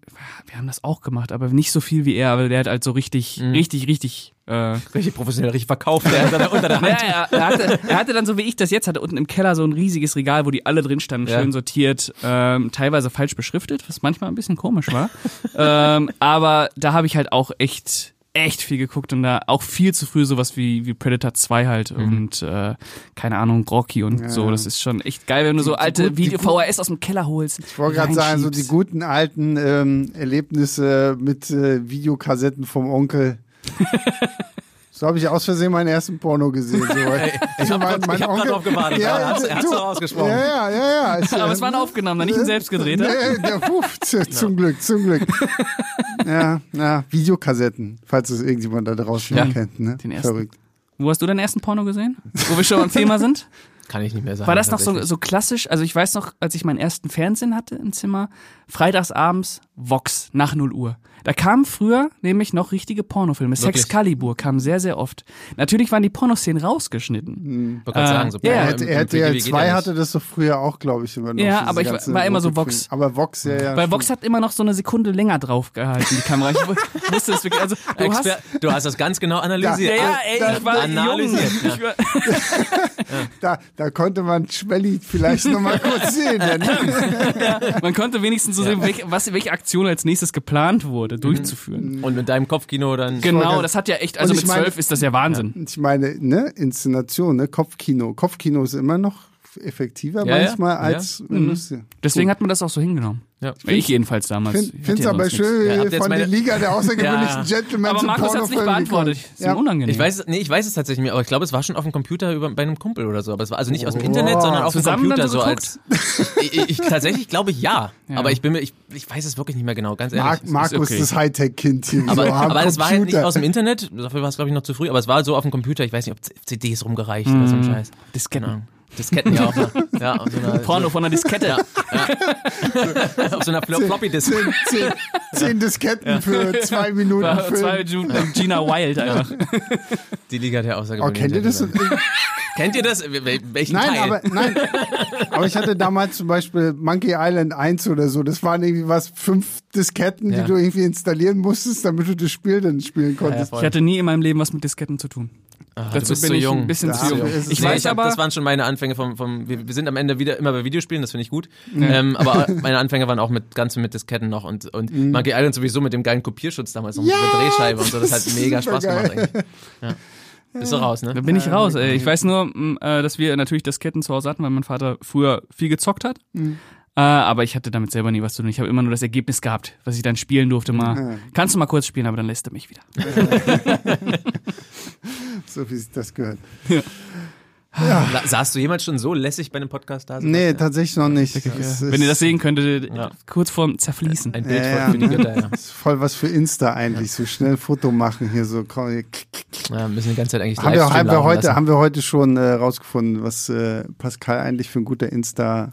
wir haben das auch gemacht, aber nicht so viel wie er, aber der hat halt so richtig,
Hm.
richtig, richtig. Äh,
Richtig professionell, richtig verkauft. Der hat dann unter der Hand.
ja, ja, er, hatte, er hatte dann, so wie ich das jetzt hatte, unten im Keller so ein riesiges Regal, wo die alle drin standen,
Ja.
schön sortiert, ähm, teilweise falsch beschriftet, was manchmal ein bisschen komisch war. ähm, aber da habe ich halt auch echt, echt viel geguckt und da auch viel zu früh sowas wie, wie Predator 2 halt
Mhm.
und äh, keine Ahnung, Rocky und so. Das ist schon echt geil, wenn du so alte
gut- die
Video
gut-
VHS aus dem Keller holst.
Ich wollte gerade sagen, so die
reinschiebst.
guten alten ähm, Erlebnisse mit äh, Videokassetten vom Onkel. So habe ich aus Versehen meinen ersten Porno gesehen. So.
Ich hab grad- ich hab grad drauf gewartet.
Ja,
Ja, hast-
ja,
hast du
du-
ausgesprochen.
Ja, ja, ja, ja. Ist,
Aber
äh,
es war ein aufgenommener, nicht ein selbstgedrehter.
Nee, der Puff, z- zum Glück, zum Glück. ja, ja, Videokassetten, falls es irgendjemand da draußen
Ja,
kennt. Ne?
den ersten.
Verrückt.
Wo hast du deinen ersten Porno gesehen? Wo wir schon beim Thema sind?
Kann ich nicht mehr sagen.
War das noch so, Also
tatsächlich.
so klassisch? Also ich weiß noch, als ich meinen ersten Fernsehen hatte im Zimmer, freitagsabends Vox nach 0 Uhr. Da kamen früher nämlich noch richtige Pornofilme.
Wirklich?
Sexcalibur kam sehr, sehr oft. Natürlich waren die Pornoszenen rausgeschnitten.
wollte gerade
Äh,
sagen, so
ja,
Er
ja.
hätte,
im-
er
im
hätte ja
PGB geht
zwei
nicht.
hatte das doch früher auch, glaube ich, übernommen.
Ja,
diese
aber ich
ganzen
war immer so
roten
Vox.
Filme. Aber Vox, ja, ja.
Weil Vox hat immer noch so eine Sekunde länger drauf gehalten, die Kamera. Ich wu- wusste es wirklich. Also, du hast,
Exper du hast das ganz genau analysiert.
ja, ja,
Da-
ey, ich war jung.
analysiert, ja.
Ich war,
Da, da konnte man Schmelli vielleicht nochmal kurz sehen. ne? Denn,
man konnte wenigstens so sehen, welche, was, welche Aktion als nächstes geplant wurde, durchzuführen.
Und mit deinem Kopfkino dann.
Genau, das hat ja echt, also
Und ich
mit
meine-
zwölf ist das ja Wahnsinn.
ich meine, ne, Inszenation, ne, Kopfkino. Kopfkino ist immer noch effektiver
Ja, ja.
manchmal
Ja.
als Industrie.
Deswegen Mhm. hat man das auch so hingenommen.
Ja.
Ich jedenfalls damals. Ich
Find,
hatte
find's
ja
aber
sonst nichts.
schön
Ja, habt ihr jetzt
von der
meine-
Liga der außergewöhnlichen
Ja.
Gentlemen
Aber
zu
Markus hat es nicht
Pornofilmen
beantwortet.
gekommen.
Ist mir unangenehm.
Ich weiß, es- nee, ich weiß es tatsächlich nicht mehr, aber ich glaube, es war schon auf dem Computer über, bei einem Kumpel oder so. Aber es war also nicht aus dem Internet,
Wow.
sondern auf dem
Zusammen
Computer
dann so
so als. ich, ich, ich, tatsächlich glaube ich ja.
Ja.
Aber ich bin mir, ich, ich weiß es wirklich nicht mehr genau, ganz ehrlich.
Mark, Markus,
okay.
das Hightech-Kind hier.
aber
so, am
aber es war halt nicht
Computer.
aus dem Internet, dafür war es glaube ich noch zu früh, aber es war so auf dem Computer, ich weiß nicht, ob C- CDs rumgereicht oder so ein Scheiß.
Disketten.
Ja. Disketten ja auch. ne? Ja, auf so einer,
Porno von einer Diskette.
auf so einer Flo Floppy Disk.
zehn, zehn, zehn Disketten für zwei Minuten
War
Film.
Zwei Juden und Gina Wild einfach.
Die Liga der
Oh,
Außergewöhnlichen.
kennt ihr das?
Gentlemen. Kennt ihr das? Wel- Welchen
Nein,
Teil?
aber nein. Aber ich hatte damals zum Beispiel Monkey Island 1 oder so. Das waren irgendwie was, fünf Disketten,
Ja.
die du irgendwie installieren musstest, damit du das Spiel dann spielen
ja,
konntest.
voll.
Ich hatte nie in meinem Leben was mit Disketten zu tun.
Ah,
Dazu
du bist
bin
so
ich
jung.
ein bisschen
Ja,
zu jung.
so ist es.
Ich
Nee,
weiß
hab-
aber,
das waren schon meine Anfänge vom, vom wir, wir sind am Ende wieder immer bei Videospielen, das finde ich gut. Ähm, aber meine Anfänge waren auch mit ganz mit Disketten noch und, und
Mhm.
Monkey Island sowieso mit dem geilen Kopierschutz damals noch mit der Drehscheibe und so, das hat
das ist
mega Spaß
supergeil.
gemacht eigentlich. Ja. Bist du raus, ne?
da bin ich raus. Ey. Ich weiß nur, m, äh, dass wir natürlich Disketten zu Hause hatten, weil mein Vater früher viel gezockt hat.
Mhm.
Äh, aber ich hatte damit selber nie was zu tun. Ich habe immer nur das Ergebnis gehabt, was ich dann spielen durfte. Mal. Kannst du mal kurz spielen, aber dann lässt er mich wieder.
So wie sich das gehört.
La- Saßt du jemals schon so lässig bei einem Podcast da?
Ah. Nee, tatsächlich noch nicht. Das ist-
Wenn ihr das sehen könntet,
Ja.
kurz vorm Zerfließen.
Ein Bild
Ja, ja,
von für die
ne?
Götter, ja.
das ist voll was für Insta eigentlich. So schnell ein Foto machen hier so. Komm, hier. klick, klick, klick.
ja. Wir müssen die ganze Zeit eigentlich
Haben wir,
Livestream
haben, wir
laufen
heute,
lassen.
haben wir heute schon äh, rausgefunden, was äh, Pascal eigentlich für ein guter Insta.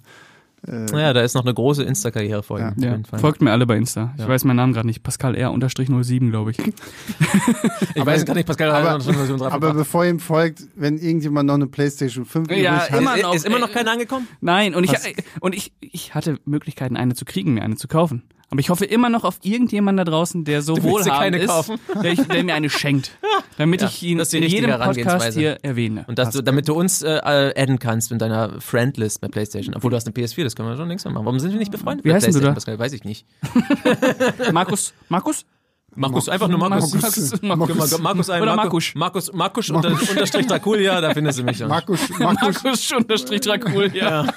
Äh,
Naja, da ist noch eine große Insta-Karriere vor ihm.
Ja.
auf
Ja,
jeden Fall.
folgt mir alle bei Insta. Ich
Ja.
weiß meinen Namen gerade nicht. Pascal R-07, glaube ich.
Ich weiß es gar nicht, Pascal
aber-
hat noch eine
aber bevor ihr ihm folgt, wenn irgendjemand noch eine PlayStation 5
Ja,
übrig hat,
immer
immer
noch,
noch, ist immer
äh,
noch
ey.
keiner angekommen?
Nein, und ich,
Was?
und ich, ich hatte Möglichkeiten, eine zu kriegen, mir eine zu kaufen. Aber ich hoffe immer noch auf irgendjemanden da draußen, der so
Du willst dir
wohlhabend
keine
ist,
kaufen?
der, ich, der mir eine schenkt. Damit
Ja,
ich ihn
das ist die
in
richtige
jedem Podcast
Herangehensweise.
hier erwähne.
Und dass du, damit du uns äh, äh, adden kannst in deiner Friendlist bei PlayStation. Obwohl du hast eine PS4, das können wir schon längst mal machen. Warum sind wir nicht befreundet?
Wie
bei
heißen du
PlayStation,
da?
Pascal, weiß ich nicht.
Markus, Markus?
Markus, einfach nur Markus.
Markus,
Gib mal
Markus,
Markus ein.
Oder
Markus. Markus, Markus, unter, unterstrich Draculia, da findest du mich schon.
Markus, Markus,
Markus unterstrich Dracul, ja. Also,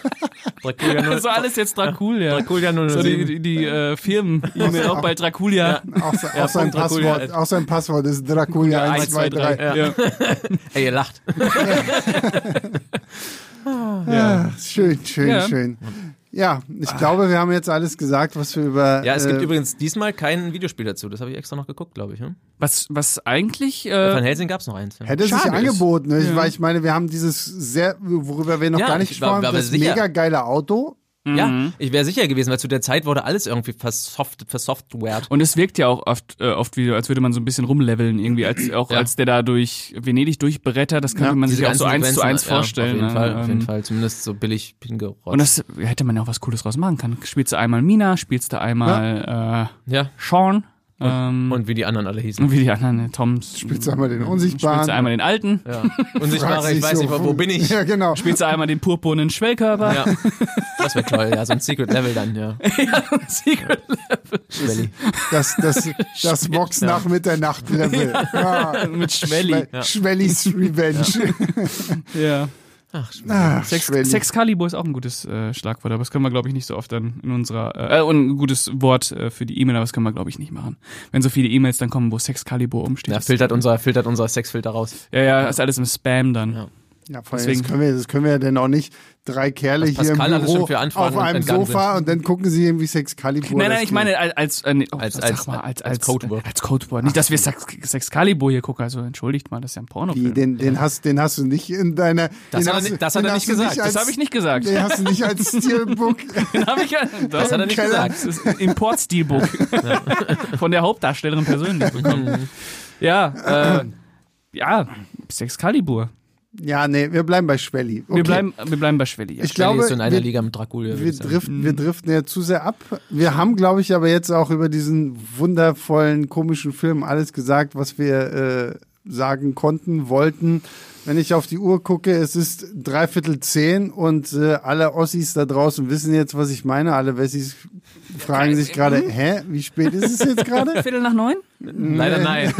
Draculia,
Das war alles jetzt Dracul, ja.
Draculia
So die
007.
die, die äh, Firmen-E-Mail auch bei Draculia.
auch, se- auch, sein
Punkt Dracula,
Passwort, auch sein Passwort ist Dracula 1, 2, 3.
Ja. Ja.
Ey, ihr lacht.
Ja, schön, schön,
Ja.
schön. Ja, ich glaube, wir haben jetzt alles gesagt, was wir über.
Ja, es gibt
äh,
übrigens diesmal kein Videospiel dazu. Das habe ich extra noch geguckt, glaube ich. Hm?
Was, was eigentlich...
Von
Äh,
Helsing gab es noch eins. hm? Ja.
Hätte sich
Schade ist.
angeboten, ne?
Ja.
weil ich meine, wir haben dieses sehr, worüber wir noch
Ja,
gar nicht
ich war-
gesprochen
war
haben,
aber
das
sicher.
mega geile Auto.
Mhm.
ja ich wäre sicher gewesen, weil zu der Zeit wurde alles irgendwie versoft, versoftwared.
Und es wirkt ja auch oft, äh, oft wie, als würde man so ein bisschen rumleveln irgendwie, als auch
Ja.
als der da durch Venedig durchbrettert, das könnte man sich auch so eins zu eins vorstellen.
Auf jeden
ne?
Fall, auf jeden
Ähm,
Fall. Zumindest so billig hingerotzt.
Und das hätte man ja auch was Cooles draus machen können. Spielst du einmal Mina, spielst du einmal äh,
ja.
Sean ähm,
Und wie die anderen alle hießen.
und wie die anderen, ne, Toms. Spielst
Jetzt haben wir den Unsichtbaren.
du einmal den Alten,
Ja.
Fragst
Unsichtbare, ich
dich
weiß
so,
nicht, wo, wo bin ich?
Ja, genau.
spielst du einmal den purpurnen Schwellkörper.
Ja. Das wäre toll, ja. So ein Secret Level dann, ja.
Secret.
Schwelli.
Das, das, das Vox nach Mitternacht-Level. Ja.
Mit Schwelli.
Ah. Schwe- Schwellis Revenge.
Ja.
Ach, Schwelli.
Ah,
Sex,
Schwelli.
Sexcalibur ist auch ein gutes äh, Schlagwort, aber das können wir, glaube ich, nicht so oft dann in unserer, äh, und ein gutes Wort äh, für die E-Mail, aber das können wir, glaube ich, nicht machen. Wenn so viele E-Mails dann kommen, wo Sexcalibur umsteht.
Ja,
das-
filtert unser, filtert unser Sexfilter raus.
ja, ja, ist alles im Spam dann.
Ja.
Ja, vor allem,
Deswegen-
das können wir, das können wir ja denn auch nicht. Drei Kerle
Was
hier im
Pascal alles
Büro
schon für Anfragen
auf einem
entgangen
Sofa und dann gucken sie irgendwie Sexcalibur.
Nein, nein,
das
ich meine als als, äh, nee, oh,
Als-
sag
als-
mal, als,
als
als
Codewort.
Als Codewort. Nicht, dass wir Sex, Sexcalibur hier gucken. Also entschuldigt mal, das ist ja ein
Wie,
Pornofilm.
den, den, hast, den hast du nicht in deiner.
Das
den
hat er
hast
nicht-
du-
das hat
den
er
hast
nicht
du
gesagt.
das
als-
habe ich nicht gesagt.
Den hast du nicht als Steelbook.
Den hab ich ja, das hat er nicht
Keller.
gesagt. Das ist ein Import-Steelbook. Von der Hauptdarstellerin persönlich
Mhm.
bekommen. ja, äh, ja, Sexcalibur.
Ja, nee, wir bleiben bei Schwelli. Okay.
Wir, bleiben, wir bleiben bei Schwelli. Ja.
Ich glaube,
ist so in einer
wir-
Liga mit Dracula. würde
Wir
ich sagen.
driften, wir driften ja zu sehr ab. Wir haben, glaube ich, aber jetzt auch über diesen wundervollen, komischen Film alles gesagt, was wir äh, sagen konnten, wollten. Wenn ich auf die Uhr gucke, es ist dreiviertel zehn und äh, alle Ossis da draußen wissen jetzt, was ich meine. Alle Wessis fragen sich gerade, hä, wie spät ist es jetzt gerade?
Viertel nach neun?
Leider nein.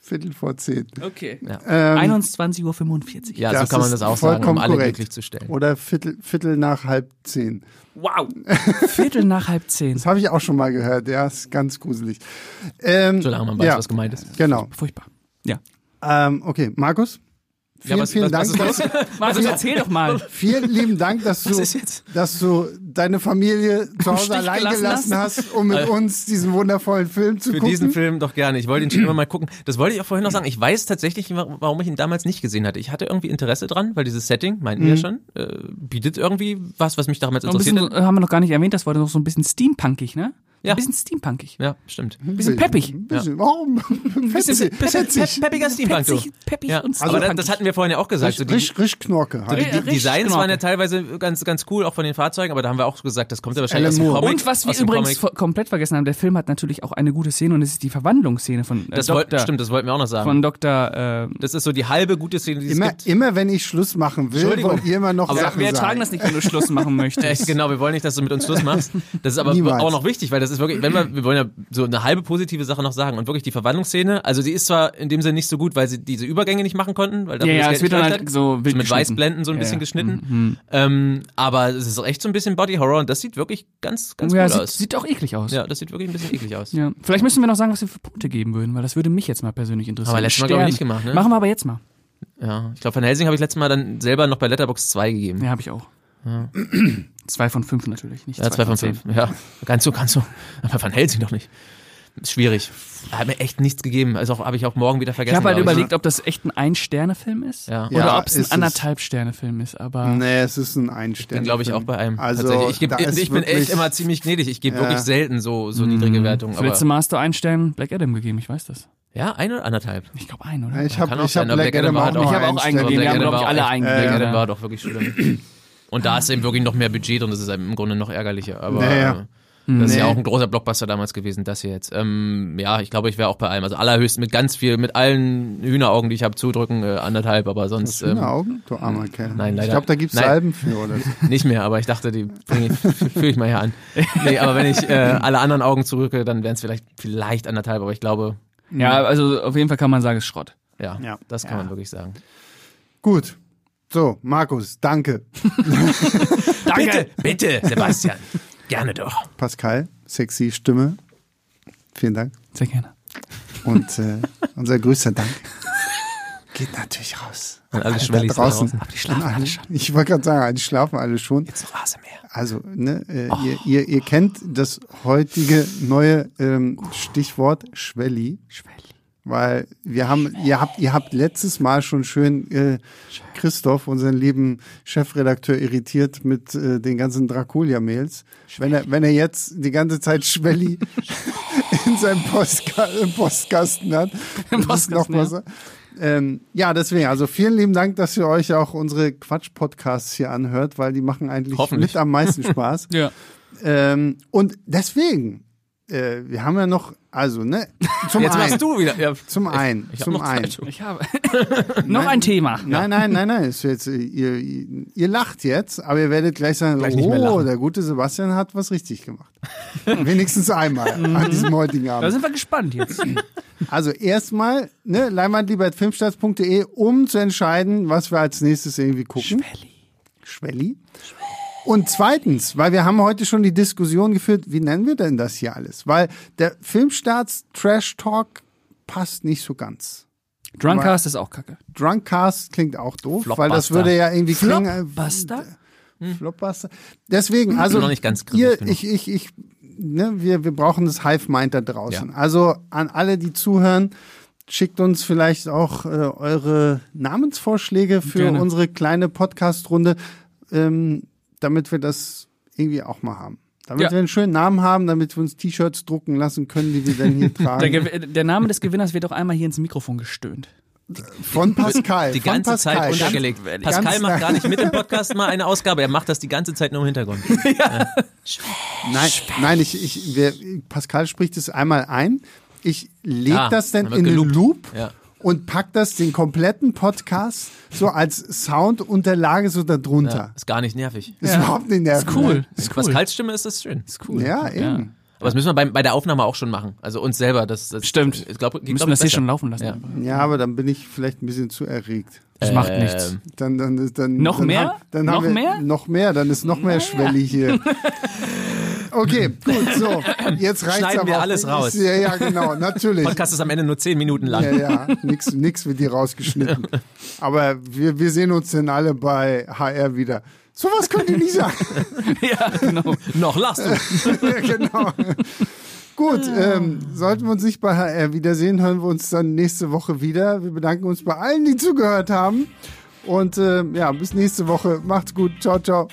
Viertel vor zehn.
Okay.
Ähm,
21.45 Uhr.
Ja, so
Das
kann man
ist
das auch sagen, um
vollkommen
alle
korrekt.
glücklich zu stellen.
Oder Viertel, Viertel nach halb zehn.
Wow. Viertel nach halb zehn.
Das habe ich auch schon mal gehört, ja, ist ganz gruselig. Ähm,
Solange man weiß,
ja,
was gemeint ist.
Genau.
Furchtbar. Ja.
Ähm, okay, Markus, vielen,
was-
vielen
was-
Dank.
was ist
Markus, erzähl doch mal.
Vielen lieben Dank, dass du,
ist jetzt?
dass du deine Familie zu Hause
Stich
allein
gelassen
gelassen hast, um mit uns diesen wundervollen Film zu
Äh. Für
gucken.
diesen Film doch gerne. Ich wollte ihn schon immer mal gucken. Das wollte ich auch vorhin noch sagen. Ich weiß tatsächlich, wa- warum ich ihn damals nicht gesehen hatte. Ich hatte irgendwie Interesse dran, weil dieses Setting, meinten wir schon, äh, bietet irgendwie was, was mich damals
Noch Mhm. ein
interessiert
bisschen,
hat.
äh, haben wir noch gar nicht erwähnt, das war noch so ein bisschen steampunkig, ne?
Ja.
Ein bisschen steampunkig.
Ja, stimmt.
Ein bisschen peppig.
Ein bisschen. Warum? Fetzig. Fetzig.
Peppiger Steampunk, du.
Petzig, peppig
Ja.
und
Aber das,
steampunkig.
das hatten wir vorhin ja auch gesagt. So Also die,
Risch, Risch Knorke halt.
die
Richtig
Designs
Knorke.
waren ja teilweise ganz, ganz cool, auch von den Fahrzeugen, aber da haben wir auch gesagt, das kommt ja wahrscheinlich
Alan
aus dem
Moore.
Comic.
Und was wir
aus dem
übrigens
Comic.
vo- komplett vergessen haben, der Film hat natürlich auch eine gute Szene und das ist die Verwandlungsszene von äh,
Das wollt,
Dr.
stimmt, das wollten wir auch noch sagen.
von Dr. Äh,
das ist so die halbe gute Szene, die es
Immer,
gibt.
immer wenn ich Schluss machen will,
Entschuldigung.
wollt ihr immer noch
aber
Sachen
wir ertragen
sagen.
das nicht, wenn du Schluss machen möchtest.
Echt, genau, wir wollen nicht, dass du mit uns Schluss machst. Das ist aber
Niemals.
auch noch wichtig, weil das ist wirklich, wenn wir, wir wollen ja so eine halbe positive Sache noch sagen und wirklich die Verwandlungsszene, also die ist zwar in dem Sinne nicht so gut, weil sie diese Übergänge nicht machen konnten, weil da
Ja, ja, es wird dann halt
Also
so wild
mit
geschnitten.
Weißblenden so ein
Ja, ja. Mhm,
bisschen geschnitten, ähm, aber es ist echt so ein bisschen Body Horror und das sieht wirklich ganz, ganz
ja,
gut
sieht,
aus.
sieht auch eklig aus.
ja, das sieht wirklich ein bisschen eklig aus.
Ja. Vielleicht müssen wir noch sagen, was wir für Punkte geben würden, weil das würde mich jetzt mal persönlich interessieren.
Aber letztes Mal, glaube ich, nicht
Sterne.
gemacht, ne?
Machen wir aber jetzt mal.
Ja, ich glaube, Van Helsing habe ich letztes Mal dann selber noch bei Letterbox 2 gegeben.
Ja, habe ich auch. Zwei von fünf natürlich, nicht
Ja, 2 von 5. Ja, ganz so, ganz so. Aber Van Helsing doch nicht. Ist schwierig. Hat mir echt nichts gegeben. Also habe ich auch morgen wieder
Ich
vergessen.
habe halt
glaub
überlegt, ob das echt ein Ein-Sterne-Film ist
Ja.
oder
Ja,
ob es
ist
ein
es.
anderthalb-Sterne-Film ist. Aber
Nee, es ist ein Einstern.
bin, glaube ich, auch bei einem.
Also,
Tatsächlich. ich, geb,
da ist
ich bin echt
wirklich-
immer ziemlich gnädig. Ich gebe
Ja.
wirklich selten so, so niedrige Wertungen.
das
Aber,
letzte Mal hast du einen Stern Black Adam gegeben, ich weiß das.
ja, ein oder anderthalb.
Ich glaube einen, oder?
Ich habe
Kann auch
ich hab
sein, ne? aber
Black
Black
Adam
Adam
auch
hat auch-
noch
Ich habe auch
einstellen.
eingegeben, wir haben,
Adam
glaube
Also
ich,
war auch
alle
echt-
eingegeben.
Black Adam
ja.
war doch wirklich schlimm. Und da ist eben wirklich noch mehr Budget und das ist eben im Grunde noch ärgerlicher. Aber
Naja.
äh, das ist ja
Nee.
auch ein großer Blockbuster damals gewesen, das hier jetzt. Ähm, ja, ich glaube, ich wäre auch bei allem. Also allerhöchst mit ganz viel, mit allen Hühneraugen, die ich habe, zudrücken, äh, anderthalb, aber sonst ähm,
Schöne Augen, Genau, du armer Kerl.
Nein, leider.
Ich glaube, da gibt's
Nein.
Alben für, oder? so.
nicht mehr. Aber ich dachte, die bringe ich, führe ich mal hier an. Nee, aber wenn ich äh, alle anderen Augen zurücke, dann wären es vielleicht, vielleicht anderthalb, aber ich glaube,
ja, also auf jeden Fall kann man sagen, es ist Schrott.
Ja,
Ja.
das kann man wirklich sagen.
Gut. So, Markus, danke.
Danke. Bitte, bitte, Sebastian. Gerne doch.
Pascal, sexy Stimme. Vielen Dank.
Sehr gerne.
Und äh, unser größter Dank geht natürlich raus.
An alle
Da
Schwellis da
draußen.
draußen.
Die schlafen alle schon.
Ich wollte gerade sagen, die schlafen alle schon.
Jetzt Rasenmäher.
Also, ne, äh, ihr, ihr, ihr kennt das heutige neue ähm, Stichwort Schwelli, weil wir haben, ihr habt, ihr habt letztes Mal schon schön äh, Christoph, unseren lieben Chefredakteur, irritiert mit äh, den ganzen Draculia-Mails. Wenn er, wenn er jetzt die ganze Zeit Schwelli in seinem Postka im Postkasten hat, das
Im
ist
Postkasten,
mal
ja.
so. Ähm, ja, deswegen, also vielen lieben Dank, dass ihr euch auch unsere Quatsch-Podcasts hier anhört, weil die machen eigentlich
Hoffentlich.
mit am meisten Spaß.
Ja.
ähm, und deswegen, äh, wir haben ja noch, also, ne, zum
Jetzt
einen,
machst du wieder. Ja.
zum einen,
ich hab
zum
noch
einen.
Zeit.
Ich habe noch ein Thema.
Nein, nein, nein, nein, ist jetzt, äh, ihr, ihr ihr lacht jetzt, aber ihr werdet gleich sagen,
Gleich nicht mehr
oh,
lachen.
der gute Sebastian hat was richtig gemacht. Wenigstens einmal
Mhm.
an diesem heutigen Abend.
Da sind wir gespannt jetzt.
Also erstmal, ne, leinwandliebertfilmstarts.de, um zu entscheiden, was wir als nächstes irgendwie gucken. Schwelli. Und zweitens, weil wir haben heute schon die Diskussion geführt, wie nennen wir denn das hier alles? Weil der Filmstarts Trash Talk passt nicht so ganz.
Drunkcast ist auch kacke.
Drunkcast klingt auch doof, weil das
Flopbuster.
würde ja irgendwie klingen. äh,
Flopbuster?
Flopbuster. Deswegen, also
noch nicht ganz griffig
ihr,
genug.
ich, ich, ich, ne, wir, wir brauchen das Hive Mind da draußen. Also an alle, die zuhören, schickt uns vielleicht auch äh, eure Namensvorschläge für
Gerne.
unsere kleine Podcast-Runde, ähm, damit wir das irgendwie auch mal haben. Damit
Ja.
wir einen schönen Namen haben, damit wir uns T-Shirts drucken lassen können, die wir dann hier
Der,
tragen.
Gew- äh, der Name des Gewinners wird auch einmal hier ins Mikrofon gestöhnt.
Von Pascal.
Die
von
ganze
Pascal.
Zeit untergelegt. Pascal
Ganz-
macht gar nicht mit im Podcast mal eine Ausgabe. Er macht das die ganze Zeit nur im Hintergrund.
Nein, nein, ich, ich, wir, Pascal spricht es einmal ein. Ich lege
Ah,
das dann
dann wird
in den
geloopt.
Loop
Ja.
und pack das den kompletten Podcast so als Soundunterlage so darunter.
Ist gar nicht nervig.
Ist überhaupt nicht nervig.
Cool. Ist cool.
Pascals Stimme ist das schön.
ist cool.
Ja, eben.
Aber das müssen wir bei, bei der Aufnahme auch schon machen. Also uns selber. Das, das
Stimmt.
Ich glaub, geht,
Müssen
glaub
wir das hier
besser.
schon laufen lassen.
Ja.
Ja. aber dann bin ich vielleicht ein bisschen zu erregt.
Das macht
Ähm,
nichts.
Dann, dann, dann,
Noch
dann
mehr?
Haben, dann
Noch
haben wir,
mehr?
Noch mehr, dann ist noch mehr Schwelle hier. Okay, gut, so. Jetzt reicht's
Schneiden
aber
wir
auch.
alles raus.
Ja, ja, genau, natürlich.
Podcast ist am Ende nur zehn Minuten lang.
Ja, ja, nix, nix wird hier rausgeschnitten. Aber wir, wir sehen uns denn alle bei HR wieder. Sowas könnt ihr nicht sagen.
ja, genau.
Noch lachst du.
Ja, genau. Gut, ähm, sollten wir uns nicht bei HR wiedersehen, hören wir uns dann nächste Woche wieder. Wir bedanken uns bei allen, die zugehört haben. Und ähm, ja, bis nächste Woche. Macht's gut. Ciao, ciao.